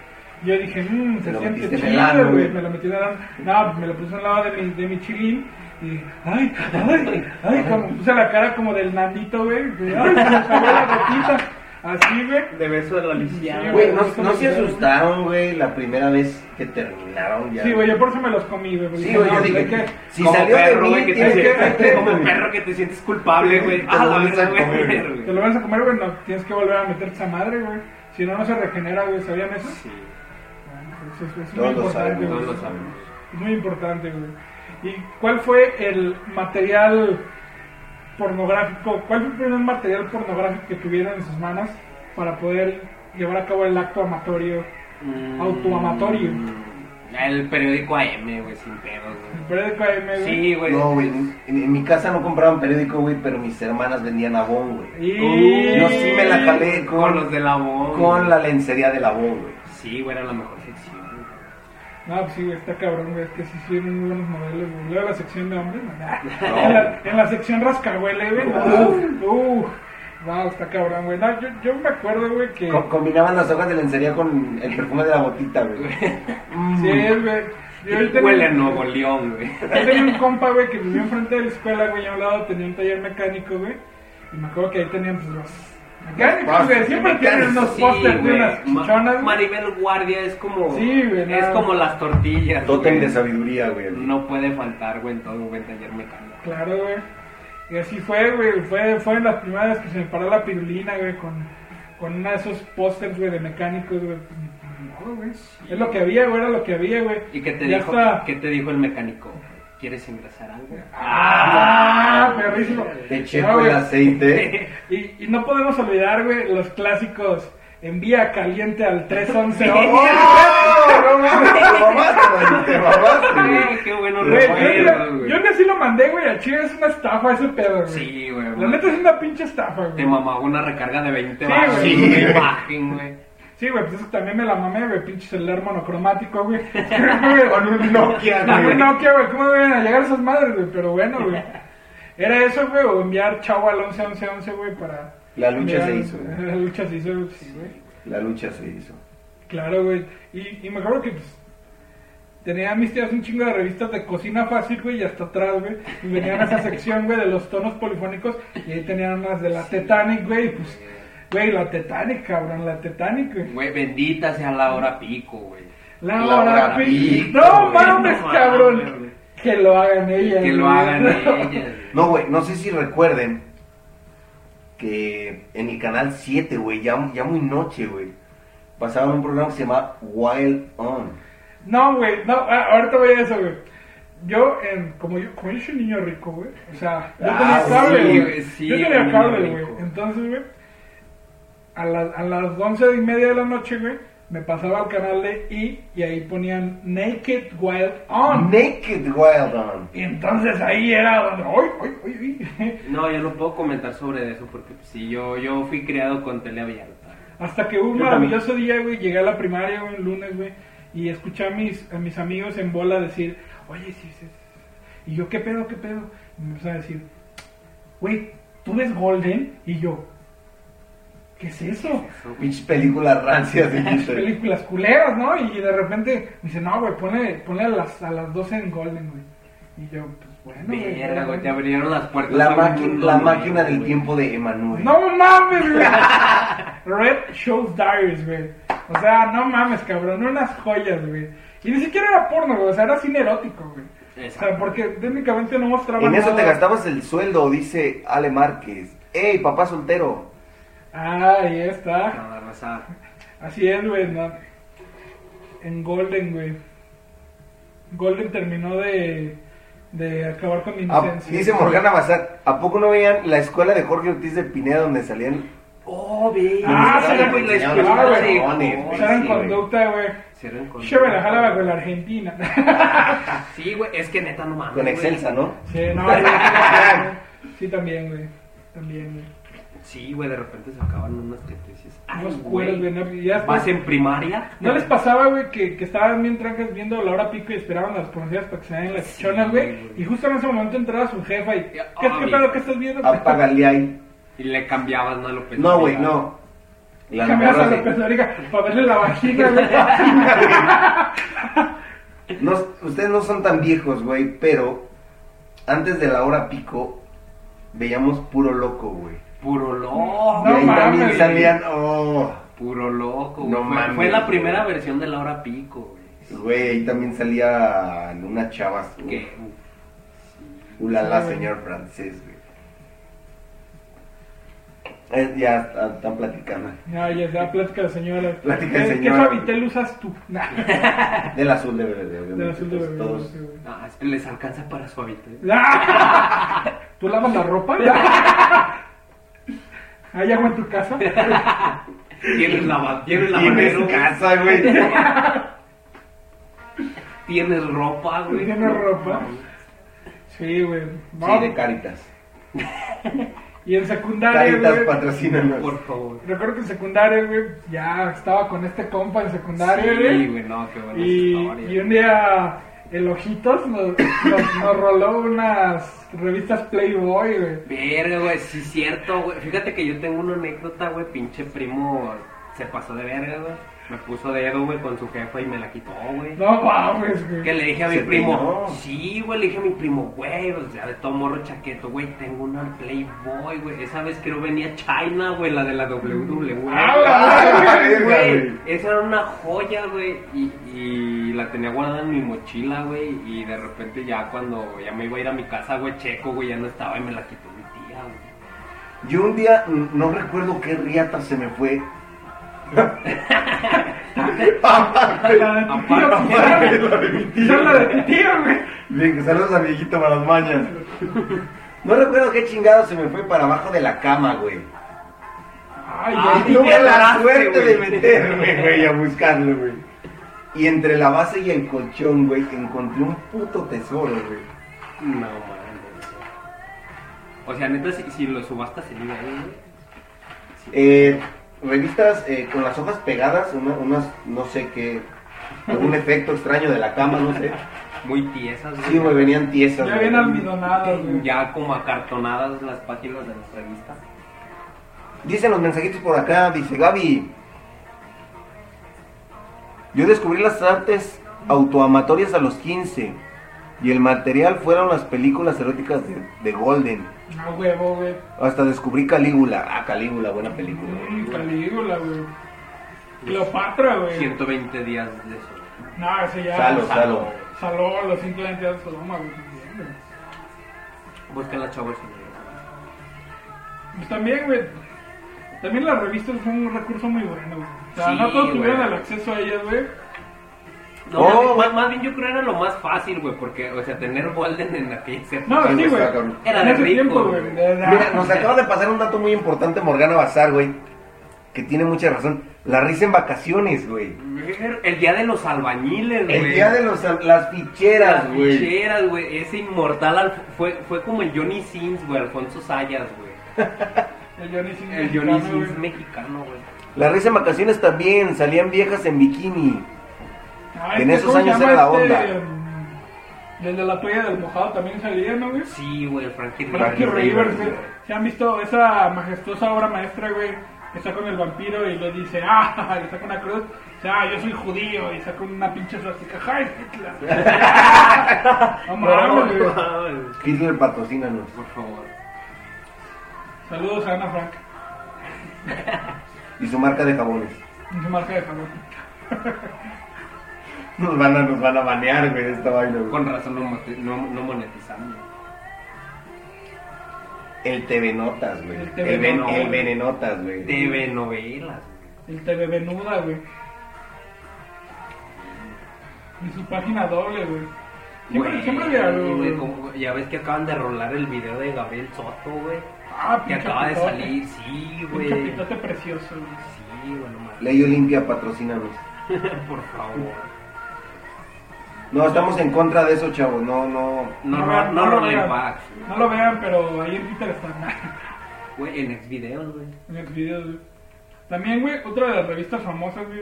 B: Yo dije, mmm,
A: Te
B: se
A: lo
B: siente
A: metiste en el ano,
B: chido, güey.
A: güey.
B: Me lo metí en el ano. No, pues, me lo puse al lado de mi, de mi chilín. Y dije, ay, ay, ay, como puse la cara como del nanito, güey. de, Ay, se me salió la gotita. Así, güey.
C: De beso de la lisiada.
B: güey.
A: Güey, no, no se asustaron, güey, la primera vez que terminaron ya.
B: Sí, güey, yo por eso me los comí, güey. porque
A: Sí, güey,
B: no,
A: yo
B: hay
A: dije,
B: que-
A: si salió de
C: perro,
A: mí,
C: güey, que te
A: tienes que- tienes
C: sientes-
A: que-
C: como perro que te sientes culpable, güey.
A: Te
C: Ah,
A: lo
C: la
A: vuelves a
C: verdad,
A: comer,
C: güey.
A: güey.
B: Te lo vas a comer, güey, no, tienes que volver a meter esa madre, güey. Si no, no se regenera, güey, ¿sabían eso?
C: Sí,
B: Bueno, pues eso es, es muy
A: Todos lo
B: importante,
A: sabemos,
B: güey.
C: todos lo sabemos.
B: Es muy importante, güey. ¿Y cuál fue el material pornográfico? ¿Cuál fue el primer material pornográfico que tuvieron en sus manos para poder llevar a cabo el acto amatorio?
C: Mm.
B: Autoamatorio.
C: El periódico AM, güey, sin pedos,
B: El periódico AM,
C: güey.
B: güey.
C: Sí, güey.
A: No, güey, en, en mi casa no compraban periódico, güey, pero mis hermanas vendían abón, güey.
B: Y-
A: Uh, Yo sí me la jalé con,
C: Con los de la voz.
A: con la lencería del abón, güey.
C: Sí, güey, era la mejor sección. güey.
B: No, pues sí, güey, está cabrón, güey. Es que sí, sí, eran muy buenos modelos, güey. Luego la sección de hombres, no, nah.
A: No.
B: en, la, en la sección rascahuele, güey. no. Uf, uf. No, está cabrón, güey. No, yo, yo me acuerdo, güey, que.
A: Co- combinaban las hojas de lencería con el perfume de la botita, güey.
B: Sí, es, güey. Yo ahí tenía-
C: Huele a Nuevo León, güey.
B: Yo tenía un compa, güey, que vivía enfrente de la escuela, güey, y a un lado tenía un taller mecánico, güey. Y me acuerdo que ahí tenían pues, los mecánicos, güey.
A: Postes,
B: Siempre tienen
A: mecánicos,
B: unos pósters de
C: güey.
B: unas
C: Ma-
B: chichonas. güey.
C: Maribel Guardia es como.
B: Sí, güey,
C: Es
B: no.
C: como las tortillas.
A: Totem de
C: güey.
A: sabiduría, güey.
C: No puede faltar, güey, en todo un buen taller mecánico.
B: Claro, güey. Y así fue, güey. Fue, fue en las primeras que se me paró la pirulina, güey, con, con una de esos pósters, güey, de mecánicos, güey. No, güey. Es lo que había, güey, era lo que había, güey.
C: ¿Y qué te,
B: Ya
C: dijo,
B: está.
C: qué te dijo el mecánico? ¿Quieres ingresar algo?
B: ¡Ah! Perrísimo.
A: Te
B: No,
A: checo
B: güey.
A: el aceite.
B: Y, y no podemos olvidar, güey, los clásicos. Envía caliente al 311. ¡Oh!
A: ¡No, no mames! ¡Te mamaste, güey! ¡Te mamaste,
C: Ay,
A: güey!
C: qué bueno
B: Güey,
C: recuerdo,
B: yo,
C: güey.
B: yo ni así lo mandé, güey. A Chile es una estafa ese pedo, güey.
C: Sí, güey.
B: La neta es una pinche estafa,
C: Te
B: güey.
C: mamaba una recarga de 20
B: Sí,
C: baros.
B: güey.
C: Sí, una imagen, güey.
B: Sí, güey, pues eso también me la mamé, güey, pinche celular monocromático, güey. Con un Nokia, Con un Nokia, güey, ¿cómo me iban a llegar esas madres, güey? Pero bueno, güey. Era eso, güey, o enviar chavo al 11-11-11, güey, para...
A: La lucha
B: enviar-
A: se hizo, güey.
B: La lucha se hizo, sí, güey.
A: La lucha se hizo.
B: Claro, güey. Y, y me acuerdo que, pues, tenía a mis tías un chingo de revistas de cocina fácil, güey, y hasta atrás, güey. Y venían a esa sección, güey, de los tonos polifónicos, y ahí tenían unas de la Titanic, güey, y pues... Güey, la Titanic, cabrón, la Titanic, güey.
C: Güey, bendita sea la hora pico, güey.
B: La
A: La
B: hora
A: hora
B: pi-
A: pico,
B: No
C: güey,
B: mames,
C: no mames, güey.
B: cabrón. Que lo hagan ellas.
C: Que lo
B: güey.
C: hagan ellas.
A: No, güey, no sé si recuerden que en el canal 7, güey, ya, ya muy noche, güey, pasaban un programa que se llama Wild On.
B: No, güey, no, ah, ahorita voy a eso, güey. Yo, en, como yo, como yo soy niño rico, güey, o sea, yo tenía
A: Ah, sí,
B: cable, güey.
C: güey, sí,
B: yo
C: era
B: tenía
C: niño
B: cable, güey.
C: rico.
B: Entonces, güey, a, las- a las once y media de la noche, güey, me pasaba al canal de I y ahí ponían Naked Wild On.
A: Naked Wild On.
B: y entonces ahí era donde, ¡ay, ay, ay, ay!
C: No, yo no puedo comentar sobre eso porque pues, sí, yo, yo fui criado con tele abierta.
B: Hasta que hubo un
A: Yo
B: maravilloso día, güey, llegué a la primaria, güey, un lunes, güey, y escuché a mis, a mis amigos en bola decir, oye, sí, sí, sí". Y yo, ¿qué pedo, qué pedo? Y me empezaron a decir, güey, ¿tú ves Golden? Y yo, ¿qué es eso?
A: Pinches películas rancias de Disney.
B: Películas culeras, ¿no? Y de repente me dice, no, güey, ponle, ponle a, las, a las 12 en Golden, güey. Y yo, pues bueno. güey,
C: Verga, güey, te
B: bueno".
C: abrieron las puertas.
A: La,
C: a un
A: máquina,
C: mundo
A: la
C: nuevo,
A: máquina del
C: güey.
A: tiempo de Emanuel.
B: No mames, güey. Red Shows Diaries, güey. O sea, no mames, cabrón. Unas joyas, güey. Y ni siquiera era porno, güey. O sea, era cine erótico, güey. O sea,
C: Exacto.
B: porque técnicamente no mostraba
A: En eso
B: nada.
A: te gastabas el sueldo, dice Ale Márquez. ¡Ey, papá soltero!
B: Ah, ahí está.
C: Nada, raza.
B: Así es, güey. ¿no? En Golden, güey. Golden terminó de, de acabar con mi
A: A-
B: inocencia.
A: dice Morgana Bazar, ¿a poco no veían la escuela de Jorge Ortiz de Pineda donde salían
C: Oh, ve.
B: Ah,
A: sí,
B: será
A: güey,
B: con
C: güey, la
A: enseñaron los
C: escuela de-
A: pantalones, güey,
B: Usaron
A: sí, güey.
B: conducta, güey.
C: Hicieron con- Ah,
B: Yo me la jalaba con la Argentina.
C: Sí, güey, es que neta no mames.
A: Con
C: Ah, güey.
A: Excelsa, ¿no?
B: Sí, no, güey, güey. Sí, también, güey. También, güey.
C: Sí, güey, de repente se acaban unas que te dices. ay,
B: Unos
C: güey,
B: Ah, cueros, güey. no, y ya después-
C: ¿Vas en primaria?
B: ¿No les pasaba, güey, que, que estaban bien trancas viendo la hora pico y esperaban a las policías para que se den las
C: Sí,
B: chichonas, güey?
C: güey.
B: Y justo en ese momento entraba su jefa y... ¿Qué,
C: Ah,
B: qué
C: mira.
B: pedo que estás viendo?
A: Apágale ahí.
C: Y le cambiabas, ¿no? Lo
A: Pues No, güey, no. Las
B: Cambias a
A: morras
B: la
A: de-
B: pesadilla para verle la vagina, güey.
A: No, ustedes no son tan viejos, güey, pero antes de la hora pico veíamos puro loco, güey.
C: Puro loco.
A: y ahí
B: mames,
A: también
B: güey.
A: salían, oh,
C: Puro loco, güey.
A: No
C: fue,
A: mames,
C: fue la
A: güey.
C: primera versión de la hora pico, güey.
A: güey, ahí también salían unas chavas.
C: Que,
A: güey. Ulala,
B: Sí, güey.
A: señor francés, güey. Eh, ya están, están platicando.
B: No, ya se da plática de señora.
A: Plática de
B: ¿Qué-
A: señora.
B: ¿Qué suavitel usas tú? Nah,
A: Del azul de verde, obviamente,
B: del azul de
A: pues,
B: bebé.
A: todos.
B: sí, güey.
C: ah, les alcanza para ¿eh? suavitar.
B: Ah, ¿Tú lavas la ropa? ¿Hay agua en tu casa?
C: Tienes lava, tienes
A: Tienes
C: lavadero,
A: casa, güey.
C: tienes ropa, güey.
B: ¿Tienes ropa? Sí, güey. No,
A: Sí, de caritas.
B: y en secundaria,
A: Caritas
B: güey.
A: patrocínanos.
C: Por favor.
B: Recuerdo que en secundaria, güey, ya estaba con este compa en secundaria,
C: Sí,
B: güey.
C: güey, no, qué buena
B: Y,
C: historia.
B: y un día el Ojitos nos, nos, nos roló unas revistas Playboy, güey.
C: Verga, güey, sí es cierto, güey. Fíjate que yo tengo una anécdota, güey, pinche primo se pasó de verga, güey. Me puso dedo, güey, con su jefa y me la quitó, güey.
B: No mames, güey.
C: Que le dije a mi
A: Se
C: primo,
A: peinó.
C: sí, güey, le dije a mi primo, güey, o sea, de todo morro chaqueto, güey, tengo una Playboy, güey. Esa vez creo venía China, güey, la de la WWE.
B: Ah, la
A: verga,
C: Güey,
A: güey.
C: esa era una joya, güey, y, y la tenía guardada en mi mochila, güey, y de repente ya cuando ya me iba a ir a mi casa, güey, checo, güey, ya no estaba y me la quitó mi tía, güey.
A: Yo un día, mm, no recuerdo qué riata se me fue.
B: La de tu tío,
C: Aparte.
B: quizá, quizá la de tu tío, güey.
A: Bien, que saludos a mi viejito para las mañas. No recuerdo qué chingado se me fue para abajo de la cama, güey.
B: Ay,
C: Ah,
A: Y
B: ay,
C: tú
A: tuve
C: te
A: la
C: agarraste,
A: suerte de
C: güey.
A: meterme, güey, a buscarlo, güey. Y entre la base y el colchón, güey, encontré un puto tesoro, güey.
C: No, mames. O sea, neta, si, si lo subastas el IBA, güey.
A: Eh, revistas eh, con las hojas pegadas, una- unas, no sé qué, algún efecto extraño de la cama, no sé.
C: Muy tiesas,
A: Sí, güey, venían tiesas.
B: ya
A: güey.
B: bien almidonadas, güey.
C: Ya como acartonadas las páginas de las revistas.
A: Dicen los mensajitos por acá, dice Gaby. Yo descubrí las artes autoamatorias a los 15 y el material fueron las películas eróticas de, de Golden.
B: A huevo, güey.
A: Hasta descubrí Calígula. Ah, Calígula, buena película. güey.
B: Mm, Calígula, güey. Cleopatra, güey.
C: 120 días de eso.
B: No, ese ya.
A: Salo, salo.
B: Saló, los cinco identidades de Sodoma, güey. también, güey.
C: Busca la chava
B: Pues también, güey. También las revistas fue un recurso muy bueno, güey. O sea,
C: Sí,
B: no todos tuvieron
C: güey.
B: el acceso a ellas, güey.
C: No,
A: Oh.
C: más, bien- más- más bien yo creo era lo más fácil, güey, porque, o sea, tener Walden en la que se...
B: No,
A: Sí,
B: sí,
A: güey,
B: güey.
A: está cabrón.
C: Era
B: En
C: de
B: ese
C: rico,
B: tiempo, güey.
C: güey.
B: de- de-
A: Mira, nos acaba de pasar un dato muy importante Morgana Bazar, güey. Que tiene mucha razón. La risa en vacaciones, güey.
C: El día de los albañiles, güey.
A: El día de los, las ficheras,
C: Las
A: güey.
C: ficheras, güey. Ese inmortal al- fue, fue como el Johnny Sins, güey, Alfonso Sayas, güey.
B: El Johnny Sins.
C: El Johnny
B: mexicano,
C: Sins
B: güey.
C: mexicano, güey.
A: La risa en vacaciones también. Salían viejas en bikini.
B: Ah,
A: En
B: este,
A: esos
B: ¿cómo
A: años
B: se
A: era la
B: llama
A: onda.
B: mm, el de la playa del mojado también salía, ¿no, güey?
C: Sí, güey, Frankie
A: Frankie
B: Frankie Rivers,
A: Rivers,
B: güey.
A: güey.
B: ¿Se han visto esa majestuosa obra maestra, güey? Que Está con el vampiro y le dice, ah, le saca una cruz. O sea, yo soy judío y saca una pinche suástica. ¡Ay, Hitler! no mames, güey.
C: mames.
A: Hitler patrocínanos.
C: Por favor.
B: Saludos a Ana Frank,
A: Y su marca de jabones.
B: en su marca de favor.
A: Nos van a, nos van a banear, güey, de esta vaina, güey.
C: Con razón no, mote- no, no monetizamos.
A: El TV Notas, güey.
B: El
A: El,
B: TV
A: ven-
C: Notas.
A: el Venenotas, güey.
C: TV novelas, güey.
B: El TV Venuda, güey. Y su página doble, güey. Siempre-
C: Güey,
B: siempre había algo,
C: güey,
B: güey.
C: como- Ya ves que acaban de rolar el video de Gabriel Soto, güey.
B: Ah,
C: Que
B: pinche
C: acaba de
B: pitote.
C: salir, sí, güey.
B: Pinche pitote precioso, güey.
C: Sí, güey, no mames.
A: Ley Olimpia, patrocínanos.
C: Por favor.
A: No, estamos en contra de eso, chavos. No, no.
C: No, no, no,
B: vean- lo
C: rolen
B: vean.
C: packs.
B: No lo vean, pero ahí en Twitter está mal.
C: Güey, en exvideos, güey.
B: En el video, güey. También, güey, otra de las revistas famosas, güey,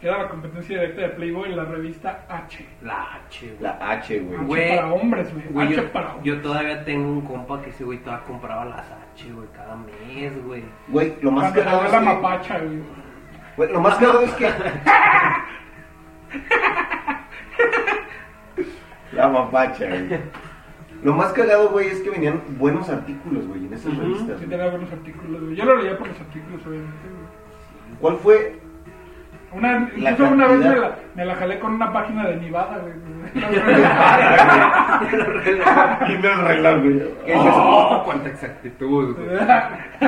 B: que era la competencia directa de Playboy, la revista H.
C: La H, güey.
A: La H,
B: H
A: güey.
C: Güey.
B: para hombres, güey.
C: Güey,
B: H
C: yo,
B: para hombres.
C: yo todavía tengo un compa que ese güey todavía compraba las H, güey, cada mes, güey.
A: Güey, lo más
B: Cuando
A: cagado
B: salió
A: es
B: la
A: que...
B: mapacha, güey.
A: güey, lo más cagado es que... La mapacha, güey. Lo más cagado, güey, es que venían buenos artículos, güey, en esas
C: Ujú,
A: revistas.
B: Sí
A: güey.
B: tenía buenos artículos, güey. Yo lo leía por los artículos, obviamente, güey.
A: ¿Cuál fue?
B: Una,
A: La
B: incluso una vez
A: cantidad.
B: me la, me la jalé con una página de Nevada, güey.
A: Y me arreglar, güey.
C: Que dices, oh, cuánta exactitud, güey.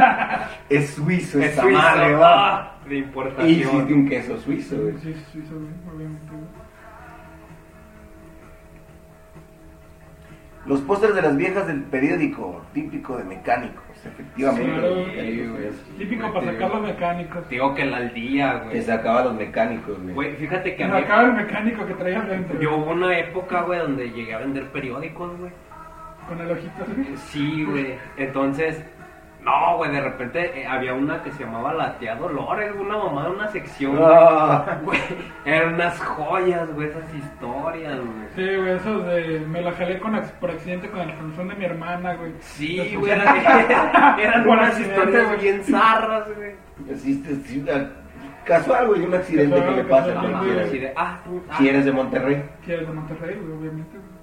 A: Es suizo,
C: Es
A: es
C: suizo,
A: madre, va.
C: ah, de importación.
A: Y hiciste un queso suizo, güey.
B: sí, sí, sí, obviamente, güey.
A: Los pósters de las viejas del periódico, típico de mecánicos, efectivamente.
B: Claro,
A: los
B: güey.
A: mecánicos, güey.
B: Típico para sacar los mecánicos.
C: Digo que la al día,
A: Te
C: güey.
A: sacaba a los mecánicos, güey.
C: Güey, fíjate que a mí-
B: Sacaba el mecánico que traías dentro.
C: Yo
B: güey,
C: hubo una época, güey, donde llegué a vender periódicos, güey.
B: Con el ojito, güey.
C: Sí, güey. Entonces, no, güey, de repente eh, había una que se llamaba La Tía Dolores, una mamá de una sección. güey.
A: Ah.
C: Güey, eran unas joyas, güey, esas historias, güey.
B: Sí, güey, esos de. Me la jalé con, ac- por accidente con el calzón de mi hermana, güey.
C: Sí, güey, eran, eran
B: Por
C: unas
B: accidente,
C: historias
B: güey.
C: bien zarras, güey.
A: Hiciste sí, a- casual, güey, un accidente
B: Casual,
A: que le pasa.
B: casual,
A: a
C: Ajá,
A: cualquiera,
B: güey.
C: así
A: güey.
C: de, ah, ah.
A: Si eres de Monterrey.
B: Que era de Monterrey, güey, obviamente. güey.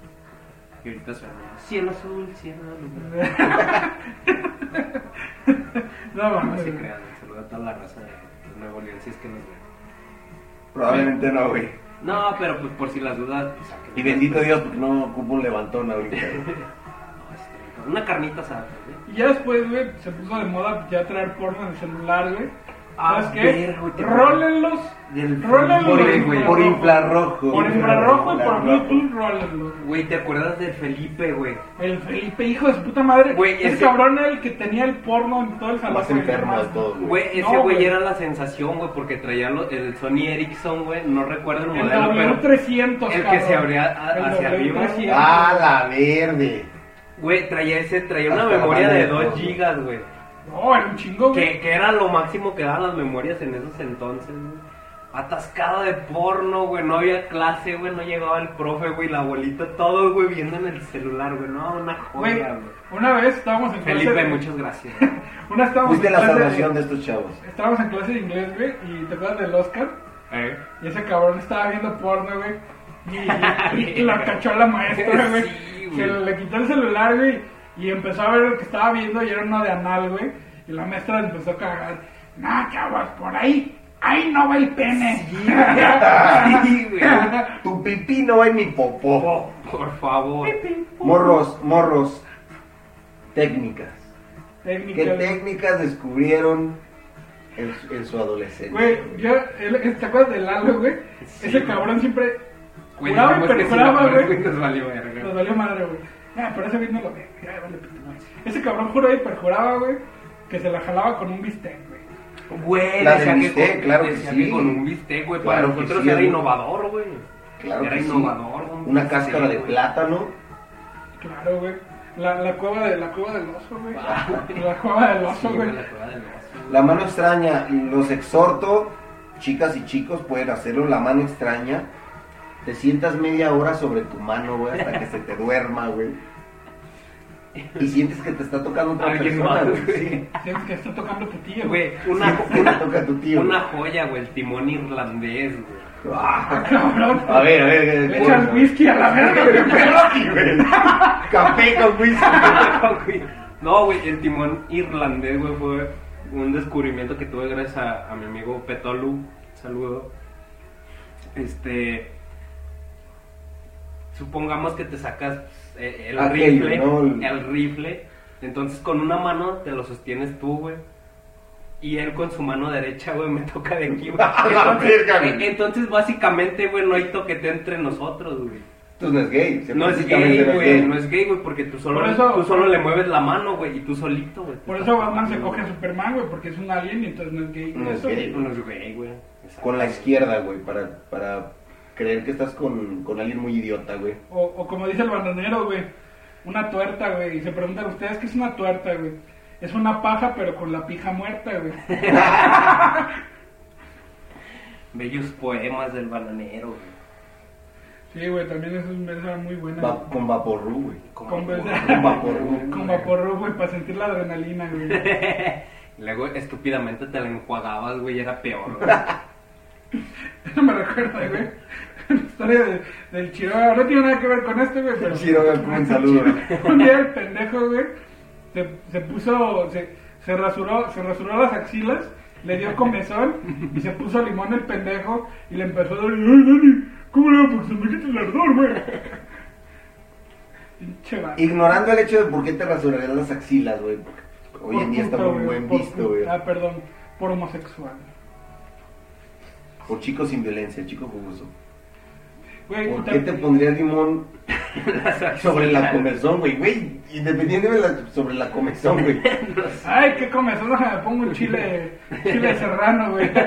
C: Y ahorita suena, cielo azul, cielo azul.
B: No,
C: No
B: mames,
C: se
B: güey.
C: crean, saludo a toda la raza de de Nuevo León, si es que nos ven.
A: Probablemente no, güey.
C: No, pero pues por si las dudas, pues, saquen.
A: Y bendito Dios, porque no ocupo un levantón ahorita. güey.
C: No, este, Una carnita asada, güey.
B: Y ya después, güey, se puso de moda ya traer porno en el celular, güey.
C: Ah,
B: ¿Sabes qué?
C: verga, güey, te-
B: Rólenlos.
C: Del-
B: Rólenlos.
C: por-
B: del
C: güey,
A: Por infrarrojo.
B: Por
A: güey.
B: infrarrojo y por
A: Infrarrojo.
B: Bluetooth, rólenlos. güey.
C: Güey, ¿te acuerdas de Felipe, güey?
B: El Felipe, hijo de su puta madre.
C: Güey,
B: ese
C: ese-
B: cabrón era el que tenía el porno en todo el salón.
A: Más
B: güey,
A: enfermo de
B: nomás.
A: todo,
C: Güey,
A: güey.
C: ese
B: No,
C: güey
B: güey.
C: era la sensación, güey, porque traía lo- el Sony Ericsson, güey. No recuerdo el
B: El
C: modelo, pero.
B: W300,
C: el que
B: cabrón.
C: se abría a-
B: El
C: hacia arriba.
B: W300.
A: Ah, la verde.
C: Güey, traía ese, traía una
A: Hasta la
C: memoria
A: madre
C: de
A: de
C: 2
A: todo.
C: gigas, güey.
B: No, era un chingo, güey.
C: Que, que era lo máximo que daban las memorias en esos entonces, güey. Atascado de porno, güey. No había clase, güey. No llegaba el profe, güey. La abuelita, todo, güey, viendo en el celular, güey. No, una
B: Güey,
C: joya, güey.
B: una vez estábamos en clase.
C: Felipe,
B: de-
C: muchas gracias.
B: Una estábamos
A: Fuiste
B: en
A: la
B: clase de-
A: salvación de estos chavos.
B: Estábamos en clase de inglés, güey, y te acuerdas del Oscar.
C: ¿Eh?
B: Y ese cabrón estaba viendo porno, güey. Y, y la cachó la maestra, güey.
C: Sí, güey.
B: Se le quitó el celular, güey. Y empezó a ver lo que estaba viendo y era uno de anal, güey. Y la maestra le empezó a cagar. No, chavos, por ahí. Ahí no va el pene.
C: Sí, güey.
A: Tu pipí no va en mi popó.
C: Por favor.
A: Morros, morros. Técnicas.
B: Técnica,
A: ¿Qué
B: güey.
A: técnicas descubrieron en su, en su adolescencia?
B: Güey, yo, el- ¿te acuerdas del Lalo, güey?
C: Sí,
B: Ese
C: güey.
B: cabrón siempre
C: Güey,
B: juraba
C: no,
B: y
C: es que si no,
B: perjuraba,
C: pues,
B: güey.
C: Nos valió verga.
B: Nos valió madre, güey. Ah, pero ese güey no lo ve. güey. Ay, vale, pito, güey. Ese cabrón juraba y perjuraba, güey, que se la jalaba con un bistec, güey.
C: Güey,
A: La
C: decía
A: del
C: que
A: bistec,
C: con-
A: claro que
C: decía
A: sí.
C: con un bistec, güey, para
A: Claro que
C: nosotros
A: sí,
C: era
A: güey.
C: innovador, güey.
A: Claro
C: era
A: que sí.
C: innovador. un
A: Una
C: bistec,
A: cáscara de
C: güey.
A: plátano.
B: Claro, güey. La, la cueva de la cueva del oso, güey. La cueva del
C: Sí,
B: oso,
C: güey,
B: güey.
C: la cueva del oso.
A: La mano extraña, los exhorto, chicas y chicos, pueden hacerlo. La mano extraña. Te sientas media hora sobre tu mano, güey, hasta que se te duerma, güey. Y sientes que te está tocando otra
C: Alguien
A: persona,
C: más,
A: güey.
C: güey.
A: sí.
B: Tienes que estar tocando tu tío,
C: Güey, una,
A: Que te toca tu tío.
C: una joya, güey, el timón irlandés, güey.
A: Ah,
B: Cabrón.
A: A ver, a ver, a ver.
B: Le echan whisky a la verga, güey.
A: Café con whisky.
C: No, güey, el timón irlandés, güey, fue un descubrimiento que tuve gracias a, a mi amigo Petolu. Saludo. Este. Supongamos que te sacas eh, el
A: Aquello,
C: rifle.
A: ¿no? El-
C: El rifle. Entonces con una mano te lo sostienes tú, güey. Y él con su mano derecha, güey, me toca de aquí, güey.
A: A la
C: Entonces,
A: verga, güey.
C: eh, entonces, básicamente, güey, no hay toquete entre nosotros, güey.
A: Entonces no es gay.
C: No es gay, güey, no es gay, güey, porque tú solo,
B: Por eso-
C: tú solo le mueves la mano, güey, y tú solito, güey.
B: Por eso Batman se coge a Superman, güey, porque es un alien y entonces no es gay.
A: No es
B: Eso,
A: gay.
C: No es gay, güey. Exacto.
A: Con la izquierda, güey, para, para creer que estás con, con alguien muy idiota, güey.
B: O, o como dice el bandonero, güey, una tuerta, güey. Y se preguntan ustedes qué es una tuerta, güey. Es una paja, pero con la pija muerta, güey.
C: Bellos poemas del bananero, güey.
B: Sí, güey, también eso es una mesa muy buena.
A: Va- con vaporru, güey.
B: Con-
A: Con vaporru.
B: Con vapor güey, para sentir la adrenalina, güey.
C: Luego estúpidamente te la enjuagabas, güey, y era peor, güey.
B: Eso me recuerda, güey. La historia de- del Chiroga. No tiene nada que ver con este, güey,
C: Pues
B: pero...
A: El Chiroga, como un saludo.
B: Un día el pendejo, güey, se, se puso... Se, se rasuró, se rasuró las axilas, le dio comezón y se puso limón el pendejo y le empezó a dar... ¡Ay, Dani! ¿Cómo le hago para que se me quite el ardor, güey? Pinche vato.
A: Ignorando el hecho de por qué te rasurarías las axilas, güey. porque Hoy en
B: Por
A: día está
B: puto,
A: muy
B: güey,
A: buen
B: por
A: visto,
B: puto.
A: güey.
B: Ah, perdón. Por homosexual.
A: Por chico sin violencia, chico jugoso.
B: Güey,
A: ¿Por
B: ta-
A: qué te pondrías limón
C: Las
A: sobre la
C: axilas.
A: comezón, güey? Güey, independiente de la, sobre la comezón, güey.
B: Ay, qué comezón, me pongo un chile, chile serrano, güey.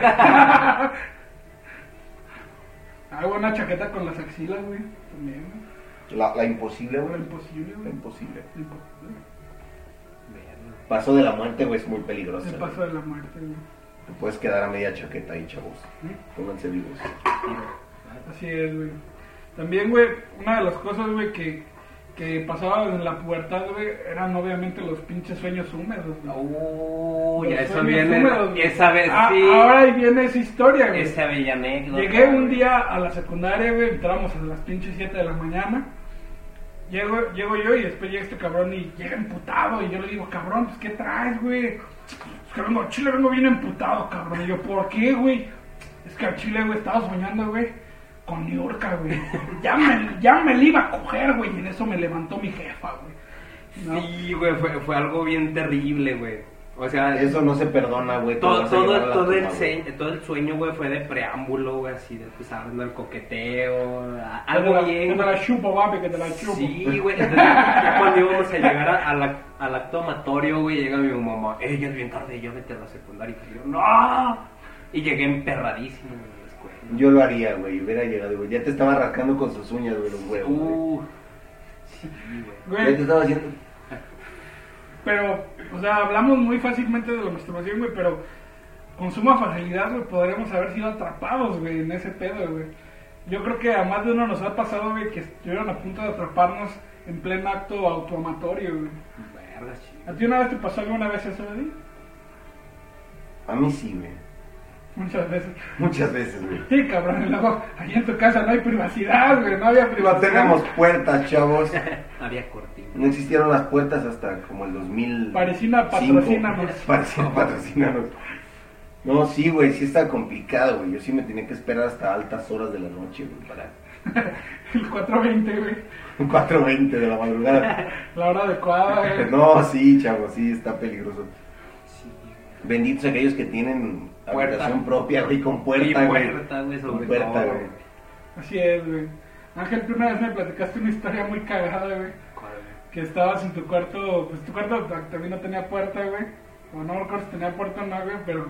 B: Hago una chaqueta con las axilas, güey. También, güey.
A: La, la imposible,
B: Pero
A: güey.
B: imposible,
A: La
B: güey.
A: imposible.
B: Imposible.
C: Verga.
A: Paso de la muerte, güey, es muy peligroso.
B: El
A: güey.
B: paso de la muerte, güey.
A: Te puedes quedar a media chaqueta ahí, chavos.
B: ¿Eh?
A: Pónganse vivos.
B: Así es, güey. También, güey, una de las cosas, güey, que, que pasaba en la pubertad, güey, eran obviamente los pinches sueños húmedos, güey.
C: Uy,
B: Los
C: eso
B: sueños
C: viene.
B: húmedos, güey.
C: Esa vez
B: Ah,
C: sí.
B: Ahora ahí viene esa historia, güey.
C: Esa bella anécdota.
B: Llegué un
C: güey.
B: día a la secundaria, güey, entramos a las pinches 7 de la mañana. Llego, llego yo y después llega este cabrón y llega emputado. Y yo le digo, cabrón, pues ¿qué traes, güey? Es que vengo a Chile, vengo bien emputado, cabrón. Y yo, ¿por qué, güey? Es que al Chile, güey, estaba soñando, güey, con Niurka, güey. Ya me, ya me la iba a coger, güey, y en eso me levantó mi jefa, güey. ¿No?
C: Sí, güey, fue, fue algo bien terrible, güey. O sea,
A: Eso no se perdona, güey. te
C: todo,
A: vas a
C: todo,
A: llevar a la
C: todo el
A: tumba, güey.
C: se- todo el sueño, güey, fue de preámbulo, güey, así de, pues, hablando del coqueteo, a- algo
B: Te la-
C: bien,
B: Te
C: güey.
B: la chupo, papi, que te la chupo.
C: Sí, güey. Entonces, ya cuando íbamos a llegar a- al ac- al acto amatorio, güey, llega mi mamá. Ey, ya es bien tarde, ya vete a la secundaria. Y yo, ¡no! Y llegué emperradísimo güey, a la escuela.
A: Yo lo haría, güey. Hubiera llegado, güey. Ya te estaba rascando con sus uñas, güey, los huevos. güey.
C: Uh, sí, güey.
B: Güey,
A: Ya te estaba haciendo.
B: Pero, o sea, hablamos muy fácilmente de la masturbación, güey, pero con suma facilidad, güey, podríamos haber sido atrapados, güey, en ese pedo, güey. Yo creo que a más de uno nos ha pasado, güey, que estuvieron a punto de atraparnos en pleno acto autoamatorio, güey.
C: Verga,
B: ¿A
C: chido.
B: ti una vez te pasó alguna vez eso, Eddie?
A: A mí sí, güey.
B: Muchas veces.
A: Muchas veces, güey.
B: Sí, cabrón, y luego, allí en tu casa no hay privacidad, güey, no había
A: No
B: privacidad.
A: tenemos puertas, chavos.
C: Había cortina.
A: No existieron las puertas hasta como el 2000.
B: Parisina, patrocínanos.
A: Parisina, patrocínanos. No, sí, güey, sí está complicado, güey. Yo sí me tenía que esperar hasta altas horas de la noche, güey, para
B: El 420, güey,
A: 4.20 de la madrugada.
B: la hora adecuada, güey.
A: No, sí, chavos, sí, está peligroso.
C: Sí, güey.
A: Benditos aquellos que tienen
C: Puerta.
A: habitación propia, güey, con puerta,
C: Y
A: güey.
C: puerta, güey, sobre
A: Con puerta,
C: todo,
A: güey. Ah,
B: Así es, güey. Ángel, tú una vez me platicaste una historia muy cagada, güey.
C: ¿Cuál, güey?
B: que estabas en tu cuarto, pues tu cuarto ta- también no tenía puerta, güey. O no me acuerdo si tenía puerta o no, güey, pero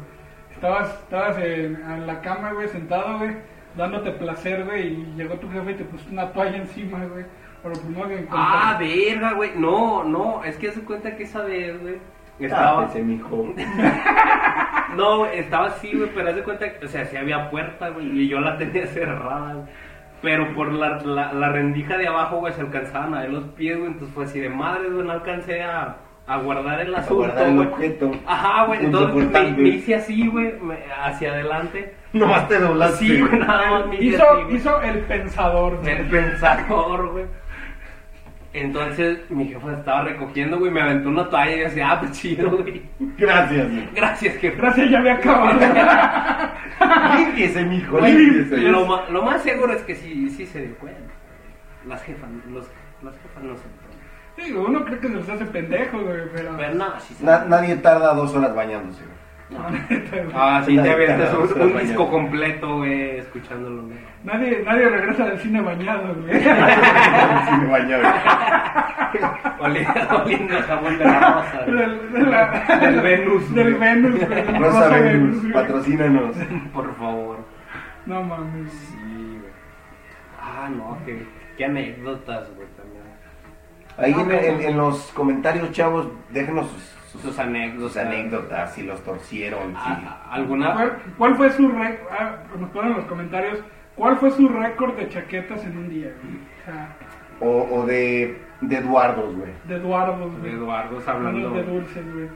B: estabas, estabas en, en la cama, güey, sentado, güey, dándote placer, güey, y llegó tu jefe y te puso una toalla encima, güey. Por lo primero que encontró.
C: Ah, verga, güey. No, no, es que hace cuenta que esa vez, güey.
A: Ah,
C: Estaba,
A: Tápese, mijo.
C: no, güey, estaba así, güey, pero haz de cuenta que, o sea, sí había puerta, güey, y yo la tenía cerrada, güey. Pero por la, la, la rendija de abajo, güey, se alcanzaban a ver los pies, güey, entonces fue así de madre, güey, no alcancé a, a guardar el asunto,
A: guardar el
C: güey.
A: objeto.
C: Ajá, güey,
A: Punto
C: entonces me,
A: importante.
C: me hice así, güey, me- hacia adelante.
A: Nomás te doblaste.
C: Sí, güey, nada más me hice así,
B: hizo,
C: güey.
B: hizo el pensador, güey.
C: El pensador, güey. Entonces mi jefa estaba recogiendo, güey, me aventó una toalla y yo decía, ah, pues chido, güey.
A: Gracias, güey.
C: Gracias, jefa.
B: Gracias, ya había acabado.
A: Límpiese, mijo,
C: Güey,
A: límpiese.
C: lo, ma- lo más seguro es que sí, sí se dio cuenta. Las jefas, los, las jefas no se enteran.
B: Digo, uno cree que se los hace pendejos, güey, pero...
C: Pero no, sí se
A: Na- nadie tarda dos horas bañándose, güey.
B: No, neta, güey.
C: Ah, sí, te
A: La década
C: avientas
A: de los
C: un, un
A: años.
C: disco completo, güey, escuchándolo, güey.
B: Nadie, nadie regresa del cine bañado, güey.
A: Sí, me baño, güey.
C: Oliendo, oliendo a jabón de la rosa, güey.
B: Del, de la-
C: Del Venus,
B: Del
C: güey.
B: Venus, güey. Del
A: Rosa Venus,
B: güey.
A: patrocínanos.
C: Por favor.
B: No mames.
C: Sí, güey. Ah, no, qué, qué anécdotas, güey, también.
A: Ahí
B: No,
A: en,
B: no,
A: en-
B: no.
A: en los comentarios, chavos, déjenos sus,
C: Sus anécdotas.
A: sus anécdotas, si los torcieron,
C: Ah,
A: si...
C: ¿Alguna?
B: ¿Cuál, cuál fue su récord? Ah, nos ponen en los comentarios. ¿Cuál fue su récord de chaquetas en un día, güey? O sea,
A: O, o de, de Eduardos, güey.
B: de Eduardo, güey.
C: Eduardo está hablando.
B: Unos de dulces, güey.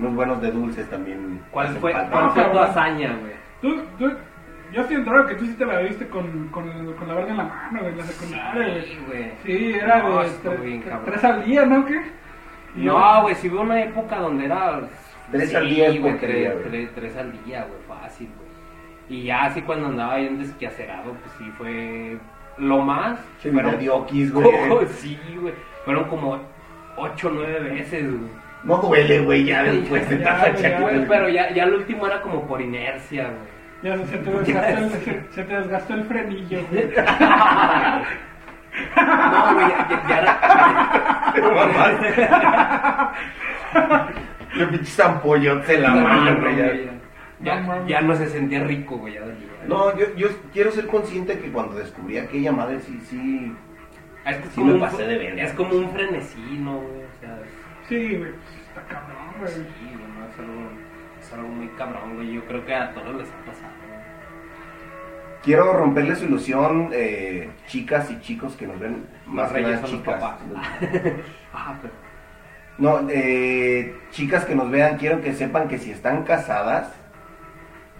A: Unos buenos de dulces también.
C: ¿Cuál
A: hacen
C: fue,
A: falta.
C: cuál fue tu
B: cabrón.
C: hazaña, güey?
B: Tú, tú, yo estoy enterado que tú sí te la viste con, con, con la verga en la mano, güey, en la secundaria, güey.
C: Sí, güey.
B: Sí, era
C: No,
B: de
C: estuvo
B: tres,
C: bien,
B: tres-
C: cabrón.
B: tres al día, ¿no? ¿Qué? Y
C: No, "Ah, güey, si hubo una época donde era.
A: Tres
C: sí,
A: al día es
C: güey.
A: porquería,
C: Tres,
A: güey.
C: tres- tres al día, güey, fácil, güey. Y ya así cuando andaba bien desquiacerado, pues sí fue lo más.
A: Che,
C: fueron-
A: mediocres, güey.
C: sí, güey. Fueron como ocho, nueve veces, güey.
A: No duele, güey, ya después de
B: Ya,
A: tanta
B: güey,
A: chaqueta.
B: ya,
C: Pero ya, ya el último era como por inercia, güey.
B: Ya se te desgastó el, se, se te desgastó el frenillo, güey.
C: No, güey, ya, ya- ya era.
A: Pero mamá. Los pinches ampollotes en la mano, güey.
C: ya,
A: ya.
C: ya-
B: No mames.
C: ya no se sentía rico, güey. Ya dolía.
A: No, yo, yo quiero ser consciente que cuando descubrí aquella madre, sí, sí.
C: Ah, es que es
A: Sí
C: como
A: me
C: un-
A: pasé de verga.
C: Es como un frenesino, güey. O sea, es-
B: Sí, güey, pues, está cabrón, güey.
C: sí, güey, no, es algo, es algo muy cabrón, güey. Yo creo que a todos les ha pasado. güey.
A: Quiero romperle su ilusión, eh, chicas y chicos que nos ven más
C: Los
A: que
C: reyes
A: nada
C: son los
A: chicas.
C: papás. Ah, pero.
A: No, eh, chicas que nos vean, quiero que sepan que si están casadas,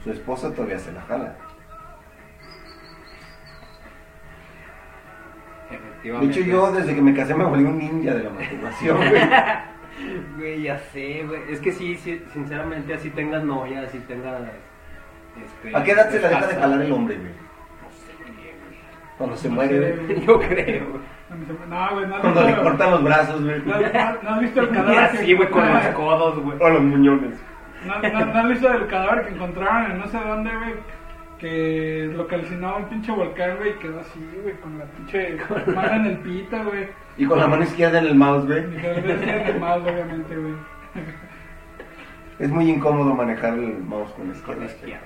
A: su esposa todavía se la jala. De
C: Efectivamente.
A: hecho, yo desde que me casé me volví un ninja de la masturbación, güey.
C: Güey, ya sé, güey. Es que sí, sí, sinceramente, así tengas novia, así tengas. Este,
A: ¿A qué edad se la deja
C: casa,
A: de jalar el hombre, güey?
C: No sé, güey.
A: Cuando se
B: No
A: muere,
B: sé,
A: güey.
B: güey.
C: Yo creo, güey.
B: No, güey, no has
A: Cuando
B: visto-
A: le cortan los brazos, güey.
B: no has- no has visto el
C: Y
B: cadáver.
C: así,
B: que-
C: güey, con los codos, güey.
A: O los muñones.
B: ¿No, no, no has visto el cadáver que encontraron en no sé dónde, güey? Que lo calcinaba un pinche volcán, güey, y quedó así, güey, con la pinche mano en el pito, güey.
A: Y con la mano izquierda en el mouse, güey.
B: Y quedó el más, obviamente, güey.
A: Es muy incómodo manejar el mouse con la
C: Con
A: izquierda.
C: la izquierda.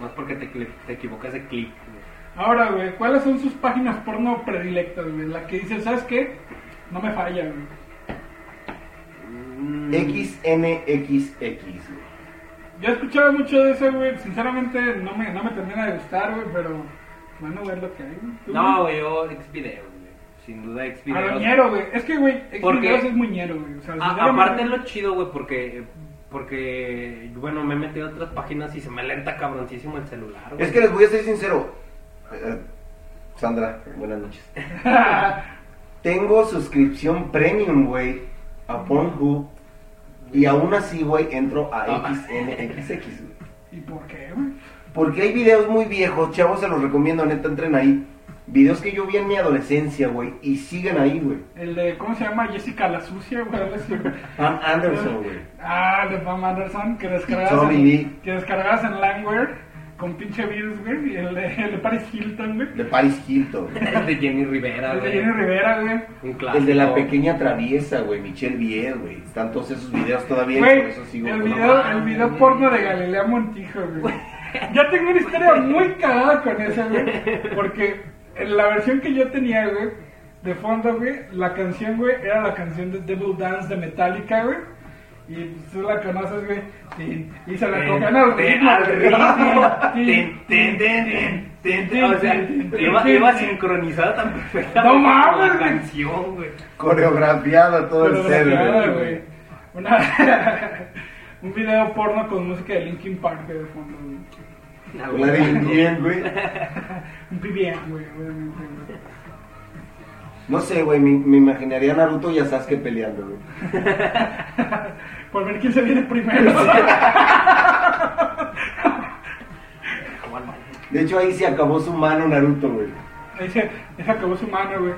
C: No es porque te, cli- te equivocas de clic, güey.
B: Ahora, güey, ¿cuáles son sus páginas porno predilectas, güey? La que dice, ¿sabes qué? No me falla, güey.
C: Mm.
A: XNXX, güey.
B: Yo escuchaba mucho de eso, güey. Sinceramente, no me, no me termina de gustar, güey, pero bueno, ver lo que hay, güey. ¿Tú,
C: Mm. No, güey, yo Xvideos, güey. Sin duda
B: güey? A lo
C: Xvideos.
B: ñero, güey. Es que, güey,
C: ¿Por qué? Ah,
B: Xvideos es muy ñero, güey. O sea,
C: A-
B: sinceramente-
C: aparte es lo chido, güey, porque porque bueno, me he metido a otras páginas y se me lenta cabroncísimo el celular, güey.
A: Es que les voy a ser sincero. Eh, Sandra, buenas noches. Tengo suscripción premium, güey, a Pornhub. Y aún así, güey, entro a
C: Ah.
A: XNXX, güey.
B: ¿Y por qué, güey?
A: Porque hay videos muy viejos, chavos, se los recomiendo, neta, entren ahí. Videos que yo vi en mi adolescencia, güey, y siguen ahí, güey.
B: El de, ¿cómo se llama? Jessica la sucia, güey. algo así, güey.
A: Pam Anderson, güey.
B: Ah, de Pam Anderson, que descargabas,
A: Tommy
B: en,
A: Lee.
B: que descargabas en Langware con pinche virus, güey. Y el de, el de Paris Hilton, güey.
A: De Paris Hilton.
C: el de Jenny Rivera,
B: El de
C: güey.
B: Jenny Rivera, güey.
C: Un clásico.
A: El de la pequeña traviesa, güey, Michelle Biel, güey. Están todos esos videos todavía, y por
B: Güey,
A: eso sigo.
B: el
A: con-
B: video, el video porno de Galilea Montijo, güey. Yo tengo una historia muy cagada con esa, güey. Porque en la versión que yo tenía, güey, de fondo, güey, la canción, güey, era la canción de Devil Dance de Metallica, güey. Y pues, tú la conoces, güey. Y, y se la
C: Ten,
B: copian al
C: ten,
B: ritmo.
C: Eh, al ritmo.
B: güey.
C: Ten, ten, ten, ten, ten, ten. O sea,
B: Tin, tin,
C: iba,
B: tin,
C: iba
B: tin.
C: sincronizada tan perfecta.
B: No
C: güey, con
B: mames,
C: la
B: güey.
C: canción, güey.
A: Coreografiada todo el ser,
B: Coreografiada,
A: güey.
B: Una- un video porno con música de Linkin Park güey, de fondo, güey.
A: La de bien, güey.
B: Un PBM, güey, obviamente, güey.
A: No sé, güey, me, me imaginaría a Naruto y a Sasuke peleando, güey.
B: Por ver quién se viene primero.
C: Ah,
A: De hecho, ahí se acabó su mano Naruto, güey.
B: Ahí se, ahí se acabó su mano, güey.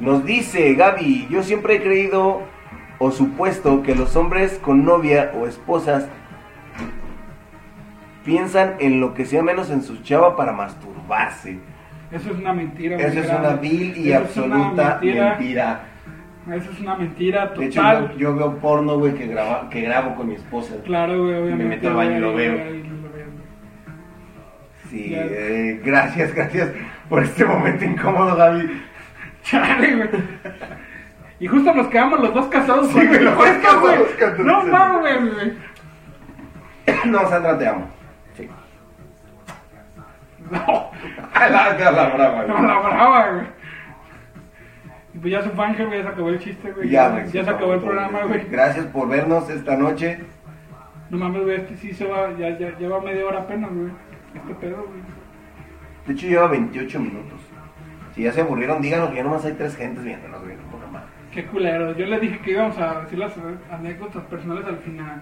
A: Nos dice Gaby, yo siempre he creído o supuesto que los hombres con novia o esposas piensan en lo que sea menos en su chava para masturbarse.
B: Eso es una mentira. muy
A: Eso es
B: grande.
A: una vil y
B: Eso es una
A: absoluta
B: mentira.
A: mentira.
B: Eso es una mentira
A: De hecho, yo,
B: total.
A: yo veo porno, güey, que, graba- que grabo con mi esposa.
B: Claro, güey, obviamente.
A: meto al baño y lo
B: güey,
A: veo.
B: güey, lo veo, güey.
A: Sí,
B: Ya.
A: eh, gracias, gracias por este momento incómodo, Gaby.
B: Chale, güey. Y justo nos quedamos los dos casados
A: Sí,
B: con
A: güey, los dos
B: respuesta,
A: casados
B: güey.
A: con tu
B: No
A: diseño.
B: mames, güey.
A: No, Sandra, te amo. Sí.
B: No,
A: A la, a la brava,
B: no la
A: güey.
B: brava, güey. Y Pues ya su Ángel, güey, ya se acabó el chiste, güey.
A: Ya, güey,
B: se acabó el programa, güey.
A: Gracias por vernos esta noche.
B: No mames, güey, este sí se va, ya, ya, ya va media hora apenas, güey. Este pedo, güey.
A: De hecho, lleva 28 minutos. Si ya se aburrieron, díganos que ya nomás hay tres gentes viéndonos, güey. no, poca madre.
B: Qué culero. Yo les dije que íbamos a decir las eh, anécdotas personales al final.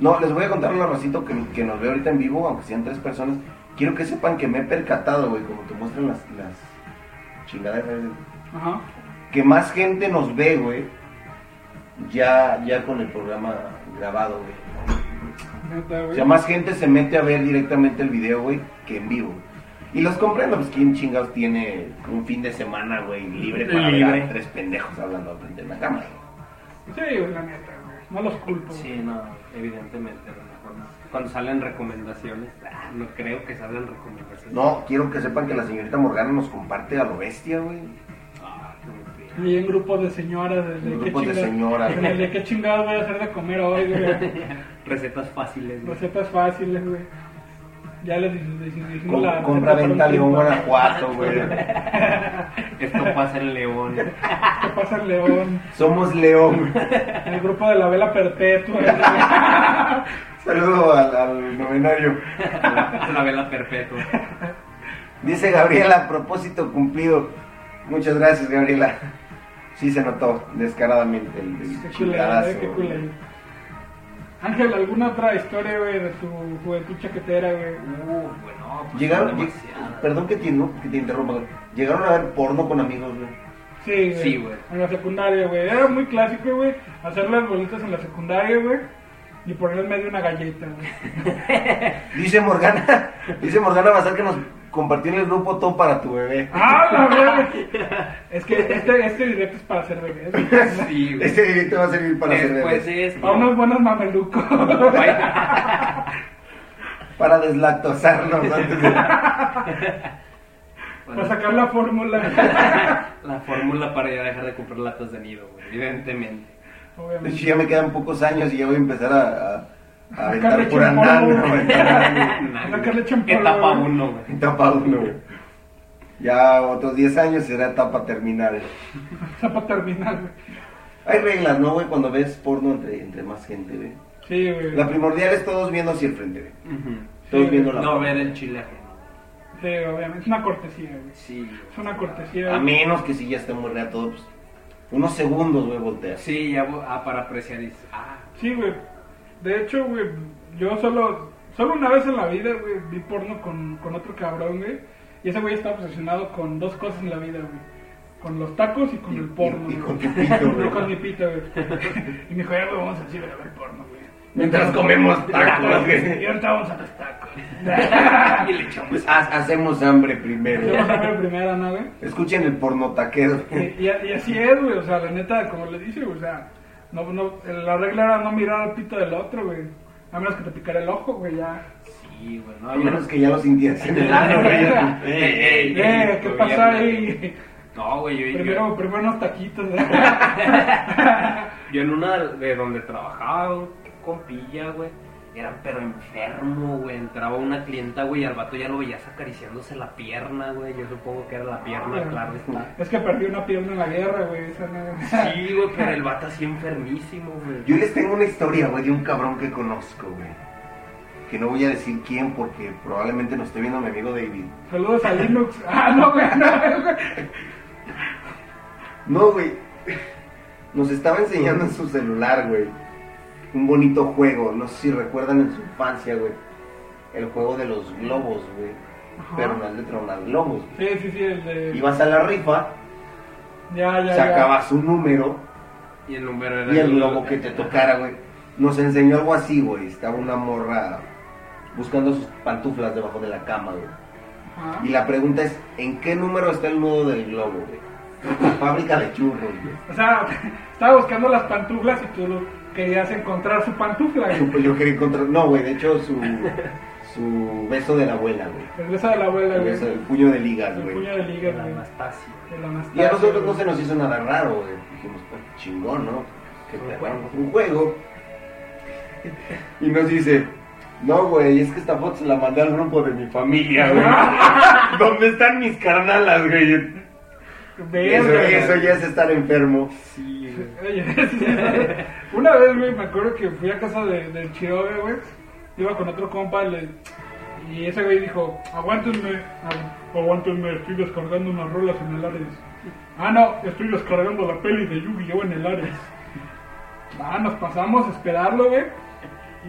A: No, les voy a contar un arrocito que, que nos ve ahorita en vivo, aunque sean tres personas. Quiero que sepan que me he percatado, güey, como te muestran las, las chingaderas, güey,
B: Ajá.
A: que más gente nos ve, güey, ya, ya con el programa grabado, güey.
B: Neta,
A: O
B: güey.
A: sea, más gente se mete a ver directamente el video, güey, que en vivo. Y los comprendo, pues quién chingados tiene un fin de semana, güey, libre para ver a
C: Libre.
A: tres pendejos hablando frente a la cámara.
B: Sí, güey, la neta, güey. No los culpo. güey.
C: Sí, no, evidentemente. a lo mejor no. Cuando salen recomendaciones, ah, no creo que salgan recomendaciones.
A: No, quiero que sepan que la señorita Morgana nos comparte a lo bestia, güey.
C: Ah, qué mentira.
B: Y en grupos de señoras, desde
A: En
B: qué
A: grupos de
B: chingados-
A: señoras.
B: en el de qué chingados voy a hacer de comer hoy, güey.
C: Recetas fáciles. güey.
B: Recetas fáciles, güey. Ya les dij- les dijimos
A: Com-
B: la.
A: compra
B: receta
A: venta
B: para un
A: León
B: tiempo.
A: Guanajuato, güey.
C: Esto pasa en León.
B: ¿Qué pasa en León?
A: Somos León.
B: El grupo de la vela perpetua. güey.
A: Saludo al, al novenario.
C: Es la vela perpetua.
A: Dice Gabriela, propósito cumplido. Muchas gracias, Gabriela. Sí se notó descaradamente el, el
B: Qué culera,
A: chingadazo,
B: güey, qué
A: güey.
B: culera. Ángel, ¿alguna otra historia, güey, de tu juventud chaquetera, güey?
C: Uh, bueno, pues
A: Llegaron, lleg-
C: demasiadas.
A: perdón que te, no, que te interrumpa, güey. llegaron a ver porno con amigos, güey.
B: Sí, güey.
C: Sí, güey.
B: En la secundaria, güey. Era muy clásico, güey. Hacer las bolitas en la secundaria, güey. Y poner en medio una galleta, güey.
A: Dice Morgana, dice Morgana Bazar que nos compartió en el grupo Tom para tu bebé.
B: ¡Ah, la verga! Es que este, este directo es para hacer bebés. güey.
C: Sí, güey.
A: Este directo va a servir para hacer
C: Después
A: bebés.
C: de
B: Para unos
C: esto.
B: buenos mamelucos.
A: Para deslactosarnos antes de-
B: Para sacar la fórmula.
C: La fórmula para ya dejar de comprar latas de nido, güey, evidentemente.
A: De hecho,
B: Obviamente.
A: ya me quedan pocos años y ya voy a empezar a, a, a aventar
B: Sacarle
A: por andar,
B: chimpolvo.
A: güey.
B: Sacarle champú,
C: ¿Qué tapa
B: güey.
C: uno, güey?
A: Etapa uno, güey. Ya otros 10 años será etapa terminal.
B: Está para terminar, güey.
A: Hay reglas, ¿no, güey? Cuando ves porno entre, entre más gente, güey.
B: Sí, güey.
A: La primordial es todos viendo hacia el frente, güey.
C: Ujú.
A: Todos
B: Sí,
A: viendo la
C: No
A: foto.
C: ver el chile ajeno.
B: Sí, obviamente. Es una cortesía, güey.
C: Sí, güey.
B: Es una cortesía.
A: A menos que si ya esté muy reato, pues, unos segundos, güey, volteas.
C: Sí, ya vo- ah, para apreciar. y- Ah,
B: Sí, güey. De hecho, güey, yo solo, solo una vez en la vida, güey, vi porno con, con otro cabrón, güey. Y ese güey está obsesionado con dos cosas en la vida, güey. Con los tacos y con
A: Y-
B: el porno.
A: y- y
B: güey.
A: con tu pito, güey.
B: Y con mi pito, güey. Y me dijo, ya, güey, vamos a decir, a ver porno, güey.
A: Mientras comemos tacos, güey.
B: Y ahorita vamos a los tacos.
C: y le echamos.
A: Pues, ha- hacemos hambre primero.
B: Vamos a ver primero, ¿no, güey?
A: Escuchen el porno taquero.
B: Y, y- y así es, güey. O sea, la neta, como le dice, güey, o sea, no, no, la regla era no mirar al pito del otro, güey. A menos que te picara el ojo, güey, ya.
C: Sí, güey, no,
A: A
C: yo-
A: menos que ya lo sentías en el ano, güey.
C: Ey, ey, ey,
B: Eh, ¿qué
C: gobierno.
B: pasa ahí?
C: No, güey, yo, yo-
B: Primero, primero unos taquitos. ¿eh?
C: yo en una de donde trabajaba, un compilla, güey. Era pero enfermo, güey. Entraba una clienta, güey, y al vato ya lo veías acariciándose la pierna, güey. Yo supongo que era la pierna, Ah, claro está.
B: Es que perdí una pierna en la guerra, güey. Esa no...
C: Sí, güey, pero el vato así enfermísimo, güey.
A: Yo les tengo una historia, güey, de un cabrón que conozco, güey. Que no voy a decir quién porque probablemente nos esté viendo mi amigo David.
B: Saludos a Linux. Ah, no, güey, no, güey.
A: No, güey. Nos estaba enseñando en su celular, güey. Un bonito juego. No sé si recuerdan en su infancia, güey. El juego de los globos, güey.
B: Ajá.
A: Pero no el de tronar globos. güey.
B: Sí, sí, sí, el de.
A: Ibas a la rifa,
B: Ya, ya. ya.
A: sacabas un número
C: Y el número era
A: y el globo que te tocara, güey. Nos enseñó algo así, güey. Estaba una morra buscando sus pantuflas debajo de la cama, güey.
B: Ajá.
A: Y la pregunta es, ¿en qué número está el nudo del globo, güey? Fábrica de churros, güey.
B: O sea, estaba buscando las pantuflas y tú lo querías encontrar su pantufla, güey.
A: Yo, pues, yo quería encontrar... No, güey, de hecho su, su beso de la abuela, güey.
B: El beso de la abuela,
A: El
B: güey.
A: beso, el puño de ligas,
B: El
A: güey.
B: puño de liga,
C: La
B: güey.
C: Anastasia.
B: El Anastasia,
A: Y a nosotros no
B: güey.
A: se nos hizo nada raro, güey. Dijimos, pues chingón, ¿no? Que
C: Un
A: te
C: juego.
A: hagamos un juego. Y nos dice, no, güey, es que esta foto se la mandé al grupo de mi familia, güey. ¿Dónde están mis carnalas, güey? Eso,
B: Verga,
A: eso ya es estar enfermo.
C: Sí, güey.
B: Oye, una vez, güey, me acuerdo que fui a casa de- del Chirobe, güey. Iba con otro compa le- y ese güey dijo, aguántenme, agu- aguántenme, estoy descargando unas rolas en el Ares. Ah, no, estoy descargando la peli de Yu-Gi-Oh en el Ares. Ah, nos pasamos a esperarlo, güey.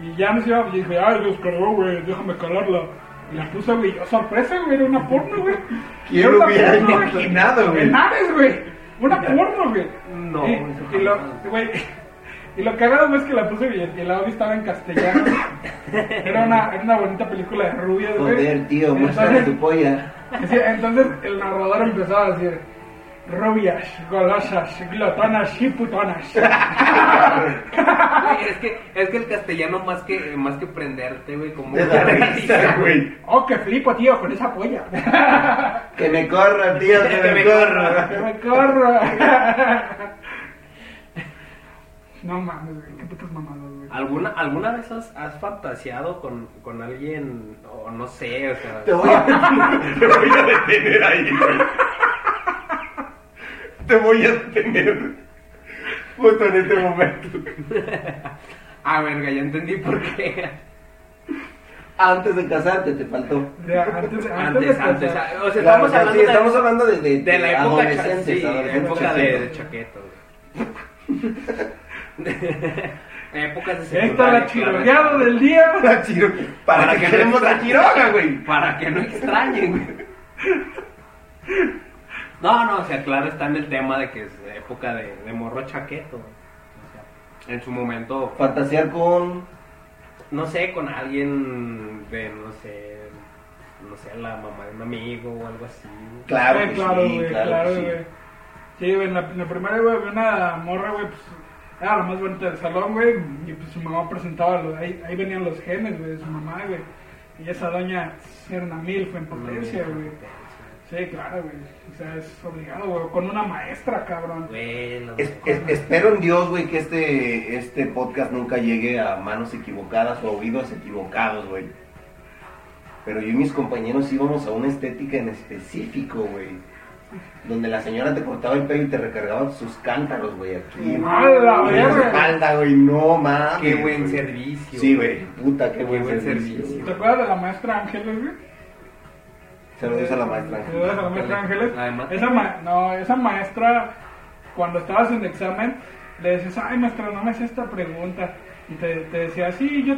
B: Y ya nos iba, y dije, ay, descargó, güey, déjame calarla. Y la puse, güey, yo, sorpresa, güey, era una porno, güey.
A: ¿Quién
B: Era
A: lo
B: una
A: hubiera
B: porno, güey.
A: imaginado, güey?
B: En Ares, güey. Una porno, güey.
C: No,
B: Y,
C: eso
B: y lo,
C: jamás.
B: güey, y lo cagado güey, es que la puse bien. Y el audio estaba en castellano. Era una, era una bonita película de rubias, güey.
A: Joder, tío, muéstrame
B: entonces,
A: tu polla.
B: sí, entonces el narrador empezaba a decir: Rubias, golosas, glotonas y putonas.
C: Güey, es que, es que el castellano más que, más que prenderte, güey, como
A: Te da risa, güey.
B: Oh, que flipo, tío, con esa polla.
A: Que me corra, tío, que me
B: que
A: corra.
B: me corro. No mames, güey, qué putas mamadas, güey.
C: ¿Alguna, ¿Alguna vez has, has fantaseado con, con alguien, o no sé, o sea...
A: Te voy a, te voy a detener ahí, güey. Te voy a detener. Justo en este momento.
C: Ah, verga, ya entendí por qué.
A: Antes de casarte te faltó.
B: O sea, antes,
C: Antes, antes,
B: antes.
C: o sea, estamos
A: Claro,
C: hablando
A: sí,
C: de,
A: estamos hablando de, de-
C: de la época, cha-
A: adolescentes,
C: sí,
A: adolescentes,
C: época de, de
A: chaquetos.
C: chaqueta, güey. Época de
B: Esta es la
C: secundaria,
B: chiroleada
C: claro.
B: del día.
A: La Chiro- Para,
C: Para
A: que
C: que
A: queremos
C: no
A: la Quiroga, güey.
C: Para que no extrañen, güey. No, no, o sea, claro, está en el tema de que es época de, de morro chaqueto. güey. O sea, en su momento,
A: Fantasear con.
C: no sé, con alguien de, no sé, no sé, la mamá de un amigo o algo así. güey.
A: Claro,
B: Eh,
A: que
B: claro,
A: sí,
B: güey,
A: claro,
B: claro,
A: que sí.
B: güey. Sí, güey, en la, en la primaria, güey, había una morra, güey, pues, era la más bonita del salón, güey, y pues su mamá presentaba, los- ahí, ahí venían los genes, güey, de su mamá, güey. Y esa doña era una mil,
A: Mm.
B: fue en potencia, güey. Sí, claro, güey. O sea, es obligado, güey, con una maestra, cabrón.
C: Güey, la
A: Es-
C: mejor.
A: es- espero en Dios, güey, que este, este podcast nunca llegue a manos equivocadas o a oídos equivocados, güey. Pero yo y mis compañeros íbamos a una estética en específico, güey. Donde la señora te cortaba el pelo y te recargaba sus cántaros, güey, aquí. güey.
B: ¡A la
A: En la
B: verga!
A: espalda, güey, no mames.
C: Qué buen
A: güey.
C: servicio.
A: Sí, güey, puta, qué,
C: Qué
A: buen,
C: buen
A: servicio.
C: servicio.
A: güey.
B: ¿Te acuerdas de la maestra Ángeles, güey?
A: Se lo dice a la maestra.
B: Se lo dice a la maestra Ángeles.
C: La de mate.
B: Esa ma- no, esa maestra, cuando estabas en el examen, le decías, ay maestra, no me haces esta pregunta. Y te, te decía, sí, yo,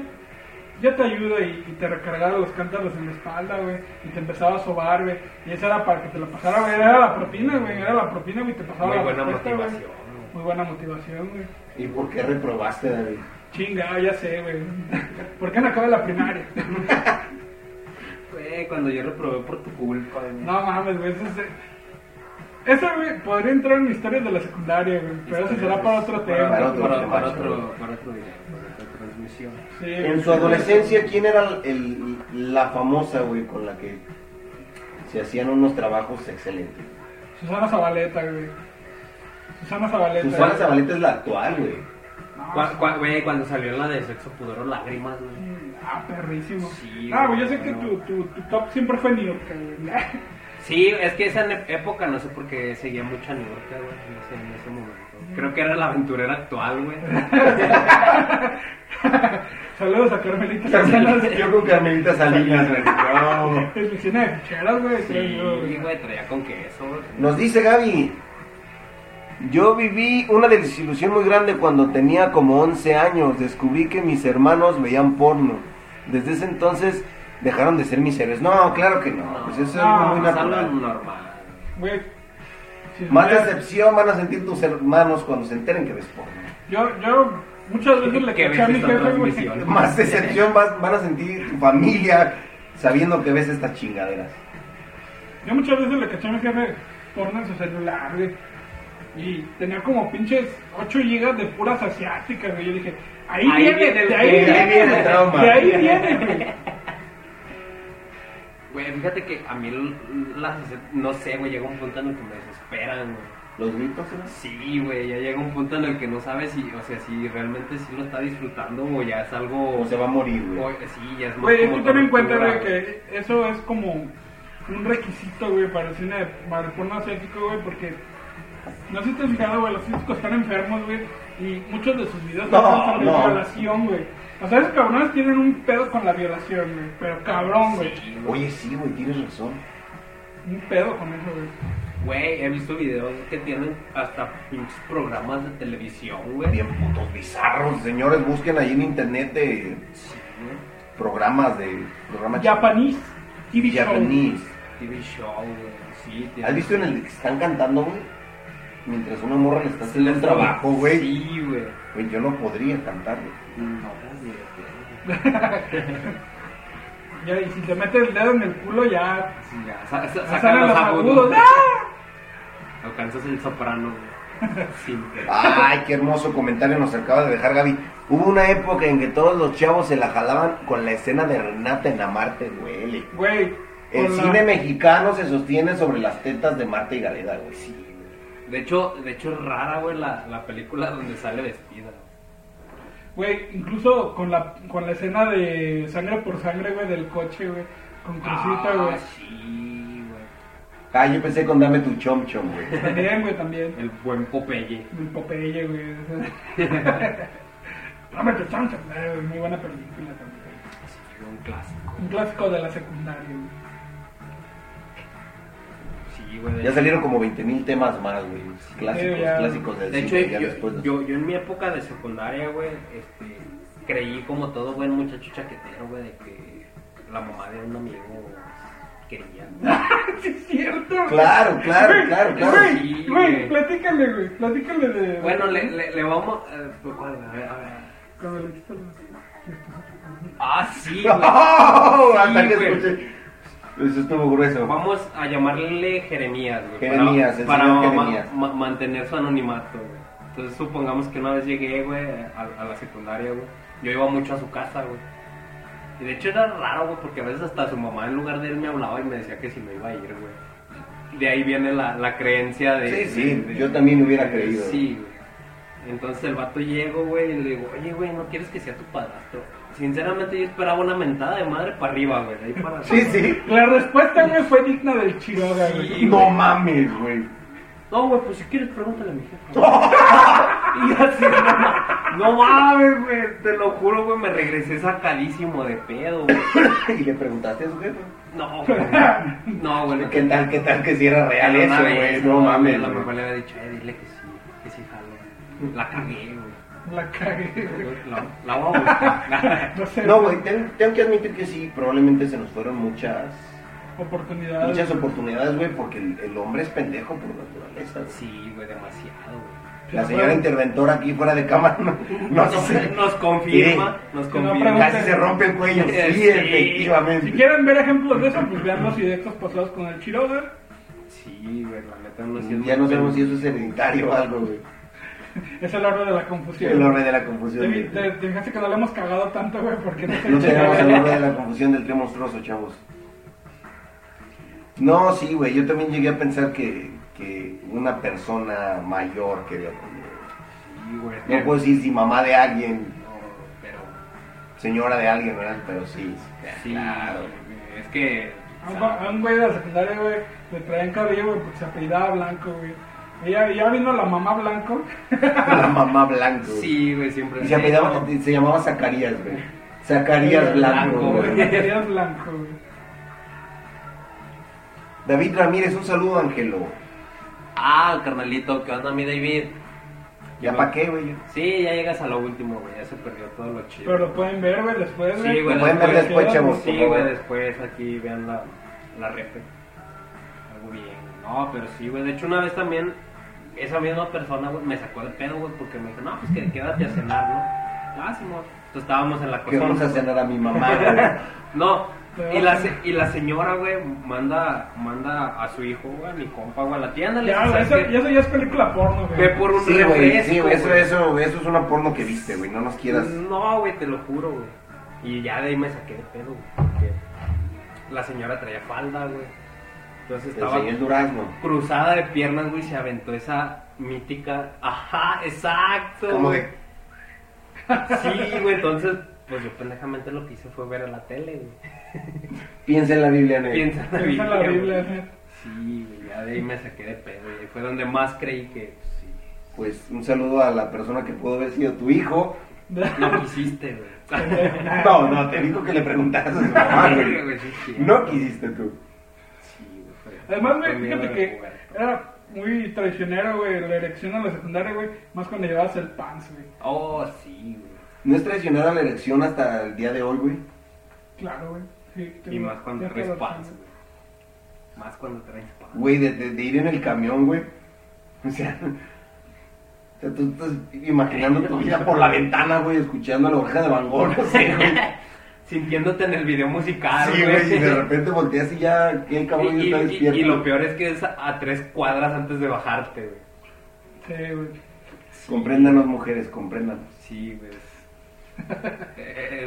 B: yo te ayudo. Y, y te recargaba los cántaros en la espalda, güey. Y te empezaba a sobar, güey. Y esa era para que te lo pasara, güey. Era la propina, güey. Era la propina, güey. y Te pasaba
C: Muy
B: la
C: buena
B: respuesta, güey.
C: motivación.
B: Muy buena motivación, güey.
A: ¿Y por qué reprobaste, David?
B: Chinga, ya sé, güey. ¿Por qué no acabé la primaria?
C: Güey, cuando yo reprobé por tu culpa. güey.
B: No mames, güey, eso es... Esa, güey, podría entrar en historias de la secundaria, güey, pero eso será para otro tema.
A: Para otro
C: para,
A: tema,
C: para
A: sí.
C: otro, para otro video, para otra transmisión.
B: Sí,
A: En
B: güey.
A: su adolescencia, ¿quién era el- la famosa, güey, con la que se hacían unos trabajos excelentes?
B: Susana Zabaleta, güey. Susana Zabaleta.
A: Susana
B: güey.
A: Zabaleta es la actual, güey.
B: No,
C: Cu- cu- güey, cuando salió la de sexo, pudor o lágrimas, güey.
B: Ah, perrísimo.
C: Sí,
B: ah, güey,
C: güey,
B: yo sé que
C: no.
B: tu, tu, tu top siempre fue New York, güey.
C: Sí, es que esa ne- época no sé por qué seguía mucho a New York, güey, en ese, en ese momento. Creo que era la aventurera actual, güey.
B: Saludos a Carmelita Salinas.
A: Yo con Carmelita Salinas, güey. No.
B: Es vecina de ficheras, güey.
C: Sí,
B: creo yo, güey.
C: güey, traía con queso, güey.
A: Nos dice Gaby, yo viví una desilusión muy grande cuando tenía como 11 años. Descubrí que mis hermanos veían porno. Desde ese entonces dejaron de ser mis héroes. No, claro que no. Pues eso es
B: No,
A: algo muy
C: Pues algo
A: natural.
C: normal.
B: Güey, Sí,
A: Más
B: mira,
A: decepción van a sentir tus hermanos cuando se enteren que ves porno.
B: Yo, yo muchas veces le
C: ¿Qué
B: caché a
C: ves
B: mi
C: esta
B: jefe, güey.
C: transmisión?
A: Más decepción vas- van a sentir tu familia sabiendo que ves estas chingaderas.
B: Yo muchas veces le caché a mi jefe porno en su celular, güey. Y tenía como pinches 8 gigas de puras asiáticas, güey. Yo dije, ahí,
C: Ahí
B: viene,
C: viene el-
B: de ahí
C: de
B: viene,
C: ahí
A: viene el trauma.
B: de ahí viene, güey.
C: Güey, fíjate que a mí l- las, no sé, güey, llega un punto en el que me desesperan, güey.
A: Los gritos, ¿no?
C: Sí, güey, ya llega un punto en el que no sabes si, o sea, si realmente sí lo está disfrutando o ya es algo...
A: O se va a morir,
C: o-
A: güey.
C: sí, ya es más
B: Güey,
C: como
B: tú ten en cuenta,
C: tortura,
B: güey, que eso es como un requisito, güey, para el cine, para el porno asiático, güey, porque no sé si te has fijado, güey, los asiáticos están enfermos, güey, y muchos de sus videos
A: No,
B: tratan sobre
A: no.
B: violación, güey. O sea, esos cabrones tienen un pedo con la violación, güey, pero cabrón, güey.
C: Sí,
A: Oye, sí, güey, tienes razón.
B: Un pedo con eso, güey.
C: Güey, he visto videos que tienen hasta pinches programas de televisión, güey.
A: Bien putos bizarros, señores. Busquen ahí en internet de
C: Sí, güey.
A: programas de. Programas
B: Japanese TV show.
A: Japanese.
C: TV show, güey. Sí, tiene-
A: ¿Has visto en el que están cantando, güey? Mientras una morra le está haciendo
C: el
A: un trabajo, güey.
C: Sí, güey.
A: Güey, yo no podría cantar, güey.
C: No, pues, güey.
B: "Oh, Ya, y si te metes el dedo en el culo, ya
C: Sí, ya, sa- sa-
B: ya
C: sacan
B: salen
C: los
B: los agudos.
C: agudos.
B: ¡Ah!
C: Alcanzas el soprano, güey. Sí, güey.
A: Ay, qué hermoso comentario nos acaba de dejar Gaby. Hubo una época en que todos los chavos se la jalaban con la escena de Renata en la Marte, güey.
B: ¡Ah! Güey.
A: El
B: con la-
A: cine mexicano se sostiene sobre las tetas de Marta y Gareda, güey.
C: Sí, güey. De hecho, de hecho es rara, güey, la, la película donde sale vestida. güey.
B: Güey, incluso con la, con la escena de sangre por sangre, güey, del coche, güey. Con crucita, güey.
C: Ah, sí, güey.
A: Ah, yo pensé con dame tu chom chom, güey.
B: También, güey, también.
C: El buen Popeye.
B: El Popeye, güey. Dame tu chance, güey. Muy buena película también.
C: Sí, un clásico.
B: Un clásico de la secundaria, güey.
C: Sí, güey. de
A: Ya
C: hecho-
A: salieron como 20 mil temas más, güey. Clásicos,
B: Sí, ya.
A: clásicos del
C: De hecho,
A: cine. ya
C: yo,
A: después los-
C: yo, yo en mi época de secundaria, güey, este, creí como todo buen muchacho chaquetero, güey, de que la mamá de un amigo quería. güey.
B: Ah, sí, es cierto. güey.
A: Claro, claro, claro, claro.
B: Güey,
C: Sí,
B: güey,
C: güey.
B: platícale, güey. Platícale de.
C: Bueno, le, le, le vamos. eh, pues, ¿cuál? a ver, a ver.
B: Cuando le quitas los-
C: Ah, sí, güey.
A: ¡Oh!
C: Sí,
A: Hasta que
C: güey.
A: escuché. Eso estuvo grueso.
C: Vamos a llamarle Jeremías, güey.
A: Jeremías, el
C: para, para
A: señor
C: ma-
A: Jeremías.
C: ma- mantener su anonimato, güey. Entonces, supongamos que una vez llegué, güey, a, a la secundaria, güey. Yo iba mucho a su casa, güey. Y de hecho era raro, güey, porque a veces hasta su mamá en lugar de él me hablaba y me decía que si me iba a ir, güey. De ahí viene la, la creencia de...
A: Sí, sí,
C: de- de-
A: yo también hubiera creído.
C: Sí, güey. Entonces el vato llego, güey, y le digo, oye, güey, ¿no quieres que sea tu padrastro? Sinceramente yo esperaba una mentada de madre para arriba, güey, de ahí para
A: Sí, sí.
B: La respuesta, güey, fue digna del Chiroga, güey.
C: Sí.
A: No mames, güey.
C: No, güey, pues si quieres pregúntale a mi jefe. y así, no, ma- no mames, güey, te lo juro, güey, me regresé sacadísimo de pedo, güey.
A: y le preguntaste a su jefe.
C: No, güey. No, güey. no
A: ¿Qué
C: te-
A: tal, qué tal que si era real
C: Pero una
A: eso,
C: vez,
A: güey? No mames.
C: A lo
A: güey.
C: mejor le había dicho, eh, dile que sí, que sí, jalo. La cagué, güey.
B: La cagué, güey.
C: La, la voy a buscar.
B: No sé.
A: No, güey, ten- tengo que admitir que sí, probablemente se nos fueron muchas
B: Oportunidades.
A: muchas oportunidades, güey, porque el, el hombre es pendejo por naturaleza. güey.
C: Sí, güey, demasiado, güey.
A: La señora interventora aquí fuera de cámara no, no
C: Nos,
A: sé,
C: nos confirma,
A: Sí.
C: nos
B: Que no
C: confirma.
B: pregunte.
A: casi se rompe el cuello. Sí,
C: Sí.
B: Si
A: efectivamente.
B: quieren ver ejemplos de eso, pues vean los directos pasados con el Chiroga.
C: Sí, güey, la neta no sé.
A: Ya no sabemos si eso es hereditario o algo, güey.
B: Es el orden de la confusión.
A: El orden de la
B: Te,
A: confusión.
B: vi- te- te fijaste que no le hemos cagado tanto, güey, porque no,
A: No
B: se
A: tenemos el nombre de la confusión del trío monstruoso, chavos. No, sí, güey, yo también llegué a pensar que, que una persona mayor quería conmigo.
C: Sí, güey.
A: No puedo decir si mamá de alguien,
C: No, pero...
A: señora de alguien, ¿verdad? Pero sí.
C: Sí, es que.
B: A un gua- a un güey de la secundaria, güey, le traían cabello, güey, porque se apellidaba Blanco, güey. Y ya, ya vino la mamá Blanco.
A: La mamá blanco.
C: Sí, güey, siempre.
A: Y se, apellidaba- se llamaba Zacarías, güey.
B: Eh,
A: Zacarías Blanco,
C: Blanco,
A: güey.
C: güey.
B: Zacarías Blanco, güey.
A: David Ramírez, un saludo, Ángelo.
C: Ah, carnalito, ¿qué onda, mi David?
A: ¿Ya pa' qué, güey?
C: Sí, ya llegas a lo último, güey, ya se perdió todo lo chido.
B: Pero lo pueden ver, güey, después, güey.
C: Sí, güey,
A: Lo pueden ver después,
C: quedan-
A: chavos, por
C: Sí,
A: favor.
C: güey, después aquí vean la, la refe. Algo bien. No, pero sí, güey. De hecho, una vez también, esa misma persona, güey, me sacó de pedo, güey, porque me dijo, no, pues que quédate a cenar, ¿no? Ah, Simón. Entonces estábamos en la
A: Que
C: cocina.
A: vamos a cenar a mi mamá, güey.
C: No, y la, se- y la señora, güey, manda, manda a su hijo, güey, a mi compa, güey, a la tienda. le dice,
B: Ya, güey,
C: "¿Sabes
B: eso,
C: qué?
B: y eso ya es película porno,
C: Ve
B: güey.
C: por un
A: Sí, güey,
C: refresco.
A: sí, güey, eso,
C: güey".
A: eso, güey, eso es una porno que viste, güey, no nos quieras.
C: No, güey, te lo juro, güey. Y ya de ahí me saqué de pedo, güey. porque La señora traía falda, güey. Entonces
A: Te
C: estaba
A: enseñé el durazno.
C: cruzada de piernas, güey, se aventó esa mítica. Ajá, exacto.
A: Como
C: güey.
A: de,
C: Sí, güey, entonces, pues yo pendejamente lo que hice fue ver a la tele, güey.
A: piensa en la Biblia, negro.
C: Piensa en la
B: Piensa
C: Biblia.
B: en la
C: güey.
B: Biblia, ajá.
C: Sí, güey, ya de ahí me saqué de pedo, güey. Fue donde más creí que, pues, sí,
A: Pues un saludo a la persona que pudo haber sido tu hijo.
C: no quisiste,
A: Ah,
C: güey.
A: No, no, te digo que le preguntaras a su mamá, güey.
C: Sí, sí.
A: No quisiste tú.
C: Sí, güey, fue-
B: Además,
C: fue
B: güey,
C: miedo
B: fíjate
C: de
B: que
C: jugar.
B: era muy traicionero, güey, la erección a la secundaria, güey. Más cuando llevabas el pants, güey.
C: Oh, sí, güey.
A: No es traicionar a la elección hasta el día de hoy, güey.
B: Claro, güey. Sí,
C: Y más cuando
B: tienes
C: traes
B: razón,
C: pants,
B: güey.
C: güey. Más cuando traes pants.
A: Güey, de, de- de ir en el camión, güey. O sea, o sea, tú estás imaginando tu vida por la ventana, güey, escuchando la oreja de Van Gogh, no sé, güey.
C: Sintiéndote en el video musical,
A: Sí, güey, y de repente volteas y ya, que el cabrón
C: Ah, Y-
A: ya está
C: y- y-
A: despierto.
C: y lo peor es que es a a tres cuadras antes de bajarte, güey.
B: Sí, güey.
A: Compréndanos, mujeres, compréndanos.
C: Sí, güey. es-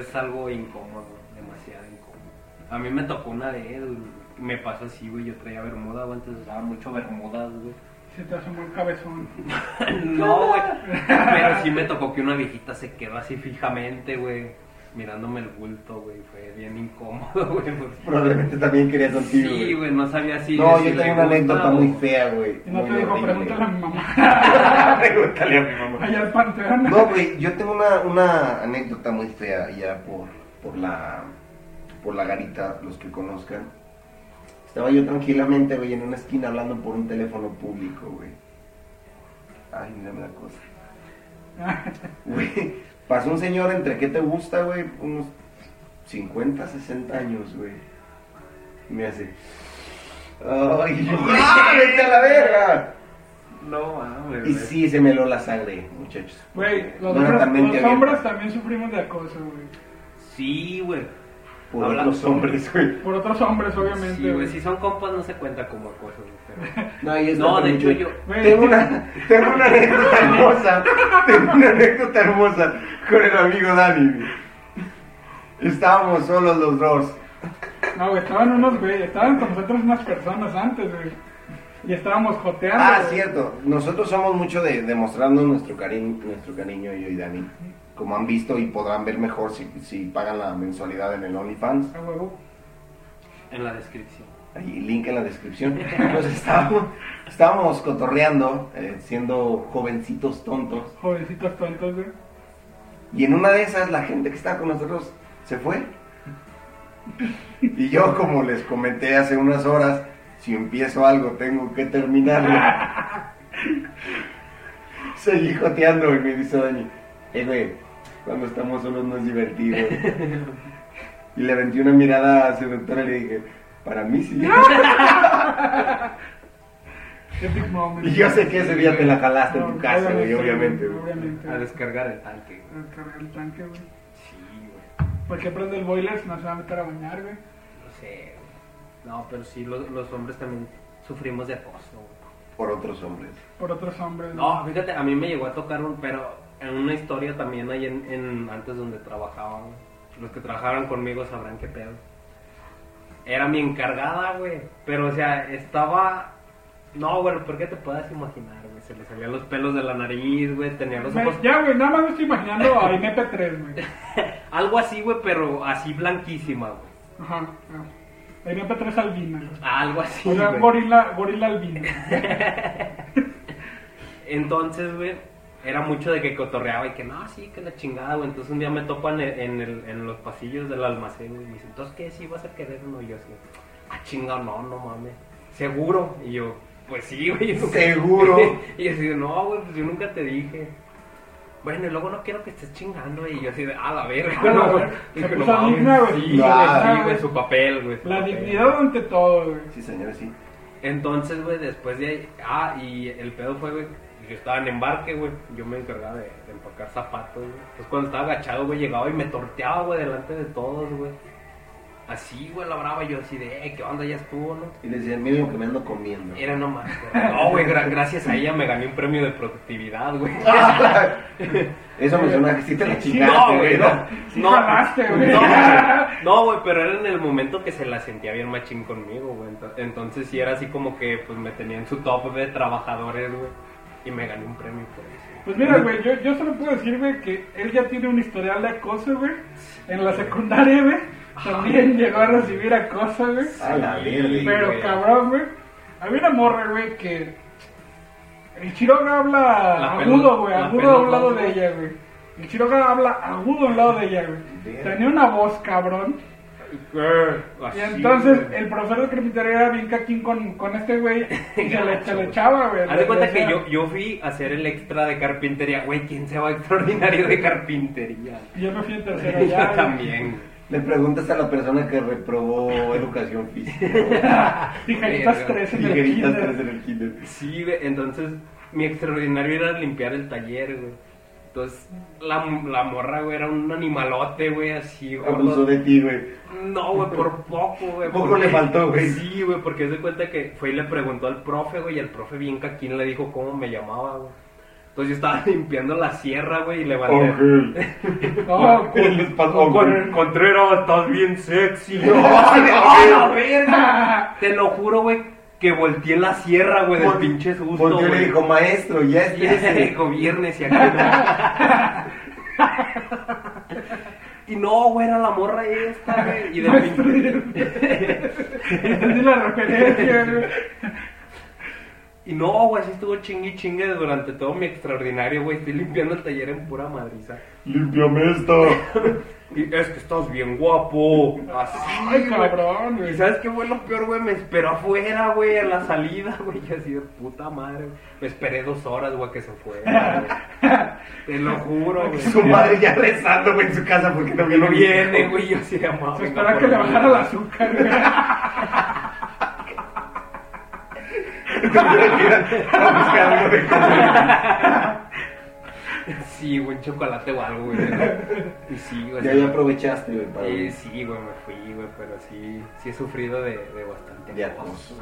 C: Es algo incómodo, demasiado incómodo. A mí me tocó una vez, güey. Me pasó así, güey. Yo traía bermuda, güey. Antes usaba mucho bermudas, güey.
B: Se te asomó el cabezón.
C: No, güey. Pero sí me tocó que una viejita se quedó así fijamente, güey. Mirándome el bulto, güey. Fue bien incómodo, güey. porque-
A: Probablemente también quería contigo.
C: Sí, güey, no sabía si.
A: No,
C: si
A: yo
C: le
A: tengo una
C: gusta
A: anécdota
C: o-
A: muy fea, güey.
B: Y oh. no
A: muy
B: te dijo,
A: horrible.
B: pregúntale a mi mamá.
A: Pregúntale a mi mamá.
B: Allá al panteón.
A: No, güey, yo tengo una, una anécdota muy fea ya por, por la por la garita, los que conozcan. Estaba yo tranquilamente, güey, en una esquina hablando por un teléfono público, güey. Ay, mírame la cosa. Güey, pasó un señor entre, ¿qué te gusta, güey? Unos 50, 60 años, güey. Y me hace... ¡Ay, güey! ¡Vete a la verga!
C: No, mames,
A: Y
C: güey.
A: sí, se me heló la sangre, muchachos. Eh,
B: Güey, los,
A: No era
B: hombres-
A: tan mente
B: los
A: abierta.
B: hombres también sufrimos de acoso, güey.
C: Sí, güey.
A: Por
C: Habla-
A: otros hombres, güey.
B: Por otros hombres, obviamente.
C: Sí, güey. Si son compas, no se cuenta como acoso, güey. Pero...
A: No, y es
C: No, de
A: mucho.
C: hecho, yo-
B: Güey.
A: Tengo una, tengo una anécdota hermosa. Tengo una anécdota hermosa con el amigo Dani. güey. Estábamos solos los dos.
B: No, güey, estaban unos, güey, estaban con nosotros unas personas antes, güey. Y estábamos joteando.
A: Ah,
B: güey.
A: cierto. Nosotros somos mucho de demostrando nuestro cariño, nuestro cariño yo y Dani. Como han visto y podrán ver mejor si, si pagan la mensualidad en el OnlyFans.
B: A huevo.
C: En la descripción.
A: Ahí, link en la descripción. Nos estábamos, estábamos cotorreando, eh, siendo jovencitos tontos.
B: Jovencitos tontos, güey.
A: Y en una de esas, la gente que estaba con nosotros se fue. Y yo, como les comenté hace unas horas, si empiezo algo, tengo que terminarlo. Seguí joteando y me dice Dani, eh, güey, cuando estamos solos no es divertido. Y le aventé una mirada seductora y le dije, para mí sí.
B: Epic moment.
A: Y yo sé que ese día te la jalaste en tu casa, güey, obviamente. güey.
B: Obviamente.
C: A descargar el tanque, güey.
B: A cargar el tanque, güey.
C: Sí, güey.
B: ¿Por qué prende el boiler si no se va a meter a bañar, güey?
C: No sé, güey. No, pero sí, lo- los hombres también sufrimos de acoso, güey.
A: Por otros hombres.
B: Por otros hombres.
C: No, fíjate, a mí me llegó a tocar un, pero en una historia también ahí en, en- antes donde trabajaba, güey. Los que trabajaron conmigo sabrán qué pedo. Era mi encargada, güey. Pero, o sea, estaba... No, güey, ¿por qué te puedas imaginar, güey? Se le salían los pelos de la nariz, güey, tenía los
B: Me-
C: ojos...
B: ya, güey, nada más me estoy imaginando a INEP3, güey.
C: Algo así, güey, pero así blanquísima, güey.
B: Ajá. ajá. INEP3 albina, güey.
C: Algo así,
B: O sea,
C: güey.
B: gorila, gorila albino.
C: Entonces, güey, era mucho de que cotorreaba y que no, sí, que la chingada, güey. Entonces un día me topan en, en el- en los pasillos del almacén, güey. Y me dicen, entonces, ¿qué? ¿Sí vas a querer o no? Y yo así, ah, chingado, no, no mames. ¿Seguro? Y yo, pues sí, güey. yo nunca-
A: Seguro.
C: y yo así, no, güey, pues yo nunca te dije. Bueno, y luego no quiero que estés chingando, güey. Y yo así, de, ah, la verga,
B: Ah,
C: no,
B: güey.
C: güey.
B: Se
C: Dije,
B: puso digna, güey.
C: Sí, güey,
A: Ah,
C: sí,
B: güey.
C: güey, su papel, güey. su
B: La
C: papel.
B: dignidad ante todo, güey.
A: Sí, señores, sí.
C: Entonces, güey, después de ahí. Ah, y el pedo fue, güey. Yo estaba en embarque, güey. Yo me encargaba de, de empacar zapatos, güey. Entonces, cuando estaba agachado, güey, llegaba y me torteaba, güey, delante de todos, güey. Así, güey, la brava. Yo así de, eh, ¿qué onda? Ya estuvo, ¿no?
A: Y les decían, miren lo que me ando comiendo.
C: Era nomás. No, güey, gra- gracias a ella me gané un premio de productividad, güey.
A: Eso me suena que sí te la
B: Sí,
A: chingaste,
C: No, güey,
A: güey.
C: no.
B: Sí
C: No,
B: jalaste, güey.
C: No, güey. No, güey, pero era en el momento que se la sentía bien machín conmigo, güey. Ento- Entonces sí era así como que pues me tenía en su top de trabajadores, güey. Y me gané un premio por eso.
B: Pues mira, güey, yo, yo solo puedo decir, güey, que él ya tiene un historial de acoso, güey. En la secundaria, güey. También llegó a recibir acoso, güey.
A: A la
C: Sí,
A: verga.
B: Pero
C: güey.
B: cabrón, güey. Había una morra, güey, que. El Chiroga habla
C: La
B: agudo,
C: pelo-
B: güey.
C: la
B: Agudo
C: pelo
B: a un lado
C: blonda.
B: de ella, güey. El Chiroga habla agudo a un lado de ella, güey.
A: Verga.
B: Tenía una voz, cabrón.
C: Así,
B: Y entonces
C: güey.
B: el profesor de carpintería era bien caquín con, con este güey. Y se le,
C: Gacho,
B: se le
C: güey.
B: echaba, güey.
C: Haz
B: Le
C: de cuenta
B: decía,
C: que yo, yo fui a hacer el extra de carpintería. Güey, ¿quién se va a extraordinario de carpintería?
B: Yo me fui en tercero ya.
C: Yo
B: güey.
C: también. güey.
A: Le preguntas a la persona que reprobó educación física.
B: Tijeritas
C: Verga.
B: 3 en el
A: Tijeritas
B: kinder.
A: tres en el kinder.
C: Sí, güey, entonces mi extraordinario era limpiar el taller, güey. Entonces la, la morra, güey, era un animalote, güey, así,
A: Abusó
C: güey.
A: de ti, güey.
C: No, güey, por poco, güey.
A: Poco
C: porque-
A: le faltó, güey.
C: Sí, güey, porque se cuenta que fue y le preguntó al profe, güey, y el profe bien caquín le dijo cómo me llamaba, güey. Entonces yo estaba limpiando la sierra, güey, y levanté.
A: Oh, Ángel.
B: No, pues,
A: El
B: Oh, con-
A: espantón, güey.
C: Contreras, estás bien sexy.
A: No,
C: ¡Ay,
A: no,
C: ay, la verga! Te lo juro, güey, que volteé la sierra, güey, del
A: Por-
C: pinche susto,
A: Porque yo le
C: güey.
A: dijo, maestro, ya es
C: Ya se
A: ese.
C: dijo viernes y aquí no. Y no, güey, era la morra esta, güey. Y de repente-
B: Entendí la referencia, güey.
C: Y no, güey, así estuvo chingue y chingue durante todo mi extraordinario, güey. Estoy limpiando el taller en pura madriza.
A: Límpiame esta.
C: Y es que estás bien guapo. Así.
B: Ay, cabrón,
C: ¿Y
B: güey.
C: sabes qué fue lo peor, güey? Me esperó afuera, güey, a la salida, güey. Y así de puta madre, güey. Me esperé dos horas, güey, a que se fuera, güey. Te lo juro, güey.
A: Su madre ya rezando, güey, en su casa porque no
C: Que
A: vino
C: no viene, güey. Yo así de
B: Se
C: amable.
B: esperaba que le bajara el azúcar, güey.
A: A buscar algo de comer.
C: Sí, güey, un chocolate o algo, güey. Y sí, güey.
A: Ya,
C: sí.
A: ya aprovechaste, güey, para.
C: Eh, sí, güey, me fui, güey, pero sí, sí he sufrido de, de bastante
A: De acoso.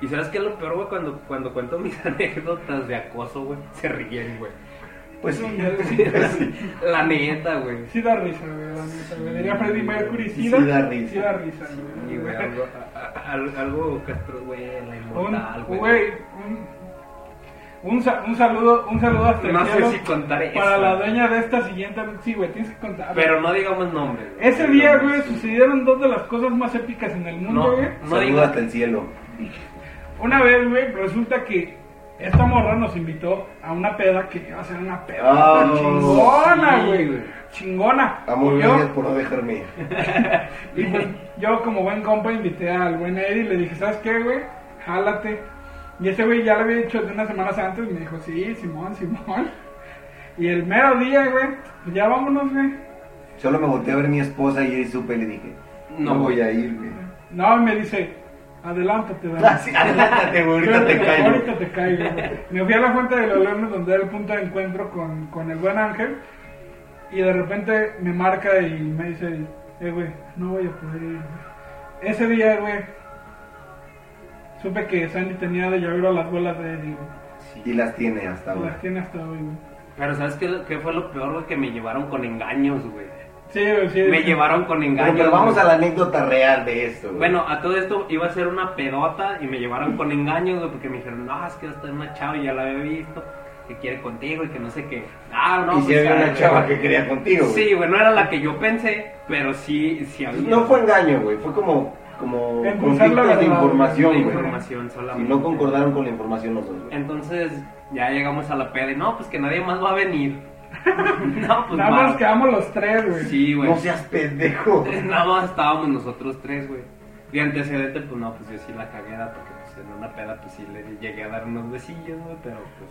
C: ¿Y sabes qué es lo peor, güey? Cuando, cuando cuento mis anécdotas de acoso, güey, se ríen, güey.
A: Pues sí.
C: La neta, güey.
B: Sí da risa, güey. la neta, güey. Diría Freddie Mercury, sí
A: Sí
B: da,
A: da risa.
B: sí da risa,
C: Y, güey, algo, a- a- al- algo Castro, güey, la inmortal,
B: Un,
C: güey.
B: güey, un, un, sa- un saludo, un saludo hasta el
C: No sé
B: cielo
C: si contar
B: Para
C: eso.
B: la dueña de esta siguiente, sí, güey, tienes que contar.
C: Pero no digamos nombres. güey.
B: Ese día,
C: No,
B: güey,
C: sí.
B: sucedieron dos de las cosas más épicas en el mundo,
C: No.
B: güey.
C: No
A: Saludos
C: digas.
A: hasta el cielo.
B: Una vez, güey, resulta que esta morra nos invitó a una peda que iba a ser una peda
A: Ah,
B: chingona,
C: sí,
B: güey.
C: güey.
B: Chingona.
A: Amor,
B: Y yo,
A: gracias por no dejarme ir.
B: y pues, yo como buen compa invité al buen Eddie y le dije, ¿sabes qué, güey? Jálate. Y ese güey ya lo había dicho de unas semanas antes y me dijo, sí, Simón, Simón. Y el mero día, güey, pues ya vámonos, güey.
A: Solo me volteé a ver mi esposa y supe y le dije,
C: No.
A: no, voy a ir, güey.
B: No, y me dice, adelántate, güey.
A: Así, Ah, adelántate, güey, ahorita te caigo.
B: Ahorita te caigo. Me fui a la fuente de los leones donde era el punto de encuentro con, con el buen ángel. Y de repente me marca y me dice, eh, güey, no voy a poder ir. güey". Ese día, güey, supe que Sandy tenía de llavero a las bolas de Eddie, güey.
A: Y las tiene hasta
B: Las
A: ahora.
B: tiene hasta hoy, güey.
C: Pero ¿sabes qué, qué fue lo peor, güey? Que me llevaron con engaños, güey.
B: Sí, güey, sí.
C: Me
B: sí.
C: llevaron con engaños.
A: Pero, pero vamos
C: güey.
A: a la anécdota real de esto, güey.
C: Bueno, a todo esto iba a ser una pedota y me llevaron con engaños, güey, porque me dijeron, no, es que va a estar una chava y ya la había visto, que quiere contigo y que no sé qué. Ah, no,
A: y si
C: pues,
A: había
C: ah,
A: una
C: güey.
A: chava que quería contigo, güey.
C: Sí, güey, no era la que yo pensé, pero sí, sí había.
A: No fue engaño, güey. Fue como, como
B: Impulsar la
A: conflictos
B: verdad,
A: de
C: La
A: información, güey.
C: información
A: Si
C: solamente.
A: no concordaron con la información nosotros. güey.
C: Entonces ya llegamos a la peda y no, pues que nadie más va a venir. no, pues
B: Nada
C: va.
B: más quedamos los tres, güey.
C: Sí, güey.
A: No seas pendejo.
C: Nada más estábamos nosotros tres, güey. Y antecedente, pues no, pues yo sí la cagué, da, porque pues en una peda, pues sí le llegué a dar unos besillos, güey, pero pues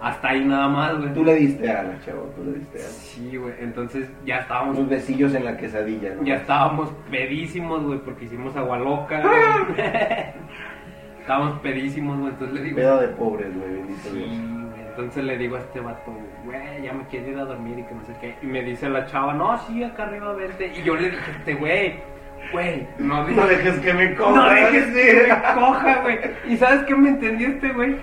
C: hasta ahí nada más, güey.
A: Tú le diste a la chava, tú le diste a
C: Sí, güey, entonces ya estábamos,
A: unos besillos en la quesadilla, ¿no?
C: ya estábamos pedísimos, güey, porque hicimos agua loca. güey. Estábamos pedísimos, güey, entonces le digo...
A: Pedo de pobres, güey, bendito
C: Sí,
A: Dios.
C: güey. Entonces le digo a este vato, güey, ya me quiero ir a dormir y que no sé qué. Y me dice la chava, no, sí, acá arriba vente. Y yo le dije a este güey, güey, no,
A: No
C: dejes-
A: dejes que me
C: no,
A: coma.
C: dejes que me coja, güey. ¿Y sabes qué me entendió este güey?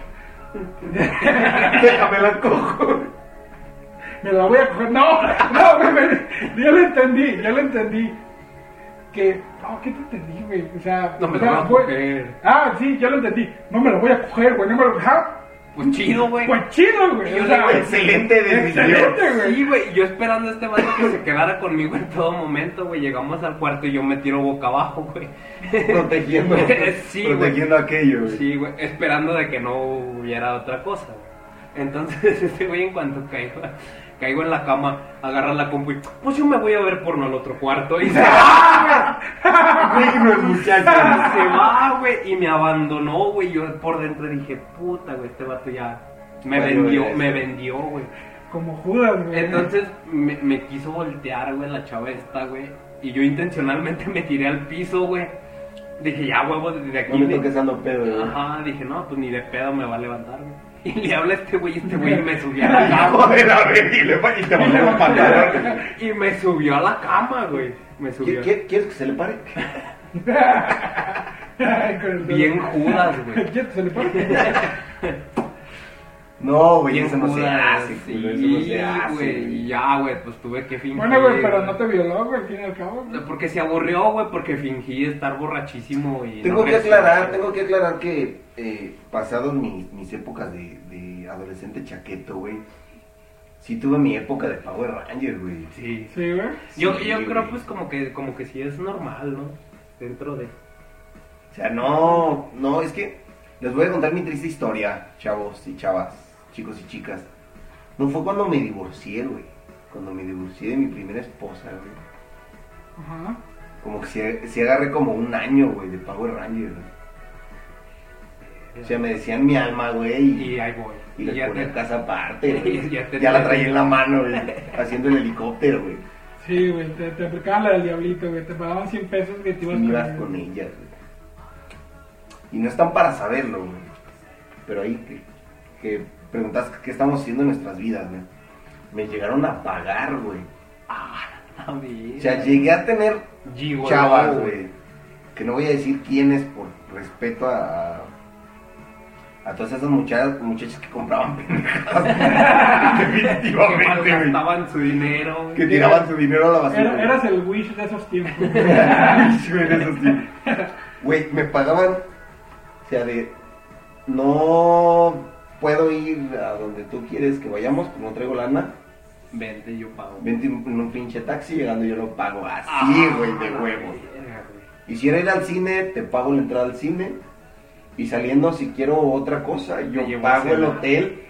A: Déjame la cojo.
B: Me la voy a coger. No, no, güey, güey, ya lo entendí, ya lo entendí. Que, no, ¿qué te entendí, güey? O sea,
C: No me
B: o sea,
C: la voy a
B: güey-
C: coger.
B: Ah, sí, ya lo entendí. No me lo voy a coger, güey, no me lo voy a coger.
C: Pues chido, güey.
B: Pues chido, güey.
C: Yo
B: o sea,
C: digo,
A: excelente decisión.
B: Excelente, güey.
C: Sí, güey, y yo esperando a este vato que se quedara conmigo en todo momento, güey. Llegamos al cuarto y yo me tiro boca abajo, güey.
A: Protegiendo.
C: sí, güey.
A: protegiendo aquello, güey.
C: Sí, güey, esperando de que no hubiera otra cosa. güey. Entonces, este güey, en cuanto caigo, caigo en la cama, agarra la compu y, pues yo me voy a ver porno al otro cuarto. Y se va,
A: Digno el
C: güey.
A: muchacho.
C: Se va, güey. Y me abandonó, güey. Yo por dentro dije, puta, güey, este vato ya me
A: Valió
C: vendió,
A: verga.
C: me vendió, güey.
B: Como Judas, güey.
C: Entonces me, me quiso voltear, güey, la chava esta, güey. Y yo intencionalmente me tiré al piso, güey. Dije, ya, huevo, desde aquí.
A: No me
C: ni-
A: toques ando pedo, güey.
C: Ajá, dije, no, pues ni de pedo me va a levantar, güey. Y le habla a este güey, y este güey me subió a la cama.
A: Ah, Joder, a ver, y, le, va- y te va a dar patada.
C: Y me subió a la cama, güey. Me subió.
A: ¿Qui- qui- ¿Quieres que se le pare?
B: Ay, con el-
C: Bien Judas, güey.
B: ¿Quieres que se le pare?
A: No, güey,
C: Bien
A: eso no se
C: Judas,
A: hace,
C: sí,
A: culo, eso no se hace,
C: güey. Y
A: güey.
C: ya, güey, pues tuve que fingir.
B: Bueno, güey, pero no te violó, güey, al fin y al cabo. güey.
C: Porque se aburrió, güey, porque fingí estar borrachísimo y.
A: Tengo
C: no
A: que
C: regresé.
A: aclarar, tengo que aclarar que eh, pasados mis, mis épocas de, de adolescente chaqueto, güey, sí tuve mi época de Power Ranger, güey.
C: Sí.
B: Sí, güey.
C: Yo,
A: Sí,
C: yo
A: güey.
C: creo, pues, como que, como que sí es normal, ¿no? Dentro de.
A: O sea, no, no, es que les voy a contar mi triste historia, chavos y chavas, chicos y chicas. No fue cuando me divorcié, güey. Cuando me divorcié de mi primera esposa, güey.
B: Ajá.
A: Como que se, se agarré como un año, güey, de Power Ranger, güey. O sea, me decían mi alma, güey.
C: Y ahí voy.
A: Y le
C: ya
A: ponía
C: te-
A: casa aparte, güey.
C: Ya
A: Ya,
C: te-
A: la traía en la mano, güey. Haciendo el helicóptero, güey.
B: Sí, güey, te, te aplicaban la del diablito, güey. Te pagaban 100 pesos que te
A: Y
B: ibas
A: me ibas con ella, güey. Y no están para saberlo, güey. Pero ahí que, que preguntas qué estamos haciendo en nuestras vidas, güey. Me llegaron a pagar, güey.
C: A mí.
A: O sea, llegué a tener
C: Ah, Gigolo,
A: chavas, güey. Que no voy a decir quiénes por respeto a. A todas esas muchachas, muchachas que compraban pendejadas.
C: Que
A: Definitivamente, güey.
C: malgastaban su dinero, güey.
A: Que tiraban su dinero a la basura.
B: Era-
A: güey.
B: eras el wish de esos tiempos.
A: Ay, güey, eso sí. Güey, me pagaban. O sea, de. No puedo ir a donde tú quieres que vayamos, pues no traigo lana.
C: Vente, yo pago.
A: Vente en un pinche taxi, llegando yo lo pago
C: Ah.
A: así, güey, de huevo. Y si era ir al cine, te pago la entrada al cine. Y saliendo, si quiero otra cosa, yo
C: llevo a
A: pago el
C: cenar.
A: hotel.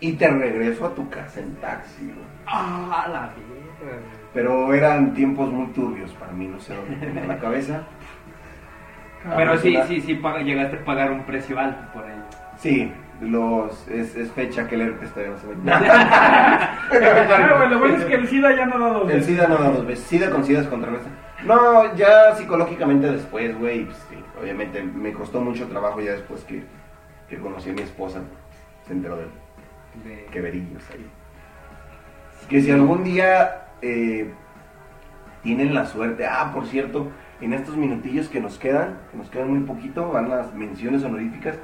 A: Y te regreso a tu casa en taxi, güey.
C: Ah, la mierda, güey.
A: Pero eran tiempos muy turbios para mí, no sé dónde tenía la cabeza.
C: Pero
A: Ah,
C: sí,
A: ¿verdad?
C: sí, sí, pag- llegaste a pagar un precio alto por ello.
A: Sí, los, es, es fecha que el herpes todavía no se
B: Ah, güey,
A: ve.
B: lo bueno es que el SIDA ya no da dos
A: el
B: veces.
A: SIDA no da dos veces, SIDA con SIDA es contrarresta. No, ya psicológicamente después, güey, pues, sí, obviamente me costó mucho trabajo ya después que, que conocí a mi esposa, se enteró de
C: De...
A: queverillos ahí. Que si algún día eh, tienen la suerte, ah, por cierto, en estos minutillos que nos quedan, que nos quedan muy poquito, van las menciones honoríficas.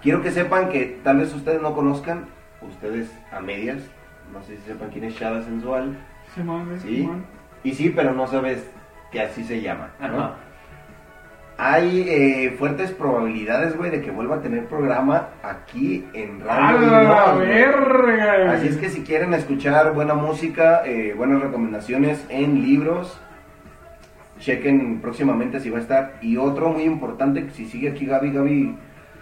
A: Quiero que sepan que tal vez ustedes no conozcan, ustedes a medias, no sé si sepan quién es Shada Sensual.
B: Simón, güey,
A: Sí.
B: Simón.
A: Y sí, pero no sabes que así se llama, ¿no?
C: Ajá.
A: Hay eh, fuertes probabilidades, güey, de que vuelva a tener programa aquí en
B: ¡A
A: Radio
B: la
A: Innova, güey.
B: verga, güey.
A: Ah, Así es que si quieren escuchar buena música, eh, buenas recomendaciones en libros, chequen próximamente si va a estar. Y otro muy importante, si sigue aquí Gaby, Gaby,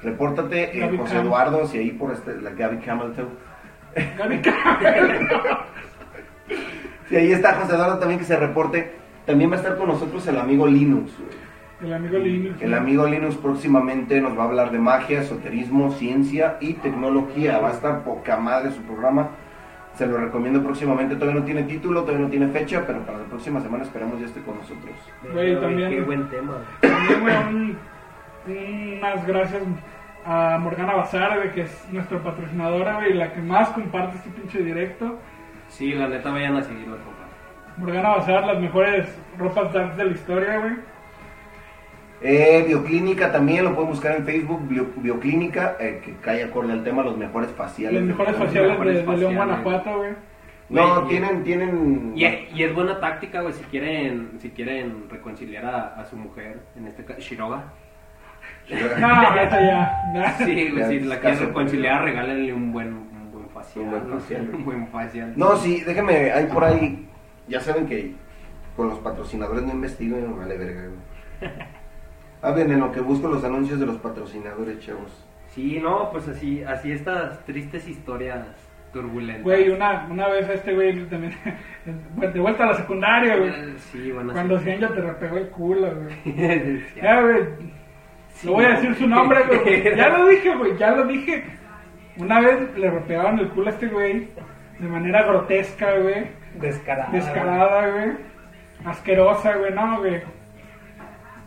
A: repórtate, eh,
B: Gaby
A: José
B: Cam.
A: Eduardo, si ahí por este, la Gaby Camelton.
B: Gaby Campbell.
A: Si ahí está José Eduardo también que se reporte. También va a estar con nosotros el amigo Linux. güey.
B: El amigo Linux.
A: El amigo Linux próximamente nos va a hablar de magia, esoterismo, ciencia y tecnología. Va a estar poca madre su programa. Se lo recomiendo próximamente. Todavía no tiene título, todavía no tiene fecha, pero para la próxima semana esperamos ya esté con nosotros.
B: Güey, también.
C: Qué buen tema. güey.
B: También, güey, un, unas gracias a Morgana Bazar, güey, que es nuestra patrocinadora, güey, la que más comparte este pinche directo.
C: Sí, la neta, vayan a seguirla, compadre.
B: Morgana Bazar, las mejores ropas dark de la historia, güey.
A: Eh, Bioclínica también, lo pueden buscar en Facebook, Bio- Bioclínica, eh, que cae acorde al tema, los mejores faciales.
B: Las mejores
A: de-
B: faciales de,
C: mejores
B: de León
C: faciales.
B: Guanajuato, güey.
A: No,
C: Güey, y-
A: tienen, tienen...
C: Y, y es buena táctica, güey, si quieren, si quieren reconciliar a, a su mujer, en este caso, Shiroga.
B: No, vete ya. Nah.
C: Sí, güey,
A: Ya,
C: si
A: es
C: la quieren
A: caso.
C: reconciliar, regálenle un buen, un buen facial.
A: Un buen
C: ¿no?
A: facial.
C: Un buen facial.
A: No, sí, déjenme, hay por ahí, ya saben que con los patrocinadores no investigo y no vale verga, güey. Hablen en lo que busco los anuncios de los patrocinadores, chavos.
C: Sí, no, pues así, así estas tristes historias turbulentas.
B: Güey, una, una vez este güey también, de vuelta a la secundaria, güey.
C: Eh, Sí, van a
B: Cuando
C: ser-
B: Cienga te repegó el culo, güey.
C: Sí.
B: Ya, güey.
C: Sí,
B: no voy a
C: no,
B: decir
C: güey.
B: su nombre, güey. Ya lo dije, güey. Ya lo dije. Una vez le repegaron el culo a este güey. De manera grotesca, güey.
C: Ah,
D: Descarada.
B: Descarada, güey. Asquerosa, güey. No, güey.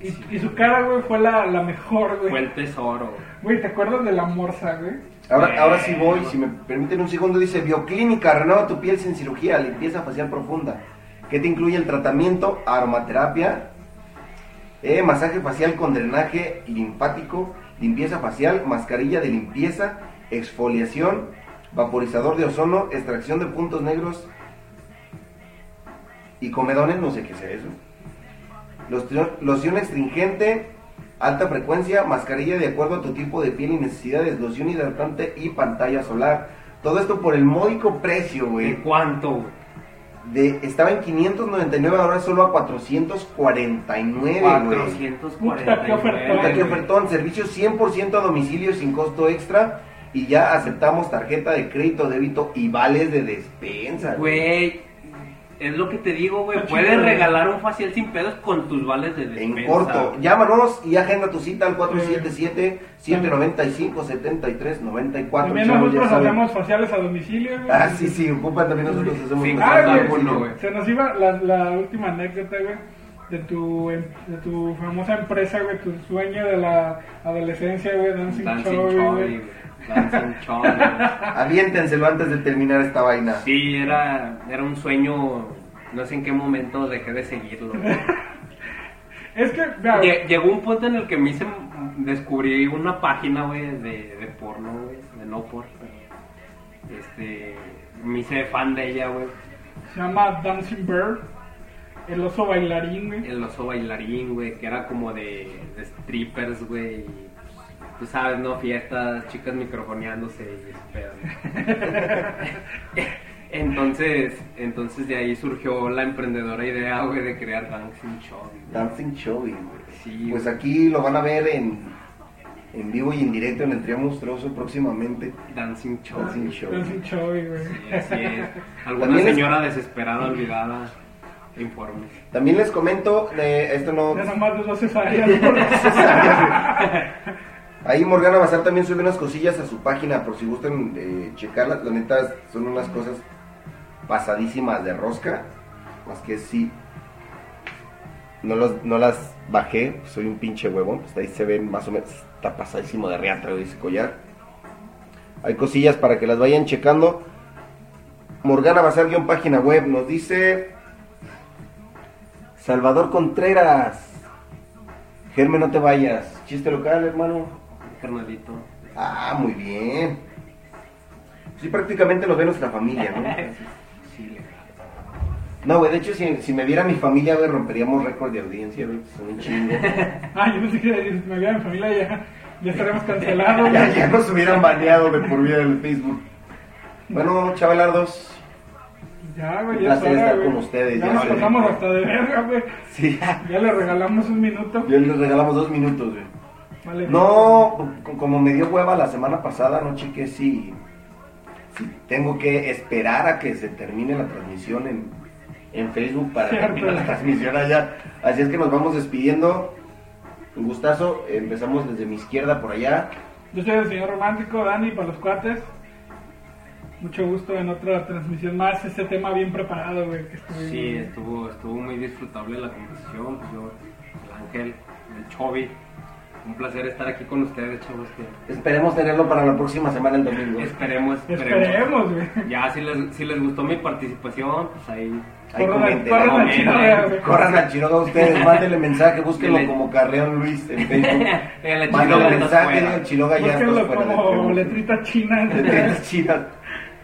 B: Y, y su cara, güey, fue la, la mejor,
C: Fue
B: güey.
C: el tesoro.
B: Güey, ¿te acuerdas de la morsa, güey?
A: Ahora, ahora sí voy, si me permiten un segundo, dice Bioclínica, renueva tu piel sin cirugía, limpieza facial profunda. que te incluye el tratamiento? Aromaterapia, eh, masaje facial con drenaje linfático, limpieza facial, mascarilla de limpieza, exfoliación, vaporizador de ozono, extracción de puntos negros y comedones, no sé qué sea eso. Loción- Loción astringente, alta frecuencia, mascarilla de acuerdo a tu tipo de piel y necesidades, loción hidratante y pantalla solar. Todo esto por el módico precio, güey.
C: ¿En cuánto, güey?
A: De, estaba en 599, ahora solo a 449, güey.
C: 449.
B: Puta, qué ofertón.
A: Puta, qué
C: güey.
A: ofertón, servicio 100% a domicilio sin costo extra. Y ya aceptamos tarjeta de crédito, débito y vales de despensa.
C: Güey, es lo que te digo, güey.
B: Está
C: Puedes
B: chido, güey.
C: regalar un facial sin pedos con tus vales de
A: En
C: despensa.
A: corto, llámanos y agenda tu cita al 477-795-7394.
B: También
A: chavos,
B: nosotros
A: ya saben.
B: hacemos faciales a domicilio, güey.
A: Ah, sí, sí, ocupa también nosotros hacemos
C: Sí,
A: un
B: Ah,
C: claro,
A: facial,
B: güey,
A: ¿no?
C: güey.
B: se nos iba la, la última anécdota, güey, de tu, em- de tu famosa empresa, güey, tu sueño de la adolescencia, güey, Dancing,
C: Dancing
B: Show,
C: Chori,
B: güey.
C: güey. Dancing Chori, güey.
A: Aviéntenselo antes de terminar esta vaina.
C: Sí, era, era un sueño. No sé en qué momento dejé de seguirlo. güey.
B: Es que, vea, güey,
C: Lle- Llegó un punto en el que me hice. Descubrí una página, güey, de, de porno, güey. De no porno. Este. Me hice fan de ella, güey.
B: se llama Dancing Bird, el oso bailarín, güey.
C: El oso bailarín, güey, que era como de, de strippers, güey. y, Tú sabes, ¿no? Fiestas, chicas microfoneándose y ese pedo, ¿no? entonces, entonces de ahí surgió la emprendedora idea, güey, de crear Dancing Show.
A: Dancing Chovy, güey.
C: Sí,
A: Pues
C: güey.
A: aquí lo van a ver en, en vivo y en directo en el Trío Monstruoso próximamente.
C: Dancing Show.
A: Dancing Show.
B: Dancing Show, güey.
C: Sí, así es. Alguna
A: También es-
C: señora desesperada, olvidada, informe.
A: También les comento, eh, esto no...
B: Ya nomás de dos cesáreas, güey.
A: Ahí Morgana Bazar también sube unas cosillas a su página por si gustan eh, checarlas. La neta son unas cosas pasadísimas de rosca. Más que sí. No, los- no las bajé, soy un pinche huevón. Pues ahí se ven más o menos. Está pasadísimo de reatra ese collar. Hay cosillas para que las vayan checando. Morgana Bazar guión página web nos dice. Salvador Contreras. Germe, no te vayas. Chiste local, hermano.
C: Carnalito.
A: Ah, muy bien. Sí, prácticamente nos ve nuestra familia, ¿no?
C: Sí, le-
A: No, güey, de hecho, si, si me viera mi familia, güey, romperíamos récord de audiencia, güey. Son un chingo.
B: Ah, yo pensé que me había en familia ya. Ya estaremos cancelados,
A: Ya,
B: güey.
A: ya nos hubieran baneado, güey, por vida del Facebook. Bueno, Chabelardos.
B: Ya, güey,
A: Un
B: ya es
A: placer
B: hora,
A: estar
B: güey.
A: con ustedes,
B: Ya,
A: ya
B: nos
A: saben.
B: pasamos hasta de verga, güey.
A: Sí,
B: Ya le regalamos un minuto.
A: yo les regalamos dos minutos, güey.
B: Vale,
A: No, co- como me dio hueva la semana pasada, no chequé si, si tengo que esperar a que se termine la transmisión en, en Facebook para
B: Cierto.
A: terminar la transmisión allá. Así es que nos vamos despidiendo. Un gustazo, empezamos desde mi izquierda por allá.
B: Yo soy el señor romántico, Dani, para los cuates. Mucho gusto en otra transmisión más. Este tema bien preparado, güey. Que estuvimos.
C: Sí, pues estuvo, estuvo muy disfrutable la conversación. Yo, el Ángel, el Chovi, Un placer estar aquí con ustedes, chavos. que-
A: Esperemos tenerlo para la próxima semana el domingo.
C: Esperemos, esperemos.
B: Esperemos, güey.
C: Ya, si les, si les gustó mi participación, pues ahí.
A: Ahí
B: Corran-
A: comenten,
B: corran
A: ahí
B: la
A: comenten.
B: chingada, güey.
A: Corran al Chiroga ustedes, mándenle mensaje, búsquenlo
C: Dile-
A: como Carreón Luis en Facebook.
C: El Chiroga
A: Mándenle mensaje,
C: está pues fuera.
A: digan Chiroga ya pues, está
B: Búsquenlo
A: fuera del
B: como
A: Perú".
B: letrita china.
A: Letras chidas.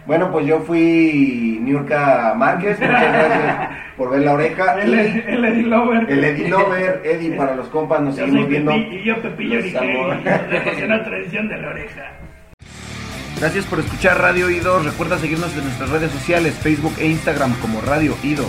A: Bueno, pues yo fui Niurka Márquez, muchas gracias por ver la oreja.
B: El,
A: Y
B: el Eddie Lover.
A: el Eddie Lover, Eddie para los compas, nos
B: Yo soy
A: seguimos viendo.
B: Pepi- y yo Pepillo
A: los
B: dije,
A: sabores.
B: es una tradición de la oreja.
A: Gracias por escuchar Radio Ido. Recuerda seguirnos en nuestras redes sociales, Facebook e Instagram como Radio Ido.